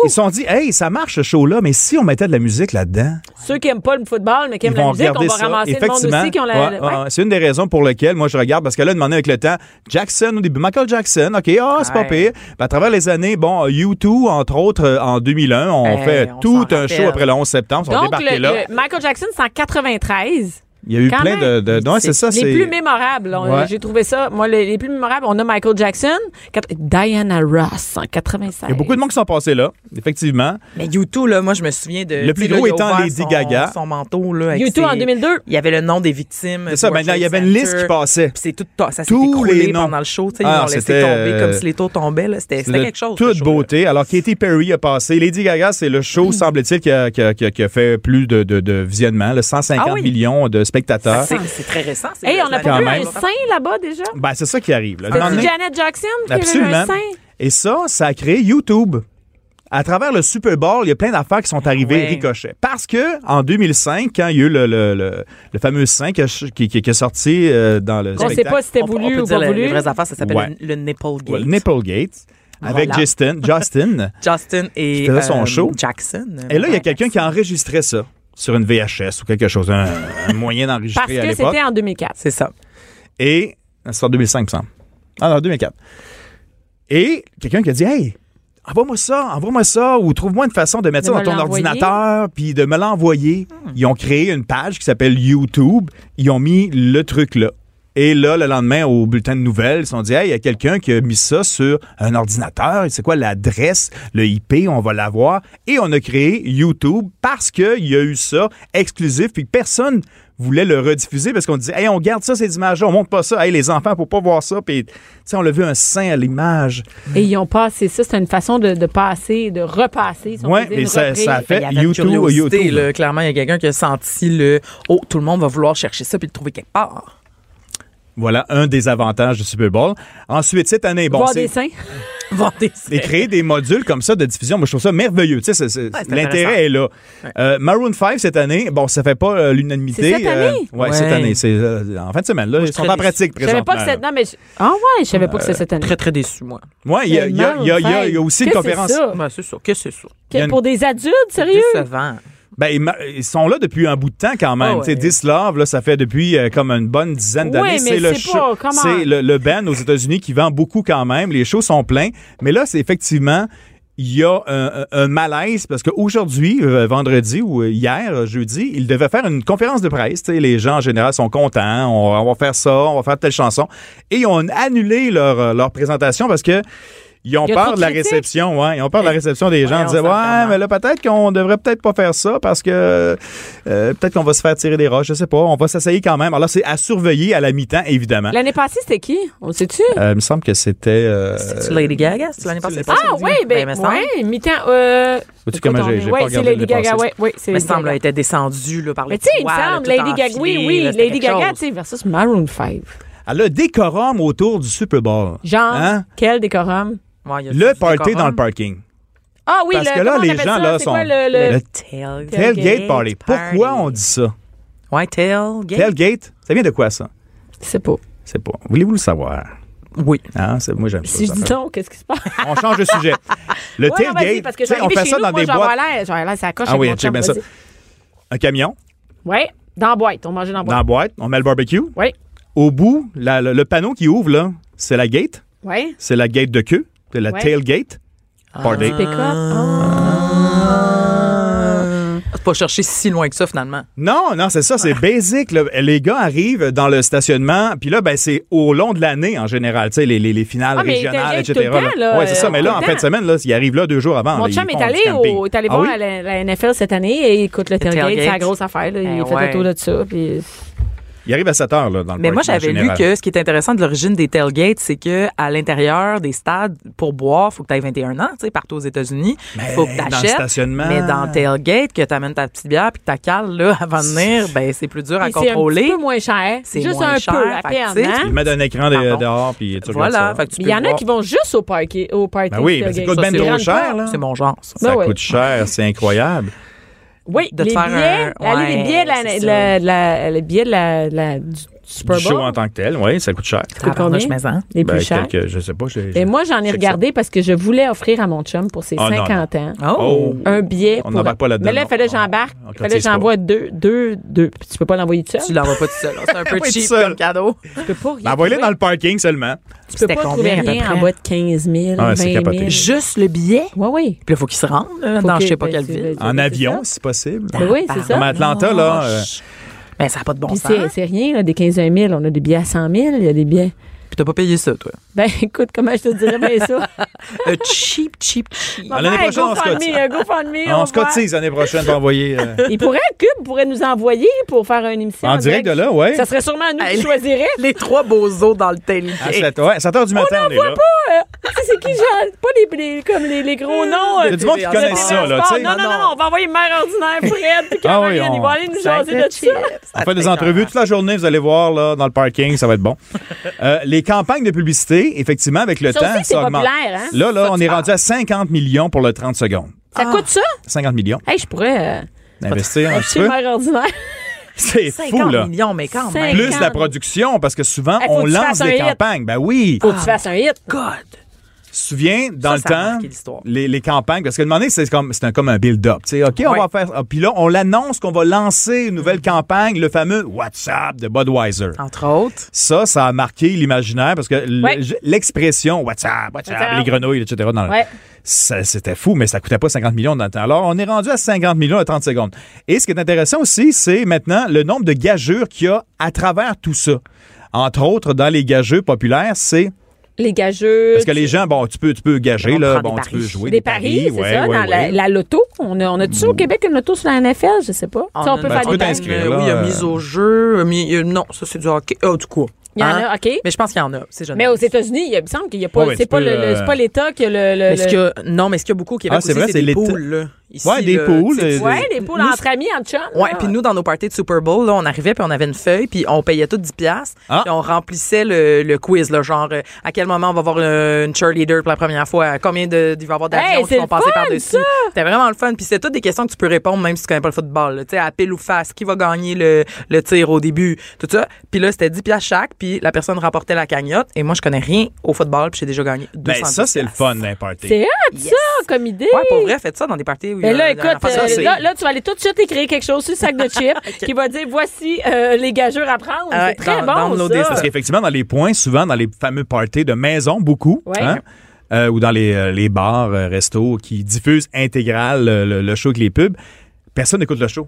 Speaker 5: Ils se sont dit, hey, ça marche ce show-là, mais si on mettait de la musique là-dedans,
Speaker 3: Ceux qui aiment pas le football, mais qui aiment
Speaker 5: ils
Speaker 3: la
Speaker 5: vont
Speaker 3: musique, on
Speaker 5: regarder
Speaker 3: va
Speaker 5: ça.
Speaker 3: ramasser le monde
Speaker 5: Effectivement.
Speaker 3: aussi qui ont la.
Speaker 5: Ouais,
Speaker 3: ouais.
Speaker 5: ouais, c'est une des raisons pour lesquelles moi je regarde, parce que là, demander avec le temps, Jackson au début, Michael Jackson, OK, ah, c'est pas
Speaker 6: Ouais.
Speaker 5: pire. Puis à travers les années, bon, U2, entre autres, euh, en 2001, on
Speaker 3: Ben,
Speaker 6: Hey,
Speaker 5: fait
Speaker 6: on
Speaker 5: tout
Speaker 6: s'en
Speaker 5: un show
Speaker 6: rappelle.
Speaker 5: après le 11 septembre, ils sont
Speaker 3: Donc,
Speaker 5: débarqués
Speaker 3: le-
Speaker 5: là.
Speaker 3: le Michael Jackson, c'est en 93.
Speaker 5: Il y a eu
Speaker 3: Quand
Speaker 5: plein de.
Speaker 3: même.
Speaker 5: de non, c'est ça,
Speaker 3: Les
Speaker 5: c'est.
Speaker 3: plus mémorables. là. On-
Speaker 5: Ouais.
Speaker 3: J'ai trouvé ça. Moi, les, les plus mémorables, on a Michael Jackson, quatre- Diana Ross en 96.
Speaker 5: Il y a beaucoup de monde qui sont passés là, effectivement.
Speaker 6: Mais YouTube, là, moi, je me souviens de.
Speaker 5: Le plus
Speaker 6: tu sais, là,
Speaker 5: gros
Speaker 6: il a
Speaker 5: étant
Speaker 6: ouvert
Speaker 5: Lady
Speaker 6: son-
Speaker 5: Gaga.
Speaker 6: Son manteau, là. avec
Speaker 3: YouTube en
Speaker 6: ses-
Speaker 3: 2002.
Speaker 6: Il y avait le nom des victimes.
Speaker 5: C'est ça,
Speaker 6: du
Speaker 5: maintenant, il y
Speaker 6: World
Speaker 5: avait une
Speaker 6: Trade
Speaker 5: liste qui
Speaker 6: Center.
Speaker 5: passait.
Speaker 6: Puis c'est tout, ta- ça s'est
Speaker 5: Tous
Speaker 6: écroulé
Speaker 5: les noms.
Speaker 6: pendant le show. tu sais, Ils
Speaker 5: Ah,
Speaker 6: l'ont laissé
Speaker 5: c'était,
Speaker 6: tomber
Speaker 5: euh,
Speaker 6: comme si les taux tombaient. là. C'était c'était
Speaker 5: de
Speaker 6: quelque chose. ce
Speaker 5: Toute
Speaker 6: show-là. Mm.
Speaker 5: beauté. Alors, Katy Perry a passé. Lady Gaga, c'est le show, semble-t-il, qui a, qui a- qui a- qui a fait plus de, de, de visionnement, là, 150
Speaker 6: Ah oui.
Speaker 5: millions de spectateurs.
Speaker 6: C'est c'est très récent. c'est
Speaker 3: Hey,
Speaker 6: de
Speaker 3: on a
Speaker 6: la-
Speaker 3: pas
Speaker 5: Quand
Speaker 3: vu
Speaker 5: même.
Speaker 3: un sein là-bas déjà?
Speaker 5: Ben, c'est ça qui arrive. là. Un moment
Speaker 3: C'est
Speaker 5: donné-
Speaker 3: Janet Jackson qui avait
Speaker 5: Absolument.
Speaker 3: un sein?
Speaker 5: Et ça, ça a créé YouTube. À travers le Super Bowl, il y a plein d'affaires qui sont arrivées
Speaker 6: Ah Ouais.
Speaker 5: ricochet. Parce que en 2005, quand il y a eu le, le, le, le fameux 5 qui, a- qui, qui est sorti euh, dans le
Speaker 3: On
Speaker 5: spectacle,
Speaker 3: sait pas si c'était
Speaker 6: on peut-
Speaker 3: voulu
Speaker 6: on peut
Speaker 3: ou
Speaker 6: dire
Speaker 3: pas
Speaker 6: la- Les
Speaker 3: voulu.
Speaker 6: vraies affaires, ça s'appelle
Speaker 5: Ouais.
Speaker 6: le, le Nipple Gate.
Speaker 5: Ouais, le Nipplegate avec
Speaker 6: Voilà.
Speaker 5: Justin. Justin.
Speaker 6: Justin et
Speaker 5: C'était son
Speaker 6: euh,
Speaker 5: show.
Speaker 6: Jackson.
Speaker 5: Et là, il y a quelqu'un qui a enregistré ça sur une VHS ou quelque chose, un, un moyen
Speaker 3: Parce
Speaker 5: d'enregistrer à
Speaker 3: que
Speaker 5: l'époque.
Speaker 3: c'était en 2004.
Speaker 6: C'est ça.
Speaker 5: Et c'est en 2005, il me semble. Ah non, 2004. Et quelqu'un qui a dit Hey, envoie-moi ça, envoie-moi ça, ou trouve-moi une façon de mettre
Speaker 3: De
Speaker 5: ça
Speaker 3: me
Speaker 5: dans ton
Speaker 3: l'envoyer. Hmm.
Speaker 5: ordinateur, puis de me l'envoyer. Ils ont créé une page qui s'appelle YouTube. Ils ont mis le truc là. Et là, le lendemain, au bulletin de nouvelles, ils se sont dit, hey, il y a quelqu'un qui a mis ça sur un ordinateur. C'est quoi l'adresse, le IP, on va l'avoir. Et on a créé YouTube parce qu'il y a eu ça exclusif, puis personne voulait le rediffuser parce qu'on disait, hey, on garde ça, ces images-là, on monte pas ça. Hey, les enfants, faut pas voir ça. Puis, tu sais, on l'a vu un sein à l'image.
Speaker 3: Et ils ont passé ça. C'était une façon de, de passer, de repasser. si on
Speaker 5: Ouais,
Speaker 3: peut dire,
Speaker 5: mais
Speaker 3: une
Speaker 5: ça-
Speaker 3: reprise.
Speaker 5: ça a fait-
Speaker 6: Il y avait une
Speaker 5: Eh, YouTube,
Speaker 6: curiosité,
Speaker 5: YouTube.
Speaker 6: là. clairement, il y a quelqu'un qui a senti le Oh, tout le monde va vouloir chercher ça puis le trouver quelque part.
Speaker 5: Voilà un des avantages du Super Bowl. Ensuite, cette année, bon,
Speaker 3: Voir
Speaker 5: c'est
Speaker 3: des seins.
Speaker 6: Vendez
Speaker 5: et créer des modules comme ça de diffusion, moi je trouve ça merveilleux. Tu sais, c'est- c'est-
Speaker 6: Ouais, c'est intéressant.
Speaker 5: l'intérêt est là. Euh, Maroon 5 cette année, bon, ça fait pas euh, l'unanimité.
Speaker 3: C'est cette
Speaker 5: euh,
Speaker 3: année?
Speaker 5: ouais,
Speaker 6: Ouais.
Speaker 5: cette année. C'est euh, en fin de semaine. Là, ils
Speaker 6: suis
Speaker 5: sont
Speaker 6: très
Speaker 5: en
Speaker 3: Je
Speaker 5: pratique présentement.
Speaker 3: savais pas que c'était. Non, mais. je- Ah ouais, je savais pas que c'était cette année.
Speaker 6: Très, très déçu, moi.
Speaker 5: Ouais, il y a, il y a- il y a- il y a- il y a aussi une
Speaker 3: Qu'est-ce que
Speaker 5: conférence.
Speaker 3: c'est ça?
Speaker 6: Ben, c'est ça. Que c'est ça?
Speaker 5: Il y a une-
Speaker 3: Pour des adultes, sérieux?
Speaker 6: Décevant.
Speaker 5: Ben, ils, ma- ils sont là depuis un bout de temps quand même.
Speaker 6: Ah ouais.
Speaker 5: Tu sais, Dislove, là, ça fait depuis euh, comme une bonne dizaine d'années.
Speaker 3: Ouais, mais
Speaker 5: c'est le
Speaker 3: c'est pas-
Speaker 5: show-
Speaker 3: come on.
Speaker 5: c'est le, le band aux États-Unis qui vend beaucoup quand même. Les shows sont pleins. Mais là, c'est effectivement, il y a un, un malaise parce qu'aujourd'hui, euh, vendredi ou euh, hier, euh, jeudi, ils devaient faire une conférence de presse. Tu sais, les gens en général sont contents. On, on va faire ça, on va faire telle chanson. Et ils ont annulé leur, euh, leur présentation parce que ils ont
Speaker 3: Il y a
Speaker 5: peur
Speaker 3: trop
Speaker 5: de
Speaker 3: de
Speaker 5: la
Speaker 3: critiques.
Speaker 5: réception, ouais. Ils ont peur de la réception des gens.
Speaker 6: Voyons,
Speaker 5: Ils disaient,
Speaker 6: ça,
Speaker 5: ouais,
Speaker 6: vraiment.
Speaker 5: mais là, peut-être qu'on devrait peut-être pas faire ça parce que euh, peut-être qu'on va se faire tirer des roches, je sais pas. On va s'essayer quand même. Alors, c'est à surveiller à la mi-temps, évidemment.
Speaker 3: L'année passée, c'était qui? On le sait-tu?
Speaker 5: Euh, il me semble que c'était. euh,
Speaker 6: C'est-tu Lady Gaga? C'est l'année passée?
Speaker 3: Ah oui, ben,
Speaker 6: me semble.
Speaker 3: ouais, mi-temps. Euh,
Speaker 5: Vois-tu comment
Speaker 3: écoute,
Speaker 5: j'ai-
Speaker 3: on
Speaker 5: j'ai
Speaker 3: est-
Speaker 5: pas
Speaker 3: ouais, c'est
Speaker 5: regardé
Speaker 3: Lady
Speaker 5: le passé.
Speaker 3: Gaga, ouais, ouais, c'est
Speaker 6: Il me
Speaker 3: Lady
Speaker 6: semble,
Speaker 3: Gaga.
Speaker 6: elle était descendue là, par les
Speaker 3: Mais tu sais, il me semble, Lady Gaga, oui, oui, Lady Gaga, tu sais, versus Maroon 5.
Speaker 5: Elle a décorum autour du Super Bowl.
Speaker 3: Genre,
Speaker 5: Hein?
Speaker 3: quel décorum.
Speaker 5: Le party dans le parking.
Speaker 3: Ah oui,
Speaker 5: Parce
Speaker 3: le,
Speaker 5: que là,
Speaker 3: comment on
Speaker 5: les
Speaker 3: appelle
Speaker 5: gens,
Speaker 3: ça?
Speaker 5: là,
Speaker 3: C'est
Speaker 5: sont-
Speaker 3: Quoi, le, le-
Speaker 5: Le
Speaker 6: Tailgate.
Speaker 5: Tailgate party.
Speaker 6: party.
Speaker 5: Pourquoi on dit ça?
Speaker 6: Ouais, tailgate.
Speaker 5: Tailgate, ça vient de quoi, ça?
Speaker 3: Je sais pas.
Speaker 5: C'est pas. Voulez-vous le savoir?
Speaker 6: Oui.
Speaker 5: Hein? C'est- Moi, j'aime ça.
Speaker 3: Si je
Speaker 5: ça.
Speaker 3: dis non, qu'est-ce qui se passe?
Speaker 5: On change de sujet. Le
Speaker 3: Ouais, non, vas-y,
Speaker 5: tailgate,
Speaker 3: parce que
Speaker 5: tu sais, on
Speaker 3: j'arrive
Speaker 5: fait
Speaker 3: chez
Speaker 5: ça
Speaker 3: nous,
Speaker 5: dans
Speaker 3: moi,
Speaker 5: des
Speaker 3: j'en
Speaker 5: boîtes.
Speaker 3: vois l'air, j'en ai l'air, ça coche.
Speaker 5: Ah oui, check bien ça. Un camion,
Speaker 3: Ouais, dans la boîte, on mangeait dans la
Speaker 5: dans
Speaker 3: boîte.
Speaker 5: la boîte, on met le barbecue.
Speaker 3: Ouais,
Speaker 5: Au bout, la- le, le panneau qui ouvre, là, c'est la gate.
Speaker 3: ouais.
Speaker 5: C'est la gate de queue. C'est la
Speaker 3: Ouais.
Speaker 5: tailgate. Party.
Speaker 3: Pick up. Ah.
Speaker 6: C'est pas chercher si loin que ça, finalement.
Speaker 5: Non, non, c'est ça, c'est basic. là. Les gars arrivent dans le stationnement, puis là, ben, c'est au long de l'année en général, tu sais, les, les- les finales
Speaker 3: Ah, mais
Speaker 5: régionales,
Speaker 3: tailgate
Speaker 5: etc.
Speaker 3: tout le temps, là,
Speaker 5: ouais, c'est ça,
Speaker 3: euh,
Speaker 5: mais
Speaker 3: tout
Speaker 5: là,
Speaker 3: le
Speaker 5: en fin de
Speaker 3: temps.
Speaker 5: semaine, là, ils arrivent là deux jours avant.
Speaker 3: Mon
Speaker 5: là,
Speaker 3: chum
Speaker 5: ils
Speaker 3: est
Speaker 5: font du
Speaker 3: allé,
Speaker 5: camping.
Speaker 3: au, est allé
Speaker 5: Ah
Speaker 3: voir
Speaker 5: oui?
Speaker 3: à la, la NFL cette année et écoute, le tailgate,
Speaker 6: tailgate.
Speaker 3: c'est la grosse affaire. là. Il
Speaker 6: Eh
Speaker 3: a fait
Speaker 6: ouais.
Speaker 3: le tour de ça. Puis...
Speaker 5: Il arrive à 7 heures, là, dans le
Speaker 6: Mais moi,
Speaker 5: parking, en
Speaker 6: j'avais lu
Speaker 5: général.
Speaker 6: que ce qui est intéressant de l'origine des tailgates, c'est que à l'intérieur des stades, pour boire, faut que tu aies 21 ans, tu sais, partout aux États-Unis.
Speaker 5: Mais
Speaker 6: faut que tu
Speaker 5: dans le stationnement.
Speaker 6: Mais dans le tailgate, que tu amènes ta petite bière puis que tu cales là, avant de venir, ben, c'est plus dur à
Speaker 3: Puis C'est un petit
Speaker 6: contrôler.
Speaker 3: peu moins cher.
Speaker 6: C'est
Speaker 3: Juste
Speaker 6: moins
Speaker 3: un
Speaker 6: cher,
Speaker 3: peu, à
Speaker 6: fait que
Speaker 3: peine,
Speaker 6: tu sais,
Speaker 3: hein?
Speaker 5: Ils mettent un écran de-
Speaker 6: Pardon.
Speaker 5: dehors, puis tu regardes
Speaker 6: Voilà.
Speaker 5: ça.
Speaker 6: Fait que tu
Speaker 3: Il
Speaker 6: peux
Speaker 3: y en a
Speaker 6: boire.
Speaker 3: qui vont juste au, parquet- au party.
Speaker 5: Ben oui, mais
Speaker 3: tailgate.
Speaker 5: ça coûte bien
Speaker 6: c'est
Speaker 5: trop
Speaker 6: grande
Speaker 5: cher, là.
Speaker 6: C'est mon genre, ça.
Speaker 5: Ça
Speaker 3: Ben ouais.
Speaker 5: coûte cher, c'est incroyable.
Speaker 3: Oui,
Speaker 6: de te
Speaker 3: les
Speaker 6: faire
Speaker 3: billets,
Speaker 6: un-
Speaker 3: allez, les
Speaker 6: ouais,
Speaker 3: billets, de la-
Speaker 6: c'est
Speaker 3: la- la- les billets de la- la- du, du Super
Speaker 5: Du show
Speaker 3: Bowl,
Speaker 5: en tant que tel, oui, ça coûte cher.
Speaker 3: coûte
Speaker 6: Tabarnouche,
Speaker 3: combien?
Speaker 6: mais, hein?
Speaker 3: les plus
Speaker 5: Ben,
Speaker 3: chers.
Speaker 5: quelques- je sais pas. j'ai-
Speaker 3: Et moi, j'en ai
Speaker 5: check ça.
Speaker 3: regardé parce que je voulais offrir à mon chum pour ses
Speaker 5: Ah, non,
Speaker 3: 50 ans
Speaker 6: Oh!
Speaker 5: Oh.
Speaker 3: un billet.
Speaker 5: On
Speaker 3: pour-
Speaker 5: n'embarque pas là-dedans.
Speaker 3: Mais là, il fallait que
Speaker 5: On-
Speaker 3: j'embarque.
Speaker 5: on
Speaker 3: Il fallait que
Speaker 5: cotise pas.
Speaker 3: j'envoie deux, deux, deux. Puis Tu peux pas l'envoyer tout
Speaker 6: Tu
Speaker 3: seul.
Speaker 6: l'envoies pas tout seul. C'est un peu
Speaker 5: Pas tout
Speaker 6: cheap
Speaker 5: seul.
Speaker 6: comme cadeau.
Speaker 3: Tu peux pas rien.
Speaker 5: Ben, Envoyez-le
Speaker 3: trouver.
Speaker 5: dans le parking seulement.
Speaker 3: Tu peux
Speaker 6: C'était
Speaker 3: pas trouver
Speaker 6: combien, à peu
Speaker 3: rien en
Speaker 6: près?
Speaker 3: bas de 15 000,
Speaker 5: Ah,
Speaker 3: 20
Speaker 5: c'est
Speaker 3: 000.
Speaker 5: capoté.
Speaker 6: Juste le billet?
Speaker 3: Oui, oui.
Speaker 6: Puis là, faut qu'il se rende là,
Speaker 3: Faut
Speaker 6: dans
Speaker 3: que-
Speaker 6: je sais pas quelle
Speaker 3: c'est-
Speaker 6: ville.
Speaker 3: c'est-
Speaker 5: En
Speaker 3: c'est
Speaker 5: avion,
Speaker 3: ça.
Speaker 5: si possible.
Speaker 3: Ben oui, c'est ça. Oh,
Speaker 5: Comme à Atlanta, là. euh,
Speaker 6: Mais Ben, ça n'a pas de bon
Speaker 3: Puis
Speaker 6: sens.
Speaker 3: c'est c'est rien, là, des 15 000. On a des billets à 100 000. Il y a des billets.
Speaker 6: Puis t'as pas payé ça, toi.
Speaker 3: Ben, écoute, comment je te dirais bien ça?
Speaker 6: Euh, cheap, cheap, cheap.
Speaker 5: Ah, l'année
Speaker 3: Hey,
Speaker 5: prochaine, on se
Speaker 3: GoFundMe,
Speaker 5: cotise.
Speaker 3: euh, GoFundMe,
Speaker 5: on
Speaker 3: on
Speaker 5: se
Speaker 3: voit.
Speaker 5: cotise l'année prochaine pour envoyer. euh,
Speaker 3: Il pourrait, Cube pourrait nous envoyer pour faire une émission.
Speaker 5: En direct de là, ouais.
Speaker 3: Ça serait sûrement nous
Speaker 6: Hey,
Speaker 3: qui choisirait.
Speaker 6: Les trois beaux os dans le
Speaker 5: À
Speaker 6: tailgate.
Speaker 5: 7 ouais, 7 heures du matin, on, est là.
Speaker 3: Pas, euh, tu sais, c'est qui, genre, pas les, les- comme les, les gros noms.
Speaker 5: Il y a
Speaker 3: euh,
Speaker 5: du monde qui
Speaker 6: c'est-
Speaker 5: connaît
Speaker 6: c'est-
Speaker 5: ça, là.
Speaker 3: sport.
Speaker 5: tu sais.
Speaker 3: non, non, non, on va envoyer Mère Ordinaire, Fred, puis
Speaker 5: Ah oui,
Speaker 3: Caroline.
Speaker 5: on-
Speaker 3: Ils vont aller nous
Speaker 6: Ça
Speaker 3: jaser
Speaker 6: fait
Speaker 3: de ça.
Speaker 6: cheap.
Speaker 5: On fait des
Speaker 6: Ça
Speaker 5: entrevues toute la journée, vous allez voir, là, dans le parking, ça va être bon. Euh, les campagnes de publicité, effectivement, avec le
Speaker 3: Ça
Speaker 5: temps,
Speaker 3: aussi, c'est
Speaker 5: ça augmente.
Speaker 3: populaire, hein?
Speaker 5: Là, là,
Speaker 6: Ça,
Speaker 5: on
Speaker 6: tu
Speaker 5: est
Speaker 6: parles.
Speaker 5: rendu à 50 millions pour le 30 secondes.
Speaker 6: Ah.
Speaker 3: Ça coûte ça?
Speaker 5: 50 millions
Speaker 3: Hey, je pourrais euh,
Speaker 5: d'investir un petit
Speaker 3: acheter
Speaker 5: peu.
Speaker 3: Mère Ordinaire.
Speaker 5: C'est fou,
Speaker 6: 50
Speaker 5: là.
Speaker 6: millions, mais quand même.
Speaker 3: Cinq-
Speaker 5: Plus la production, parce que souvent,
Speaker 3: Hey, faut
Speaker 5: on
Speaker 3: que tu
Speaker 5: lance
Speaker 3: fasses un
Speaker 5: des
Speaker 3: hit.
Speaker 5: campagnes. Ben oui.
Speaker 3: Faut que tu fasses un hit.
Speaker 6: God.
Speaker 5: Tu te souviens, dans
Speaker 6: Ça, ça a
Speaker 5: le
Speaker 6: marqué
Speaker 5: temps,
Speaker 6: l'histoire.
Speaker 5: les, les campagnes, parce que le moment donné, c'est comme, c'est un- comme un build-up. Tu sais, OK, on
Speaker 6: Ouais.
Speaker 5: va faire. ah, Puis là, on l'annonce qu'on va lancer une
Speaker 3: Mm.
Speaker 5: nouvelle campagne, le fameux WhatsApp de Budweiser.
Speaker 6: Entre autres.
Speaker 5: Ça, ça a marqué l'imaginaire parce que l-
Speaker 3: Ouais.
Speaker 5: j- l'expression WhatsApp, WhatsApp,
Speaker 3: WhatsApp.
Speaker 5: les grenouilles, etc. dans le-
Speaker 3: Ouais.
Speaker 5: ça, C'était fou, mais ça coûtait pas 50 millions dans le temps. Alors, on est rendu à 50 millions à 30 secondes. Et ce qui est intéressant aussi, c'est maintenant le nombre de gageures qu'il y a à travers tout ça. Entre autres, dans les gageux populaires, c'est
Speaker 3: Les gageux.
Speaker 5: parce que les gens, bon, tu peux, tu peux gager,
Speaker 6: On
Speaker 5: là,
Speaker 6: prend
Speaker 5: bon,
Speaker 6: des
Speaker 5: tu peux
Speaker 6: paris.
Speaker 5: jouer
Speaker 3: Des paris, c'est
Speaker 5: ouais,
Speaker 3: ça,
Speaker 5: ouais,
Speaker 3: dans la,
Speaker 5: ouais.
Speaker 3: la loto. On a, on a toujours au Québec une loto sur la NFL, je sais pas. Tu sais, on
Speaker 6: a-
Speaker 3: peut
Speaker 5: Ben,
Speaker 3: faire
Speaker 5: tu
Speaker 3: des
Speaker 5: peux
Speaker 3: paris.
Speaker 5: t'inscrire.
Speaker 6: Euh, Oui, il y a
Speaker 5: là,
Speaker 6: mise
Speaker 5: euh,
Speaker 6: au jeu. mi- euh, non, ça, c'est du hockey. Ah, du coup.
Speaker 3: Il y en
Speaker 6: Hein?
Speaker 3: a, OK.
Speaker 6: Mais je pense qu'il y en a. C'est jeune.
Speaker 3: Mais aux États-Unis, il me semble qu'il n'y a pas.
Speaker 5: Ouais, ouais,
Speaker 3: c'est
Speaker 5: tu
Speaker 3: pas,
Speaker 5: peux,
Speaker 3: le- le-
Speaker 5: euh,
Speaker 3: c'est pas l'État qui a le. le-
Speaker 6: Mais ce
Speaker 3: le-
Speaker 6: qu'il y a- Non, mais ce qu'il y a beaucoup au Québec
Speaker 5: Ah, c'est
Speaker 6: aussi,
Speaker 5: vrai,
Speaker 6: c'est
Speaker 5: c'est
Speaker 6: des
Speaker 5: l'été.
Speaker 6: poules. là. Ici,
Speaker 5: Ouais, des
Speaker 6: là,
Speaker 5: poules,
Speaker 6: tu sais,
Speaker 5: euh,
Speaker 6: tu vois,
Speaker 3: Ouais, les poules
Speaker 6: Nous,
Speaker 3: entre amis, entre chums.
Speaker 6: Ouais,
Speaker 3: là.
Speaker 6: puis nous, dans nos parties de Super Bowl, là, on arrivait, puis on avait une feuille, puis on payait tout 10 piastres,
Speaker 5: Ah.
Speaker 6: puis on remplissait le, le quiz, là, genre euh, à quel moment on va voir euh, une cheerleader pour la première fois, à combien de, il va y avoir
Speaker 3: Hey,
Speaker 6: d'avions qui
Speaker 3: c'est
Speaker 6: vont
Speaker 3: le
Speaker 6: passer
Speaker 3: fun,
Speaker 6: par-dessus. C'était vraiment le fun, puis c'est toutes des questions que tu peux répondre même si tu connais pas le football, là, tu sais, à pile ou face, qui va gagner le, le tir au début, tout ça. Puis là, c'était 10 piastres chaque, puis la personne remportait la cagnotte, et moi, je connais rien au football, puis j'ai déjà gagné 200
Speaker 5: Ben, ça, c'est le fun d'un party.
Speaker 3: C'est hot, ça, comme idée.
Speaker 6: Ouais, pour vrai, faites ça dans des parties où il y
Speaker 3: Mais
Speaker 6: a
Speaker 3: là,
Speaker 6: un- un
Speaker 3: écoute,
Speaker 6: enfant.
Speaker 3: euh,
Speaker 5: c'est-
Speaker 3: là, là, tu vas aller tout de suite écrire quelque chose sur le sac de chips qui va dire voici euh, les gageurs à prendre.
Speaker 6: Ah ouais,
Speaker 3: c'est très
Speaker 6: dans-
Speaker 3: bon.
Speaker 6: dans nos dessins.
Speaker 5: Parce
Speaker 3: ça.
Speaker 5: qu'effectivement, dans les points, souvent, dans les fameux parties de maison, beaucoup,
Speaker 3: Ouais.
Speaker 5: hein, euh, ou dans les, euh, les bars, euh, restos qui diffusent intégral euh, le, le show avec les pubs, personne n'écoute le show.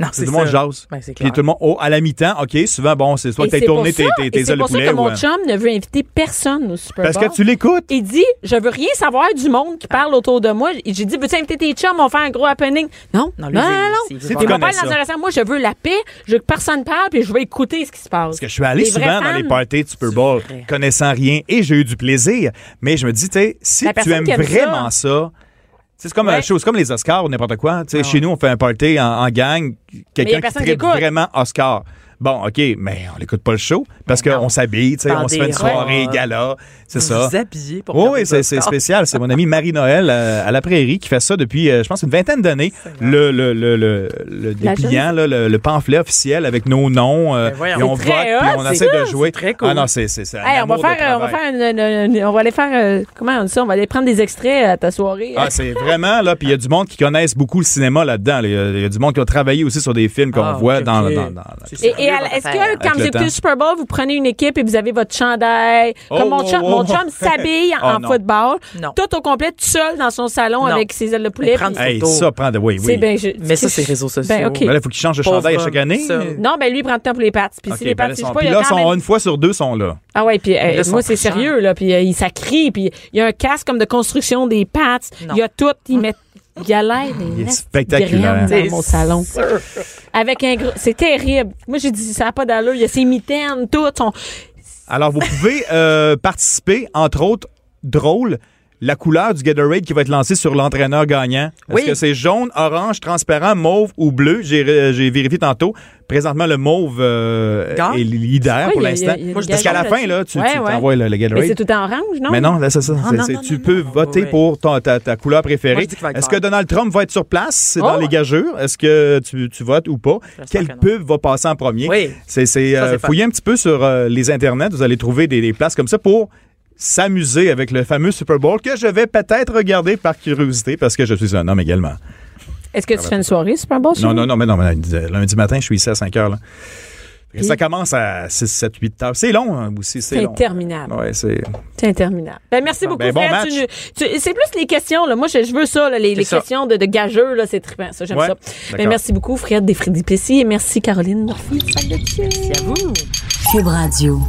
Speaker 6: non,
Speaker 5: Tout le monde
Speaker 6: ça.
Speaker 5: jase.
Speaker 6: Ben, c'est
Speaker 5: Puis
Speaker 6: clair.
Speaker 5: tout le monde, oh, à la mi-temps, OK, souvent, bon, c'est soit
Speaker 3: Et
Speaker 5: que t'as
Speaker 3: c'est pour
Speaker 5: tourné
Speaker 3: ça,
Speaker 5: tes, tes,
Speaker 3: et
Speaker 5: tes
Speaker 3: c'est
Speaker 5: ailes de
Speaker 3: pour ça
Speaker 5: poulet
Speaker 3: que
Speaker 5: ou.
Speaker 3: mon
Speaker 5: euh,
Speaker 3: chum ne veut inviter personne au Super Bowl.
Speaker 5: Parce que tu l'écoutes.
Speaker 3: Il dit, je veux rien savoir du monde qui parle autour de moi. J'ai dit, veux-tu inviter tes chums? On va faire un gros happening. Non, non,
Speaker 6: Non,
Speaker 3: non.
Speaker 6: lui,
Speaker 3: non,
Speaker 6: c'est-
Speaker 3: non.
Speaker 6: c'est-
Speaker 5: Si
Speaker 3: Ils
Speaker 5: tu
Speaker 3: vont
Speaker 5: connais
Speaker 3: pas aller
Speaker 5: ça.
Speaker 3: dans un restaurant. Moi, je veux la paix. Je veux que personne parle, puis je veux écouter ce qui se passe.
Speaker 5: Parce que je suis allé
Speaker 3: Les vrais
Speaker 5: souvent dans
Speaker 3: fans.
Speaker 5: les parties de Super Bowl
Speaker 6: C'est vrai.
Speaker 5: connaissant rien et j'ai eu du plaisir. Mais je me dis, tu sais, si
Speaker 3: La
Speaker 5: tu
Speaker 3: personne
Speaker 5: aimes
Speaker 3: qui aime
Speaker 5: vraiment ça, c'est comme
Speaker 3: Ouais.
Speaker 5: un show, c'est comme les Oscars ou n'importe quoi. Tu sais,
Speaker 6: Ah
Speaker 5: Chez
Speaker 6: ouais.
Speaker 5: nous, on fait un party en, en gang,
Speaker 3: Mais y a
Speaker 5: quelqu'un qui
Speaker 3: personne qui
Speaker 5: tripe
Speaker 3: écoute.
Speaker 5: vraiment Oscar. Bon, OK, mais on n'écoute pas le show parce
Speaker 3: Ben
Speaker 6: Mais non.
Speaker 5: qu'on s'habille, tu sais,
Speaker 6: Dans
Speaker 5: on se fait
Speaker 6: des
Speaker 5: une soirée
Speaker 6: robes.
Speaker 5: gala. C'est
Speaker 6: Vous
Speaker 5: ça.
Speaker 6: vous habillez pour
Speaker 5: Oui,
Speaker 6: regarder
Speaker 5: oui, c'est
Speaker 6: votre
Speaker 5: c'est
Speaker 6: corps.
Speaker 5: spécial. C'est mon ami Marie-Noël euh, à la Prairie qui fait ça depuis, euh, je pense, une vingtaine d'années. Le, le, le, le, le
Speaker 3: La
Speaker 5: dépliant, là, le, le pamphlet officiel avec nos noms. euh,
Speaker 6: Ben voyons.
Speaker 5: et on vote,
Speaker 3: C'est très
Speaker 5: puis
Speaker 3: hot,
Speaker 5: on
Speaker 3: c'est
Speaker 5: essaie de jouer.
Speaker 6: très cool.
Speaker 5: Ah non, c'est c'est c'est un
Speaker 3: Hey, on, va
Speaker 5: amour de
Speaker 3: faire, euh, on va
Speaker 5: travail.
Speaker 3: faire une, une- une- on va aller faire euh, comment on dit ça on va aller prendre des extraits à ta soirée Euh,
Speaker 5: Ah, c'est vraiment, là, puis il y a du monde qui connaissent beaucoup le cinéma là-dedans. là. Il y a- il y, a du monde qui a travaillé aussi sur des films qu'on
Speaker 6: Ah,
Speaker 5: voit
Speaker 6: ok,
Speaker 5: dans,
Speaker 6: ok.
Speaker 5: dans, dans- dans-
Speaker 6: C'est
Speaker 3: Et,
Speaker 6: sérieux,
Speaker 3: et à-
Speaker 6: votre
Speaker 3: est-ce
Speaker 6: affaire.
Speaker 3: que quand vous
Speaker 5: le
Speaker 3: écoutez
Speaker 5: temps.
Speaker 3: le Super Bowl, vous prenez une équipe et vous avez votre chandail?
Speaker 5: Oh,
Speaker 3: comme mon
Speaker 5: oh,
Speaker 3: chum,
Speaker 5: oh,
Speaker 3: mon
Speaker 5: oh.
Speaker 3: chum s'habille en
Speaker 5: Oh, non.
Speaker 3: football,
Speaker 6: Non.
Speaker 3: tout au complet, tout seul dans son salon
Speaker 6: Non.
Speaker 3: avec ses ailes de poulet.
Speaker 6: Mais prendre
Speaker 3: puis-
Speaker 5: Hey,
Speaker 6: photo.
Speaker 5: ça prend de. Oui,
Speaker 3: c'est
Speaker 5: oui.
Speaker 3: bien, je-
Speaker 6: Mais ça, c'est réseaux sociaux.
Speaker 3: Ben, OK.
Speaker 5: Ben là, il faut qu'ils changent de
Speaker 6: Pauvre
Speaker 5: chandail à
Speaker 6: homme,
Speaker 5: chaque année.
Speaker 6: ça.
Speaker 5: Euh,
Speaker 3: Non, ben lui, il prend le temps pour les pattes. Puis
Speaker 5: OK,
Speaker 3: si les
Speaker 5: ben
Speaker 3: pattes,
Speaker 5: là,
Speaker 3: si
Speaker 5: ils
Speaker 3: je
Speaker 5: sont-
Speaker 3: sais pas,
Speaker 5: puis
Speaker 3: il y a
Speaker 5: là,
Speaker 3: quand
Speaker 5: sont-
Speaker 3: même-
Speaker 5: une fois sur deux, sont là.
Speaker 3: Ah ouais, puis euh,
Speaker 6: Là, ils
Speaker 3: moi,
Speaker 6: sont
Speaker 3: c'est
Speaker 6: très
Speaker 3: sérieux, là. Puis euh, il- ça crie, puis il y a un casque comme de construction des pattes.
Speaker 6: Non. Hein?
Speaker 3: Il y a tout, il met... Il a l'air des
Speaker 5: Il est
Speaker 3: nasties
Speaker 5: spectaculaire.
Speaker 3: graines dans mon
Speaker 6: C'est
Speaker 3: salon. Avec un gros... C'est terrible. Moi, j'ai dit, ça n'a pas d'allure. Il y a ses mitaines, tout. Son...
Speaker 5: Alors, vous pouvez euh, participer, entre autres, drôle, la couleur du Gatorade qui va être lancée sur l'entraîneur gagnant.
Speaker 6: Oui.
Speaker 5: Est-ce que c'est jaune, orange, transparent, mauve ou bleu? J'ai euh, j'ai vérifié tantôt. Présentement, le mauve euh,
Speaker 6: Gagne.
Speaker 5: est leader
Speaker 3: Ouais,
Speaker 5: pour
Speaker 3: il y a-
Speaker 5: l'instant.
Speaker 3: il y a une
Speaker 5: Parce qu'à la
Speaker 3: gageure
Speaker 5: fin, là, tu,
Speaker 3: là-dessus.
Speaker 5: tu
Speaker 3: Ouais, ouais.
Speaker 5: t'envoies le, le Gatorade.
Speaker 3: Mais c'est tout en orange, non?
Speaker 5: Mais non, là, c'est ça. C'est-
Speaker 6: non,
Speaker 5: c'est-
Speaker 6: non,
Speaker 5: tu
Speaker 6: non,
Speaker 5: peux
Speaker 6: non.
Speaker 5: voter
Speaker 6: Ouais.
Speaker 5: pour ton- ta, ta couleur
Speaker 6: Moi,
Speaker 5: préférée.
Speaker 6: je dis qu'il va être
Speaker 5: Est-ce que
Speaker 6: vert.
Speaker 5: Donald Trump va être sur place? C'est dans
Speaker 3: Oh!
Speaker 5: les gageures. Est-ce que tu, tu votes ou pas?
Speaker 6: J'espère
Speaker 5: Quel
Speaker 6: que non.
Speaker 5: pub va passer en premier?
Speaker 6: Oui.
Speaker 5: C'est, c'est,
Speaker 6: Ça,
Speaker 5: euh,
Speaker 6: c'est fun.
Speaker 5: fouillez un petit peu sur euh, les internets. Vous allez trouver des, des places comme ça pour s'amuser avec le fameux Super Bowl que je vais peut-être regarder par curiosité parce que je suis un homme également.
Speaker 3: Est-ce que tu fais une soirée super bon?
Speaker 5: Non, non, non, mais non, mais lundi- lundi matin, je suis ici à 5 heures. là. Fait que Ça commence à 6, 7, 8 heures. C'est long hein, aussi, c'est
Speaker 3: C'est
Speaker 5: long.
Speaker 3: interminable.
Speaker 5: Ouais, c'est...
Speaker 3: C'est interminable. Ben, merci beaucoup,
Speaker 5: ben, bon
Speaker 3: Fred.
Speaker 5: match.
Speaker 3: Tu nous- tu- c'est plus les questions, là. Moi, je, je veux ça, là, les, les
Speaker 6: ça.
Speaker 3: questions de, de gageux, là. C'est trippant. Ça, j'aime
Speaker 5: Ouais.
Speaker 3: ça. Mais
Speaker 5: D'accord.
Speaker 3: merci beaucoup, Fred des Frédéric Plessis. Et merci, Caroline.
Speaker 1: Cube Radio.